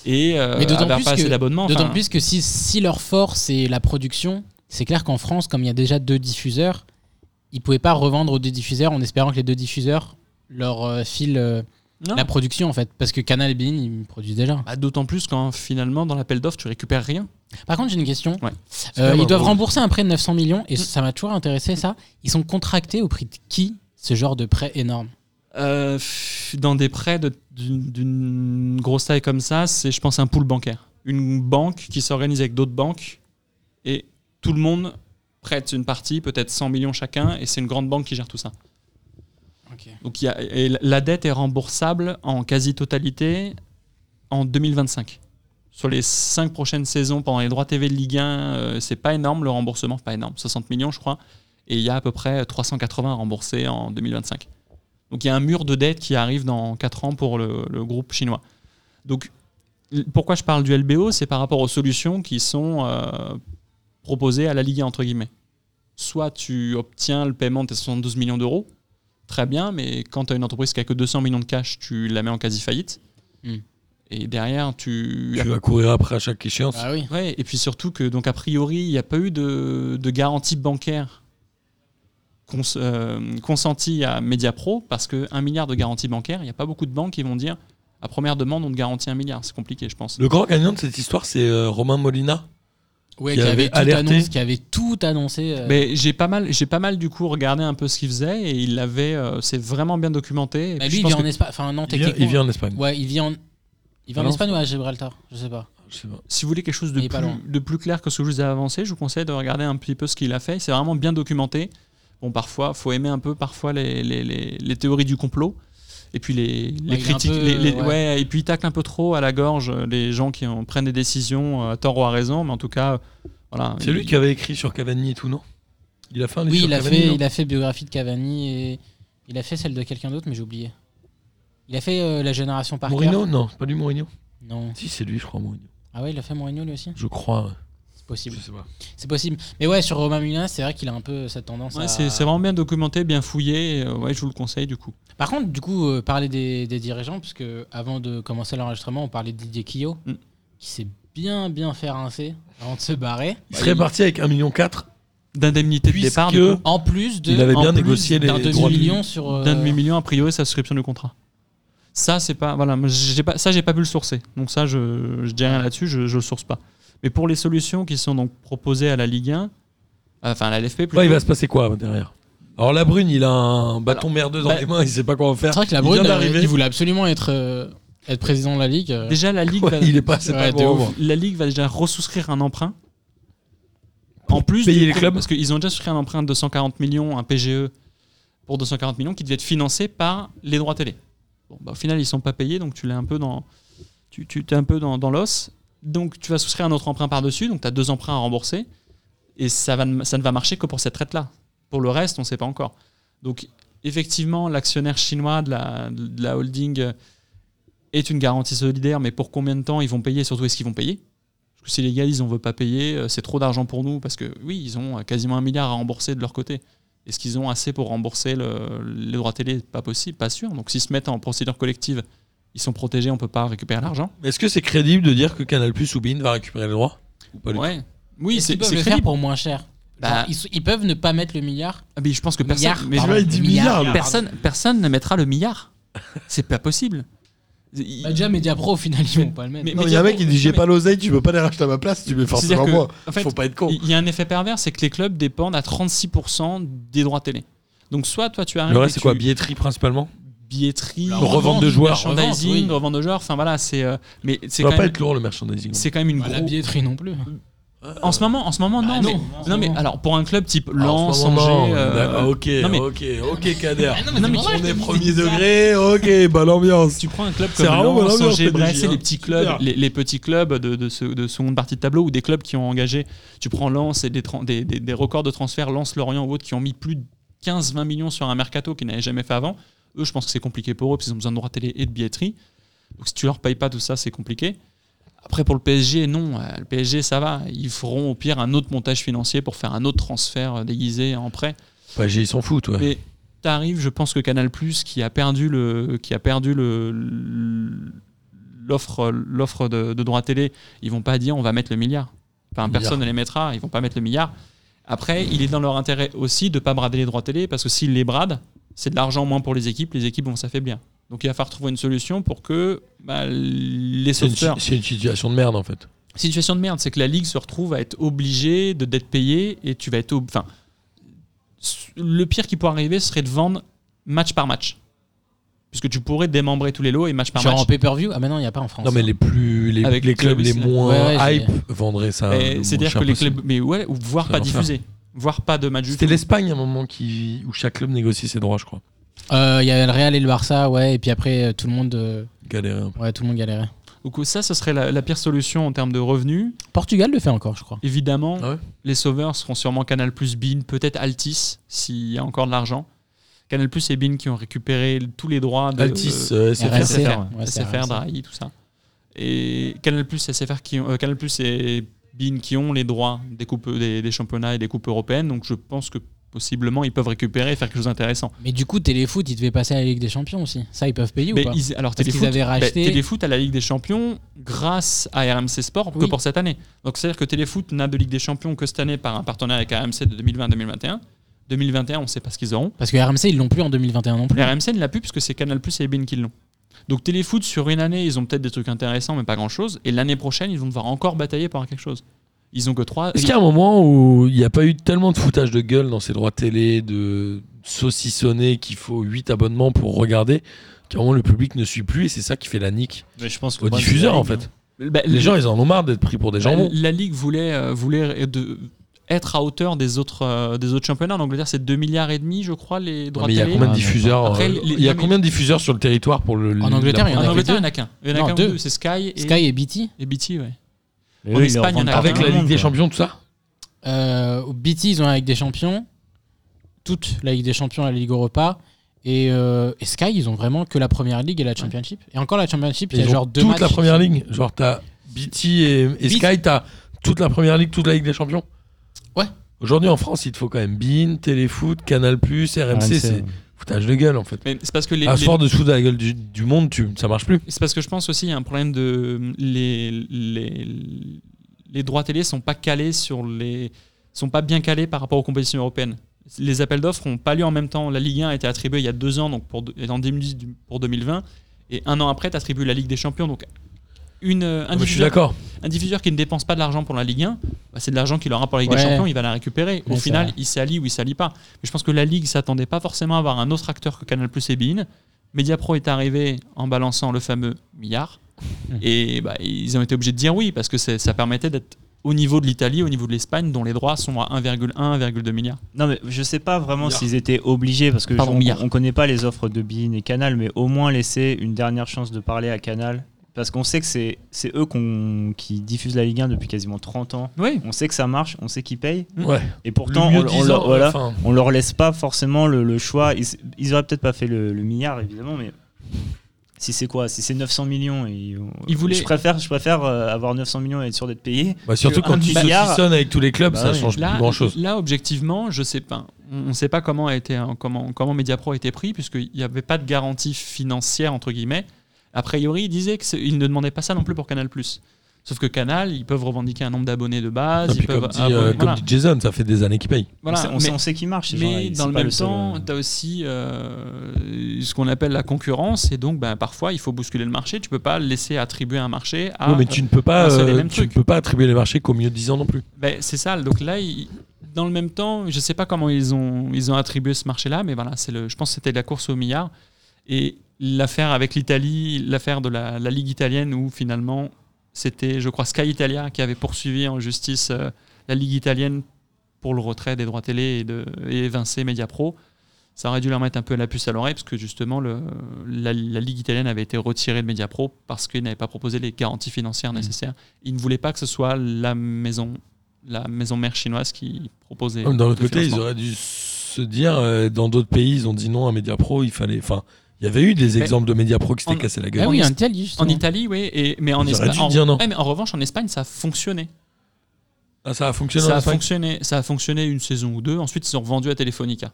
Et euh,
Mais d'autant
avaient
plus
pas
que-
assez d'abonnements.
D'autant
Enfin,
plus que si, si leur force c'est la production, c'est clair qu'en France, comme il y a déjà deux diffuseurs, ils pouvaient pas revendre aux deux diffuseurs en espérant que les deux diffuseurs leur euh, filent euh,
non.
la production en fait. Parce que Canal et Bein, ils produisent déjà.
Bah, D'autant plus quand finalement dans l'appel d'offres tu récupères rien.
Par contre, j'ai une question.
Ouais.
Euh,
quand même
ils doivent
un-
rembourser un prêt de 900 millions et ça m'a toujours intéressé ça. Ils sont contractés au prix de qui ce genre de prêt énorme
Euh, pff, dans des prêts de- d'une- d'une grosse taille comme ça, c'est je pense un pool bancaire. Une banque qui s'organise avec d'autres banques et tout le monde prête une partie, peut-être 100 millions chacun, et c'est une grande banque qui gère tout ça. Donc il y a, et la- la dette est remboursable en quasi-totalité en 2025. Sur les 5 prochaines saisons pendant les droits TV de Ligue 1, euh, c'est pas énorme, le remboursement, pas énorme. 60 millions, je crois. Et il y a à peu près 380 remboursés en 2025. Donc il y a un mur de dette qui arrive dans 4 ans pour le, le groupe chinois. Donc l- pourquoi je parle du LBO C'est par rapport aux solutions qui sont euh, proposées à la Ligue 1, entre guillemets. Soit tu obtiens le paiement de tes 72 millions d'euros, très bien, mais quand tu as une entreprise qui a que 200 millions de cash, tu la mets en quasi-faillite.
Hmm.
Et derrière, tu,
Tu vas courir après à chaque échéance.
Ah oui.
Ouais, et puis surtout que, donc, a priori, il n'y a pas eu de, de garantie bancaire cons- euh, consentie à Mediapro, parce que 1 milliard de garantie bancaire, il n'y a pas beaucoup de banques qui vont dire à première demande, on te garantit un milliard. C'est compliqué, je pense.
Le grand gagnant de cette histoire, c'est euh, Romain Molina.
Ouais,
Qui
qui,
avait
avait tout
alerté.
annoncé, qui avait tout annoncé. euh,
Mais j'ai pas mal, j'ai pas mal du coup regardé un peu ce qu'il faisait et il avait, euh, c'est vraiment bien documenté. Et
bah, lui,
puis, je
il
pense
vit en
que
Espagne. Enfin, non,
Il vient,
hein.
techniquement.
il vient en Espagne.
Ouais, il vit en. Il vit en
Alors,
Espagne ou à Gibraltar Je sais pas.
Je sais pas.
si vous voulez quelque chose de
Il est pas loin.
plus, de plus clair que ce que je vous ai avancé, je vous conseille de regarder un petit peu ce qu'il a fait. C'est vraiment bien documenté. Bon, parfois, faut aimer un peu parfois les, les- les- les théories du complot. Et puis les, les
il est un
critiques.
peu,
les- les-
ouais.
ouais, et puis il tacle un peu trop à la gorge euh, les gens qui en prennent des décisions euh, à tort ou à raison. Mais en tout cas, euh, voilà.
C'est
Il-
lui qui avait écrit sur Cavani et tout, non Il a fait un livre
Oui,
sur
il a,
Cavani,
fait,
non
il a fait biographie de Cavani et il a fait celle de quelqu'un d'autre, mais j'ai oublié. Il a fait euh, la génération par
Mourinho Non, c'est pas lui Mourinho.
Non.
Si, c'est lui, je crois, Mourinho.
Ah ouais, il a fait Mourinho lui aussi
Je crois. ouais.
C'est possible.
Je sais pas.
C'est possible. Mais ouais, sur Romain Mulin, c'est vrai qu'il a un peu cette tendance
Ouais,
à-
c'est c'est vraiment bien documenté, bien fouillé. et, euh, ouais, je vous le conseille du coup.
Par contre, du coup, euh, parler des, des dirigeants, parce que avant de commencer l'enregistrement, on parlait de Didier Quillot,
Mm.
qui s'est bien bien fait rincer avant de se barrer.
Il serait
il-
parti avec 1,4 million.
D'indemnité de
Puisque-
départ, du coup,
En plus de
Il avait
en
bien
plus
négocié les
d'un
droits du-
demi-million sur... euh,
d'un demi million a priori sa souscription du contrat. Ça c'est pas voilà, moi, j'ai pas ça j'ai pas pu le sourcer. Donc ça je, je dis rien là-dessus, je, je le source pas. Mais pour les solutions qui sont donc proposées à la Ligue 1, euh, enfin à la LFP plutôt.
Là, il va se passer quoi euh, derrière Alors, la Brune, il a un bâton merdeux dans
bah-
les mains, il sait pas quoi en faire.
C'est vrai que la
Il
Brune,
vient
euh,
d'arriver.
il voulait absolument être, euh, être président de la Ligue. euh.
Déjà la Ligue
Ouais,
va,
il est pas, c'est pas
Ouais, de
bon.
ouf.
moment.
la Ligue va déjà ressouscrire un emprunt.
Pour
en plus
payer
du
les
coup,
clubs
parce qu'ils ont déjà souscrit un emprunt de 240 millions, un PGE pour 240 millions qui devait être financé par les droits télé. Bon, bah, au final ils sont pas payés donc tu l'es un peu dans tu, tu es un peu dans, dans l'os. Donc tu vas souscrire un autre emprunt par-dessus, donc tu as deux emprunts à rembourser et ça va ne- ça ne va marcher que pour cette traite là. Pour le reste, on sait pas encore. Donc effectivement, l'actionnaire chinois de la, de la holding euh, est une garantie solidaire, mais pour combien de temps ils vont payer et surtout est-ce qu'ils vont payer Parce que si les gars ils on veut pas payer, euh, c'est trop d'argent pour nous parce que oui, ils ont euh, quasiment un milliard à rembourser de leur côté. Est-ce qu'ils ont assez pour rembourser le- les droits télé Pas possible, pas sûr. Donc s'ils se mettent en procédure collective, ils sont protégés, on peut pas récupérer l'argent.
Mais Est-ce que c'est crédible de dire que Canal Plus ou Bein va récupérer les droits Ou pas du
Ouais. Oui,
Est-ce
c'est
qu'ils peuvent
c'est
le faire
crédible.
pour moins cher
Bah-
Genre, ils, sont- ils peuvent ne pas mettre le milliard.
Ah, mais je pense que personne,
Milliard,
mais-
pardon,
vois, il dit milliard, là.
personne, personne ne mettra le milliard. C'est pas possible. Il-
Bah, déjà, Mediapro, au final, ils vont pas le mettre.
Mais-
Non, il y a un mec qui dit j'ai pas l'oseille, tu peux pas les racheter à ma place, tu mets
C'est-à-dire
forcément
que,
moi.
en fait,
Faut pas être con.
Il y a un effet pervers, c'est que les clubs dépendent à 36% des droits télé. Donc soit toi tu arrives
Le
et
reste, c'est
tu-
quoi Billetterie principalement
billetterie,
La
revente de joueurs.
merchandising,
Revente,
revente,
oui.
de joueurs, enfin voilà, c'est euh, mais
Ça
c'est quand
va pas
même
être lourd le merchandising.
c'est quand même une
Bah, la
gros-
billetterie non plus.
En ce moment, en ce moment, non.
non, en
mais, non,
ce
mais
moment.
alors pour un club type
Ah, en
Lens,
ce moment,
Angers,
non.
euh,
D'accord, Ah, ok,
non, mais-
ok, ok, Kader.
non, mais
on est premier degré, ok, bonne ambiance.
tu prends un club
C'est
comme
vraiment
Lens,
bon ambiance,
Angers,
PDG,
Brest, c'est
hein.
les petits clubs,
Super.
les, les petits clubs de, de, ce- de seconde partie de tableau ou des clubs qui ont engagé. Tu prends Lens et des, tran- des, des- des records de transfert, Lens, Lorient ou autres qui ont mis plus de 15-20 millions sur un mercato qu'ils n'avaient jamais fait avant. Eux, je pense que c'est compliqué pour eux parce qu'ils ont besoin de droits télé et de billetterie. Donc si tu leur payes pas tout ça, c'est compliqué. Après pour le PSG, non, euh, le PSG ça va, ils feront au pire un autre montage financier pour faire un autre transfert euh, déguisé en prêt.
PSG, Bah, ils s'en foutent, ouais.
Mais t'arrives, je pense que Canal qui a perdu le, qui a perdu le l'offre, l'offre de, de droit télé, ils vont pas dire on va mettre le milliard. Enfin,
Milliard.
personne ne les mettra, ils vont pas mettre le milliard. Après, il est dans leur intérêt aussi de pas brader les droits télé parce que s'ils les bradent, c'est de l'argent moins pour les équipes, les équipes vont s'affaiblir. Donc il va falloir trouver une solution pour que bah, les
C'est une,
sauveteurs.
si- c'est une situation de merde, en fait.
Situation de merde, c'est que la ligue se retrouve à être obligée de d'être payée et tu vas être. ob- Enfin, s- le pire qui pourrait arriver serait de vendre match par match, puisque tu pourrais démembrer tous les lots et match par
Genre en
match.
pay-per-view Ah, mais non, il n'y a pas en France.
Non, mais les plus. Les,
Avec
les
le
clubs
club,
les
c'est-
moins
Ouais, ouais,
hype vendraient ça.
Et
le
Eh,
euh, moins
C'est-à-dire que
cher
les
possible.
clubs, mais ouais, ou voire
Ça
pas
va l'enfer.
diffusé, voire pas de match du
C'était
tout.
l'Espagne à un moment qui, où chaque club négocie ses droits, je crois.
Euh, Il y avait le Real et le Barça, ouais, et puis après, euh, tout le monde, euh,
Galérer un peu.
ouais, tout le monde galérait.
Donc ça, ce serait la, la pire solution en termes de revenus.
Portugal le fait encore, je crois.
Évidemment,
Ah ouais
les sauveurs seront sûrement Canal Bean, peut-être Altis s'il y a encore de l'argent. Canal et Bean qui ont récupéré tous les droits de
Altis, euh, SFR.
RSC,
SFR,
ouais, c'est
SFR,
RSC.
Drahi, tout ça. Et Canal SFR qui ont, euh, Canal et Bean qui ont les droits des coupes des, des championnats et des coupes européennes, donc je pense que possiblement ils peuvent récupérer et faire quelque chose d'intéressant.
Mais du coup, Téléfoot, ils devaient passer à la Ligue des Champions aussi. Ça, ils peuvent payer ou
Mais
pas
ils- alors
Parce
Téléfoot,
qu'ils avaient
bah,
racheté.
Téléfoot à la Ligue des Champions grâce à RMC Sport que
Oui.
pour cette année. Donc c'est-à-dire que Téléfoot n'a de Ligue des Champions que cette année par un partenaire avec RMC de 2020-2021. 2021, on ne sait pas ce qu'ils auront.
Parce que RMC, ils l'ont plus en 2021 non plus.
Les RMC ne l'a plus puisque c'est Canal Plus et Bein qui l'ont. Donc Téléfoot, sur une année, ils ont peut-être des trucs intéressants, mais pas grand-chose. Et l'année prochaine, ils vont devoir encore batailler pour avoir quelque chose. Ils ont que trois.
Est-ce qu'il y a un moment où il n'y a pas eu tellement de foutage de gueule dans ces droits télé, de saucissonner qu'il faut 8 abonnements pour regarder, qu'à un moment le public ne suit plus et c'est ça qui fait la nique
Mais je pense que
aux
le problème,
diffuseurs
c'est
en
la ligue,
fait
Bah,
Les gens ils en ont marre d'être pris
Bah,
pour des
la,
jambons.
la Ligue voulait, euh, voulait de- être à hauteur des autres, euh, des autres championnats. En Angleterre, c'est 2 milliards et demi, je crois, les
Non,
droits
mais il y a
télé.
combien de
Ah, mais
diffuseurs
après,
euh,
les-
Il y a
non, mais-
combien de diffuseurs sur le territoire pour le
En Angleterre,
la-
il y en
En
a
Angleterre, il
deux.
n'y en a qu'un. Il y en a
Non,
qu'un ou
deux.
deux. C'est Sky et,
Sky et BT.
et BT, ouais.
hein. Et
En
eux, ils
Espagne,
leur vendent
il y en a
pas
avec
tout
la
le
Ligue
monde,
des
quoi.
Champions tout ça
Euh, au BT, ils ont la Ligue des Champions. Toute la Ligue des Champions, la Ligue Europa. Et, euh, et Sky, ils ont vraiment que la première ligue et la Championship. Et encore la Championship, il y a
Ils ont
genre deux
toute
matchs.
la première ligue, genre t'as BT et, et
BT.
Sky, t'as toute la première ligue, toute la Ligue des Champions.
Ouais.
Aujourd'hui en France, il te faut quand même BIN, Téléfoot, Canal+, RMC,
RMC,
c'est
ouais.
foutage de gueule en fait.
Mais c'est parce que les.
À
les-
sport de sous de la gueule du, du monde, tu, ça marche plus.
C'est parce que je pense aussi qu'il y a un problème de. Les, les, les droits télé sont pas calés sur les. sont pas bien calés par rapport aux compétitions européennes. Les appels d'offres n'ont pas lieu en même temps. La Ligue 1 a été attribuée il y a deux ans, donc pour, de- et en 2010 du- pour 2020. Et un an après, tu attribues la Ligue des Champions. Donc, une, euh,
Ah,
un,
Mais je suis
diffuseur,
d'accord.
un diffuseur qui ne dépense pas de l'argent pour la Ligue 1, bah, c'est de l'argent qu'il aura pour la Ligue des
Ouais.
Champions, il va la récupérer. Au
Ouais,
final,
c'est
il s'allie ou il s'allie pas. Mais je pense que la Ligue s'attendait pas forcément à avoir un autre acteur que Canal Plus et Bein. Mediapro est arrivé en balançant le fameux milliard.
Hmm.
Et bah, ils ont été obligés de dire oui, parce que c'est- ça permettait d'être au niveau de l'Italie, au niveau de l'Espagne, dont les droits sont à 1,1, 1,2 milliard.
Non, mais je sais pas vraiment
Milliard.
s'ils étaient obligés parce que
Pardon,
on-
milliard.
on, connaît pas les offres de Bein et Canal, mais au moins laisser une dernière chance de parler à Canal parce qu'on sait que c'est c'est eux qu'on- qui diffusent la Ligue 1 depuis quasiment 30 ans.
Oui.
On sait que ça marche, on sait qu'ils payent
Mm.
Ouais.
et pourtant
Le
on,
mieux
on
disant,
leur, voilà,
enfin,
on leur laisse pas forcément le, le choix. Ils, ils auraient peut-être pas fait le, le milliard évidemment, mais si c'est quoi Si c'est 900 millions, ils,
Ils voulaient-
je préfère, je préfère euh, avoir 900 millions et être sûr d'être payé.
bah, surtout
que
quand
un
tu
milliard-
saucissonnes avec tous les clubs,
Bah
ça
oui.
change
Là,
plus grand chose.
là, objectivement, je sais pas. On ne sait pas comment a été hein, comment comment Mediapro a été pris puisqu'il n'y avait pas de garantie financière entre guillemets. A priori, ils disaient qu'ils ne demandaient pas ça non plus pour Canal+. Sauf que Canal, ils peuvent revendiquer un nombre d'abonnés de
Ah,
base. ils peuvent
comme, dit,
abonner-
euh, comme
Ah voilà.
dit Jason, ça fait des années qu'il paye.
Voilà.
On sait- on,
Mais-
sait, on sait qu'ils marchent. ces gens-là,
mais
ils-
dans
c'est
le
pas
même
seul,
temps,
euh,
tu as aussi euh, ce qu'on appelle la concurrence. Et donc, ben, parfois, il faut bousculer le marché. Tu peux pas laisser attribuer un marché à.
Ouais, mais tu ne peux pas,
un seul et
euh,
même
tu ne
truc.
peux pas attribuer les marchés qu'au mieux 10 ans non plus.
Ben, c'est ça. Donc là, il- dans le même temps, je sais pas comment ils ont, ils ont attribué ce marché-là, mais voilà, c'est le, je pense que c'était de la course au milliard. Et l'affaire avec l'Italie, l'affaire de la, la Ligue italienne où finalement C'était, je crois, Sky Italia qui avait poursuivi en justice euh, la Ligue italienne pour le retrait des droits télé et, de, et évincer Mediapro. Ça aurait dû leur mettre un peu la puce à l'oreille parce que justement, le, la, la Ligue italienne avait été retirée de Mediapro parce qu'ils n'avaient pas proposé les garanties financières
Mmh.
nécessaires. Ils ne voulaient pas que ce soit la maison, la maison mère chinoise qui proposait.
D'un autre
le
côté, ils
financement.
auraient dû se dire, euh, dans d'autres pays, ils ont dit non à Mediapro, il fallait. Enfin, il y avait eu des
Mais-
exemples de Mediapro qui s'étaient
En-
cassés la gueule.
Ah
En
oui,
Is-
en Italie, justement.
En Italie, oui, et, mais en
Ils auraient
Espagne.
dû
en-
dire non.
Ouais, mais en revanche, en Espagne, ça a fonctionné.
Ah, ça a fonctionné en
Ça a,
Espagne
fonctionné, ça a fonctionné une saison ou deux. Ensuite, ils sont revendus à Telefonica.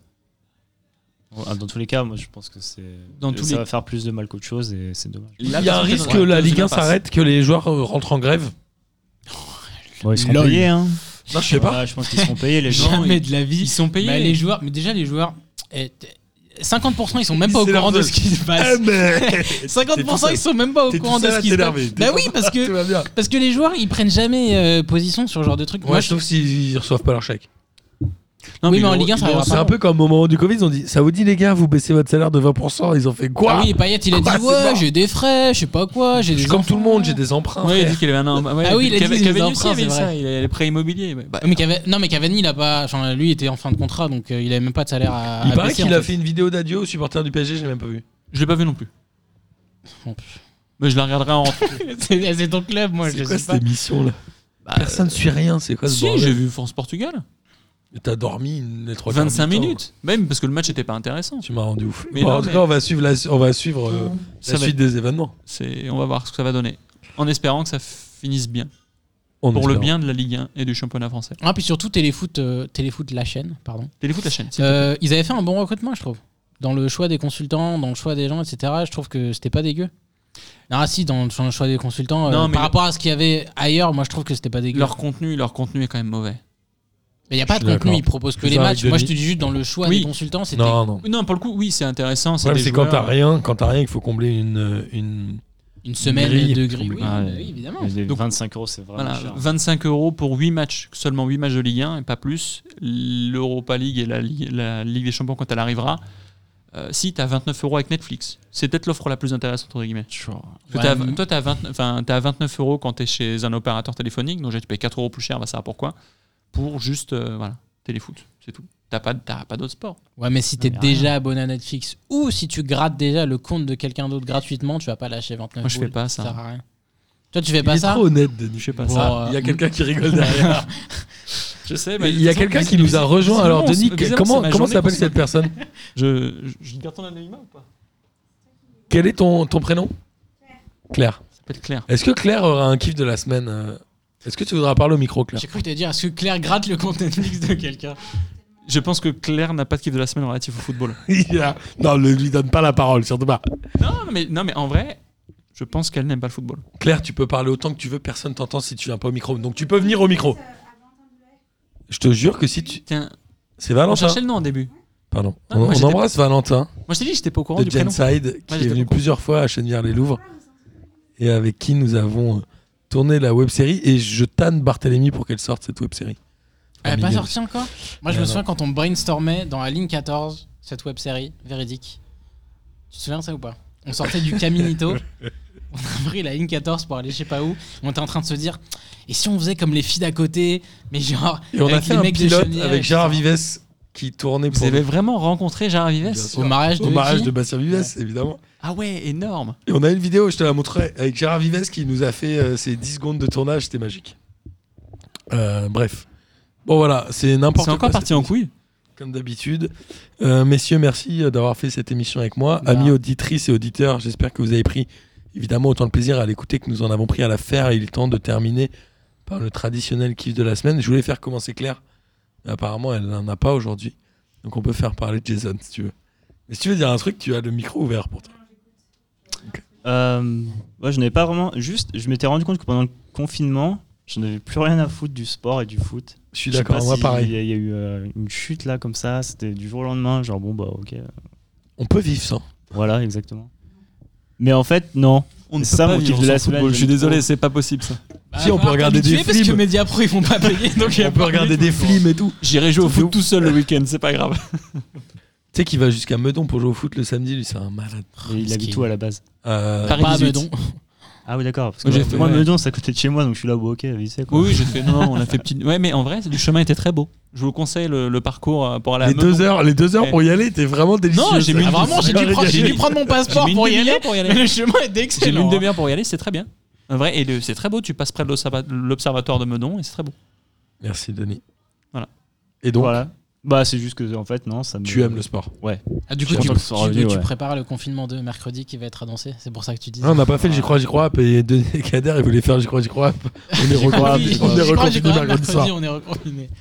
Ah, Dans tous les cas, moi je pense que c'est.
Dans tous
ça
les-
va faire plus de mal qu'autre chose et c'est dommage.
Il y a un
Là,
risque
dans
que la
dans une
Ligue 1
impasse.
s'arrête, que les joueurs euh, rentrent en grève.
Bon, ils seront
Lol.
payés, hein.
Non, je sais pas.
Voilà, je pense qu'ils seront payés, les gens.
Jamais de la vie.
Ils sont payés.
Bah, les joueurs, mais déjà les joueurs, eh, t- 50% ils sont même pas au
C'est leur Ah,
courant de
zone.
ce qui se passe.
T'es tout
50%
seul.
ils sont même pas au
T'es tout
courant de
seul
ce
à
qui se passe.
t'énerver. T'es
Bah oui, parce
Tout
que
va bien.
parce que les joueurs ils prennent jamais euh, position sur ce genre de truc.
Moi,
Moi,
je trouve s'ils reçoivent pas leur chèque.
je- oui, mais en
ils-
Ligue 1 ça
ils-
arrivera
C'est
pas.
un peu comme au moment du Covid, ils ont dit ça vous dit les gars, vous baissez votre salaire de 20%, ils ont fait quoi
Ah oui, Payet il a
Quoi,
dit
c'est
ouais,
mort.
j'ai des frais, je sais pas quoi, j'ai
Je
des
suis comme tout le monde, j'ai
enfants.
des emprunts.
Ouais, il a
frère.
dit qu'il avait un an- ouais,
Ah oui, il a dit qu'il
Cava-
avait des
Cavani aussi
emprunts,
avait
c'est
ça,
vrai.
Il a les prêts immobiliers. Bah,
Mais Cava- non mais Cavani il a pas, enfin lui il était en fin de contrat donc euh, il avait même pas de salaire à.
Il
à
paraît
baisser,
qu'il
Ah, en
a fait une vidéo d'adieu aux supporters du PSG, je l'ai même pas vu.
Je l'ai pas vu non plus.
Bon.
Mais je la regarderai en.
C'est c'est ton club moi, je
C'est quoi
sais
cette
pas.
émission là
Bah,
Personne ne suit rien, c'est quoi ce
si, j'ai
bordel
vu France-Portugal.
Et T'as dormi une- les trois quarts du
25
temps.
minutes. Même parce que le match n'était pas intéressant.
Tu m'as rendu ouf.
Mais
Bon,
non,
en tout
mais-
cas, on va suivre la, on va suivre, euh,
Ça
la
va-
suite des événements.
c'est- On va voir ce que ça va donner. En espérant que ça finisse bien.
On
Pour le
espère.
bien de la Ligue 1 et du championnat français.
Ah puis surtout Téléfoot, euh, Téléfoot la chaîne, pardon.
Ah,
Téléfoot la chaîne. s'il te plaît.
Euh, ils avaient fait un bon recrutement, je trouve. Dans le choix des consultants, dans le choix des gens, etc. Je trouve que c'était pas dégueu. Ah si, dans le choix des consultants, euh,
Non, mais
par
le-
rapport à ce qu'il y avait ailleurs, moi je trouve que c'était pas dégueu.
Leur contenu, leur contenu est quand même mauvais.
Mais il n'y a
Je
pas de
suis
contenu,
d'accord.
ils proposent
Je
que
suis
les
avec
matchs. Moi
Denis.
je te dis juste dans le choix
Oui.
des consultants, c'était...
Non, non. Le
Non, pour le coup, oui, c'est intéressant. C'est
problème,
des
c'est quand t'as
joueurs-
rien, quand t'as rien, il faut combler une, euh, une...
Une semaine
Grille.
de gris. Oui,
Ah,
bah
ouais.
oui, évidemment.
Mais les
Donc-
25 euros, c'est vraiment
Voilà,
cher.
25 euros pour 8 matchs, seulement 8 matchs de Ligue 1 et pas plus. L'Europa League et la, Ligue- la Ligue des Champions, quand elle arrivera, euh, si tu as 29 euros avec Netflix, c'est peut-être l'offre la plus intéressante, entre guillemets. Parce que
Ouais,
t'as-
mais-
toi, tu as, 29 euros quand tu es chez un opérateur téléphonique, donc j'ai payé 4 euros plus cher, on va savoir pourquoi, pour juste euh, voilà, téléfoot, c'est tout. T'as pas, t'as pas d'autres sports.
Ouais, mais si t'es
mais
déjà abonné à Netflix ou si tu grattes déjà le compte de quelqu'un d'autre gratuitement, tu vas pas lâcher 29
Moi, je fais
boules,
pas
Ça sert
ça.
à rien. Toi, tu fais
Il
pas
est
ça
trop honnête, Denis. Je sais
Bon,
ça.
euh,
Il y a quelqu'un qui rigole derrière.
Je sais,
Il y a quelqu'un qui nous a rejoint. Alors, Denis, comment comment s'appelle cette personne
Je, je, je garde ton anonymat ou pas
Quel est ton, ton prénom Claire.
Ça peut être clair.
Est-ce que Claire aura un kiff de la semaine euh Est-ce que tu voudras parler au micro, Claire
J'ai cru te dire, est-ce que Claire gratte le compte Netflix de quelqu'un
Je pense que Claire n'a pas de kiff de la semaine relatif au football.
Il a- Non, ne lui donne pas la parole, surtout pas.
non, mais, non, mais en vrai, je pense qu'elle n'aime pas le football.
Claire, tu peux parler autant que tu veux, personne t'entend si tu viens pas au micro. Donc tu peux venir au micro. Je te jure que si tu.
Tiens,
C'est
on
Valentin.
cherchait le nom au début.
Pardon.
Ah,
on
moi,
on
j'étais-
embrasse Valentin
Moi, je t'ai dit, j'étais pas au courant
de
du prénom.
Genside qui
Moi,
est
j'étais
venu
au courant.
plusieurs fois à Chenvières-les-Louvres et avec qui nous avons euh, tourné la web série. Et je tanne Barthélémy pour qu'elle sorte cette web série.
Elle n'est pas
Formidable.
sortie encore Moi, je
Non,
me souviens quand on brainstormait dans la ligne 14, cette web série véridique. Tu te souviens de ça ou pas On sortait du Caminito. On a pris la ligne 14 pour aller je sais pas où. On était en train de se dire et si on faisait comme les filles d'à côté, mais genre.
Et on a
avec
fait
les
un
mecs de
pilote
Chenvières,
avec
etc.
Gérard Vives qui tournait
Vous
pour
avez vraiment rencontré Gérard
Bien
Vives
sûr.
Au mariage de.
au mariage
qui
de Bastien Vives, évidemment.
Ah ouais, énorme.
Et on a une vidéo, je te la montrerai, avec Gérard Vives qui nous a fait euh, ses 10 secondes de tournage, c'était magique. Euh, bref. Bon voilà, c'est n'importe
C'est
quoi.
encore parti
cette
en
émission,
couille.
Comme d'habitude. Euh, messieurs, merci euh, d'avoir fait cette émission avec moi.
Bah.
Amis auditrices et auditeurs, j'espère que vous avez pris évidemment autant de plaisir à l'écouter que nous en avons pris à la faire. Il est temps de terminer par le traditionnel kiff de la semaine. Je voulais faire commencer Claire, mais apparemment elle n'en a pas aujourd'hui. Donc on peut faire parler Jason si tu veux. Mais si tu veux dire un truc, tu as le micro ouvert pour toi.
Euh, ouais, je n'avais pas vraiment. Juste, je m'étais rendu compte que pendant le confinement, je n'avais plus rien à foutre du sport et du foot.
Je suis
Je sais
d'accord,
pas
moi
si
pareil.
Il y, a- il y a eu euh, une chute là, comme ça. C'était du jour au lendemain. Genre, bon, bah, ok.
On peut vivre sans.
Voilà, exactement. Mais en fait, non.
On ne
Ça,
peut pas
mon kiff
vivre
de
sans
la
football.
semaine,
Je suis
j'aime
désolé,
trop.
c'est pas possible ça.
Bah,
Si, on
va
peut regarder
t'habituer
des
Parce que
films.
Mediapro ils font pas payer, donc il y a
on peut
pas
regarder
du tout
des
le temps.
films et tout.
J'irai jouer au
C'est ouf.
foot tout seul le week-end, c'est pas grave.
Tu sais qu'il va jusqu'à Meudon pour jouer au foot le samedi, lui, c'est un malade.
Mais il
Ce
avait
qui-
tout à la base.
Euh,
Paris
Pas à
18.
Meudon.
Ah oui, d'accord. Parce
Moi,
que
j'ai fait-
moi,
ouais.
Meudon, c'est à côté de chez moi, donc je suis là, bon, ok, vite fait, quoi.
Oui, oui, j'ai fait. Non, non, on a fait petite. Ouais, mais en vrai, le chemin était très beau. Je vous conseille le, le parcours euh, pour aller à
Les
Meudon. Eh.
deux, heures, les deux heures pour y aller étaient vraiment délicieuses.
Non, j'ai mis une-
Ah,
vraiment, j'ai dû,
régalé.
prendre, j'ai dû prendre mon
J'ai
passeport
mis une
pour y aller.
demi-heure pour y
Mais
aller.
le chemin est
J'ai mis une
excellent.
demi-heure pour y aller, c'est très bien. En vrai, et le- c'est très beau. Tu passes près de l'observa- l'observatoire de Meudon et c'est très beau.
Merci, Denis.
Voilà.
Et donc,
voilà. Bah, c'est juste que, en fait, non, ça me.
tu aimes le sport
Ah, du coup,
Je
tu,
suis content que ce soit
tu-
revenu,
tu
ouais.
prépares le confinement de mercredi qui va être annoncé. C'est pour ça que tu dis.
Non, on n'a pas fait le J'y crois, J'y crois. Et Denis et Kader, ils voulaient faire J'y crois, J'y crois. On est reconfinés on est reconfinés mercredi soir.
on est reconfiné.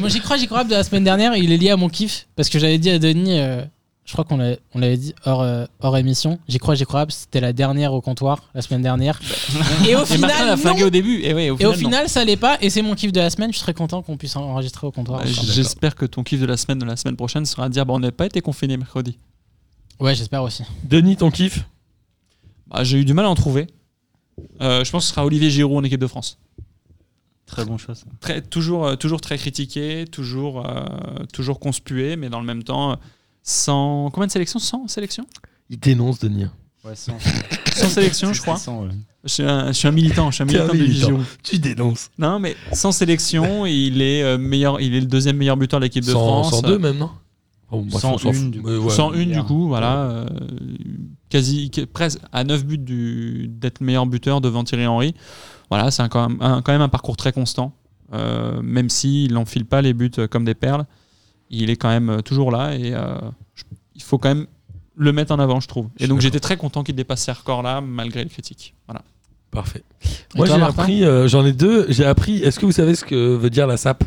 moi, j'y crois, j'y crois de la semaine dernière. Il est lié à mon kiff parce que j'avais dit à Denis, euh, je crois qu'on l'a- on l'avait dit hors, euh, hors émission. J'y crois, j'y crois. C'était la dernière au comptoir la semaine dernière. et au
et Martin
final, non.
l'a flingué au début. Et, ouais, au
Et au
final, non.
final, ça allait pas. Et c'est mon kiff de la semaine. Je suis très content qu'on puisse enregistrer au comptoir.
Bah,
ensemble.
J'espère que ton kiff de la semaine de la semaine prochaine sera de dire bah, on n'a pas été confiné mercredi.
Ouais, j'espère aussi.
Denis, ton kiff
Bah, J'ai eu du mal à en trouver. Euh, je pense que ce sera Olivier Giroud en équipe de France.
Très bon choix, ça.
très, toujours, euh, toujours très critiqué, toujours, euh, toujours conspué, mais dans le même temps, euh, sans. Combien de sélections 100 sélections
Il dénonce, Denis.
Ouais, sans.
100 sélections, je crois. Je suis un, je suis un militant, je suis un
T'es un
militant de
militant.
Giroud.
Tu dénonces.
Non, mais sans sélection, il est, euh, meilleur, il est le deuxième meilleur buteur de l'équipe de France.
102 même, non Bon, bref, on s'en
101,
fout.
du coup.
Ouais, ouais.
101
bien.
du coup, voilà. euh, quasi, qu- presque à 9 buts du- d'être meilleur buteur devant Thierry Henry. Voilà, c'est un- quand, même- un- quand même un parcours très constant. Euh, même s'il n'enfile pas les buts euh, comme des perles, il est quand même euh, toujours là et euh, je- il faut quand même le mettre en avant, je trouve.
Je
Et
suis
donc
d'accord.
j'étais très content qu'il dépasse ces records-là malgré les critiques. Voilà.
Parfait.
Et
Moi
toi,
j'ai
Martin
appris, euh, j'en ai deux, j'ai appris, est-ce que vous savez ce que veut dire la SAP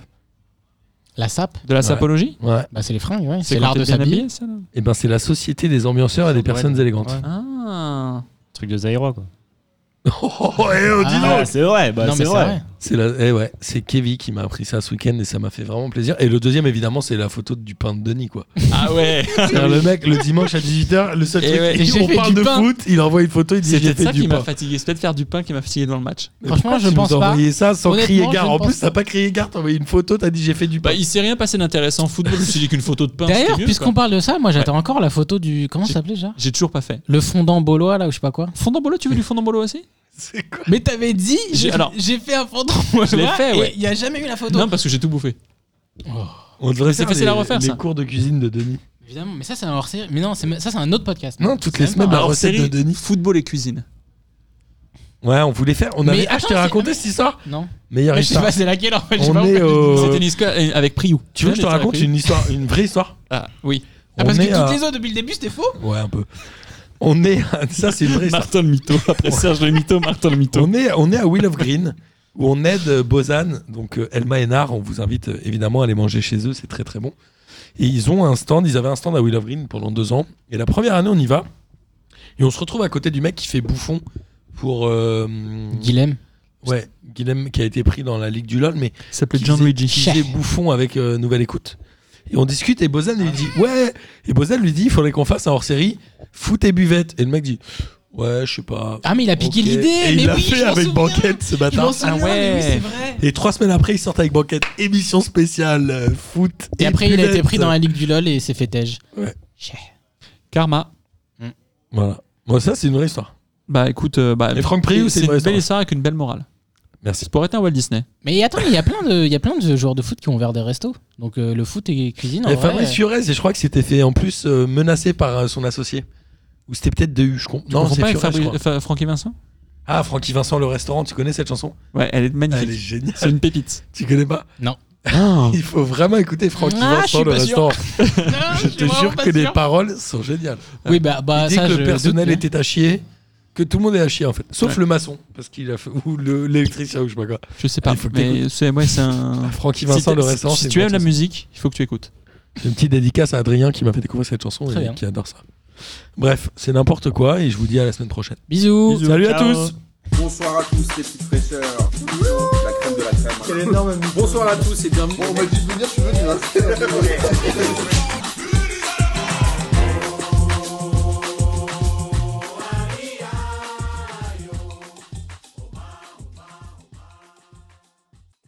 La SAP,
De la
Ouais.
sapologie
Ouais.
bah, c'est les fringues. Ouais. C'est
quand
l'art
t'es
de
bien
s'habiller.
habillé, ça là
Et ben c'est la société des ambianceurs et des personnes élégantes.
Ouais.
Ah
Truc de Zaira, quoi.
Oh, eh, oh, dis
Ah,
donc
c'est vrai, bah,
non, mais
c'est
c'est
vrai.
vrai.
C'est la- eh ouais, c'est Kevin qui m'a appris ça ce week-end et ça m'a fait vraiment plaisir. Et le deuxième évidemment c'est la photo du pain de Denis quoi.
Ah ouais
C'est-à-dire, le mec le dimanche à 18h, le seul
Et
truc,
ouais,
il-
j'ai
on
fait
parle
du
de
pain.
foot, il envoie une photo, il dit
C'est
j'ai
peut-être
fait
ça
du
qui m'a
pain.
fatigué. C'est peut-être faire du pain qui m'a fatigué dans le match.
Mais
Franchement,
pourquoi
je
tu
pense
nous as
pas.
envoyé ça sans
Honnêtement,
crier
je
gare.
ne
En
pense
plus, t'as pas crié gare, t'as envoyé une photo, t'as dit j'ai fait du pain.
Bah, il s'est rien passé d'intéressant en football. Je me suis dit qu'une photo de pain.
D'ailleurs,
c'était mieux,
puisqu'on
quoi.
parle de ça, moi j'attends encore la photo du. Comment ça
J'ai-
s'appelait déjà
J'ai toujours pas fait.
Le fondant baulois là ou je sais pas quoi.
Fondambolo, tu veux du fondambolo aussi
C'est quoi
Mais t'avais dit,
J'ai-
j'ai
alors,
j'ai fait un fondant baulois.
je l'ai fait, ouais.
et Il n'y a jamais eu la photo.
Non, parce que j'ai tout bouffé.
On devrait
C'est
faire
facile
les,
à refaire,
les
ça.
cours de cuisine de Denis.
Évidemment, mais ça c'est un hors série. Mais non, c'est- ça c'est un autre podcast.
Non, toutes les
C'est
semaines,
même
la recette de Denis.
football et cuisine.
Ouais, on voulait faire. On
Mais
avait. Ah, je
attends,
t'ai
c'est-
raconté cette histoire
pas- Non.
Meilleure
Mais je sais
histoire.
pas c'est laquelle en fait. je sais
On
pas
est
pourquoi tu dis
au-
ça.
C'était Niska euh, avec Priou.
Tu veux que je te
Niska avec
raconte
Priou
une histoire, une vraie histoire
Ah, oui.
Ah,
On
parce que
est à-
toutes les autres depuis le début c'était faux.
Ouais, un peu. On est. à- Ça, c'est une
Bah,
vraie histoire.
Martin le mytho. Après Serge le mytho, Martin le mytho.
On est, on est à Will of Green où on aide euh, Bozan, donc euh, Elma et Nar. On vous invite euh, évidemment à aller manger chez eux, c'est très très bon. Et ils ont un stand, ils avaient un stand à Will of Green pendant deux ans. Et la première année, on y va. Et on se retrouve à côté du mec qui fait bouffon pour. euh,
Guilhem.
Ouais, Guilhem qui a été pris dans la Ligue du LOL, mais
Il s'appelait
qui
John
faisait-
Luigi.
qui faisait bouffon avec euh, Nouvelle Écoute. Et on discute et Bozan lui dit ouais et Bozan lui dit il faudrait qu'on fasse un hors-série foot et buvette et le mec dit ouais je sais pas.
Ah mais il a piqué
Ok. Et
l'idée.
il
Mais
l'a
oui,
fait avec banquette ce
Je m'en
bâtard.
souviens.
Ah ouais.
mais oui, c'est vrai.
Et trois semaines après il sort avec banquette émission spéciale euh, foot.
Et après il a été
buvette.
pris dans la ligue du lol et s'est fait tège.
Ouais.
Ché.
Karma.
Voilà. Bon ça c'est une vraie histoire.
Bah écoute, euh, bah,
Et Franck Priou, c'est une
une
vraie
belle
histoire.
histoire avec une belle morale.
Merci.
Ça pourrait être un Walt Disney.
Mais attends, il y a plein de, il y a plein de joueurs de foot qui ont ouvert des restos. Donc euh, le foot et cuisine. en
et
vrai,
Eh,
euh.
Fabrice Fiorez et je crois que c'était fait en plus euh, menacé par euh, son associé ou c'était peut-être de U je comprends. Non
comprends
c'est
pas avec
Fiorez, je
Fabri-
crois.
Fa- Francky Vincent
Ah Francky Vincent le restaurant tu connais cette chanson?
Ouais, elle est magnifique.
Ah, Elle est géniale.
C'est une pépite.
Tu connais pas? Il faut vraiment écouter Francky
Ah, je
Vincent
suis
le
pas
restaurant.
euh, non,
Je te
suis vraiment
jure
pas
que les
sûr.
paroles sont géniales.
Oui, bah, bah
Ah,
il dit
ça,
que
je
le personnel
doute, hein.
était à chier, que tout le monde est à chier en fait, sauf
Ouais.
le maçon parce qu'il a fait, ou le- l'électricien ou je sais pas quoi.
Je sais pas.
Il faut que
Mais c'est ouais, c'est un.
Francky
Si
Vincent
t'as-
le restaurant.
si
c'est
tu
une
aimes la
chanson.
musique, il faut que tu écoutes.
Une petite dédicace à Adrien qui m'a fait découvrir cette chanson
Très
et
bien.
qui adore ça. Bref, c'est n'importe quoi et je vous dis à la semaine prochaine.
Bisous.
Salut à
Ciao.
tous.
Bonsoir à tous les petites fraîcheurs. La crème hein. de la crème. Bonsoir à tous et bienvenue. on m'a dit de venir, je suis venu.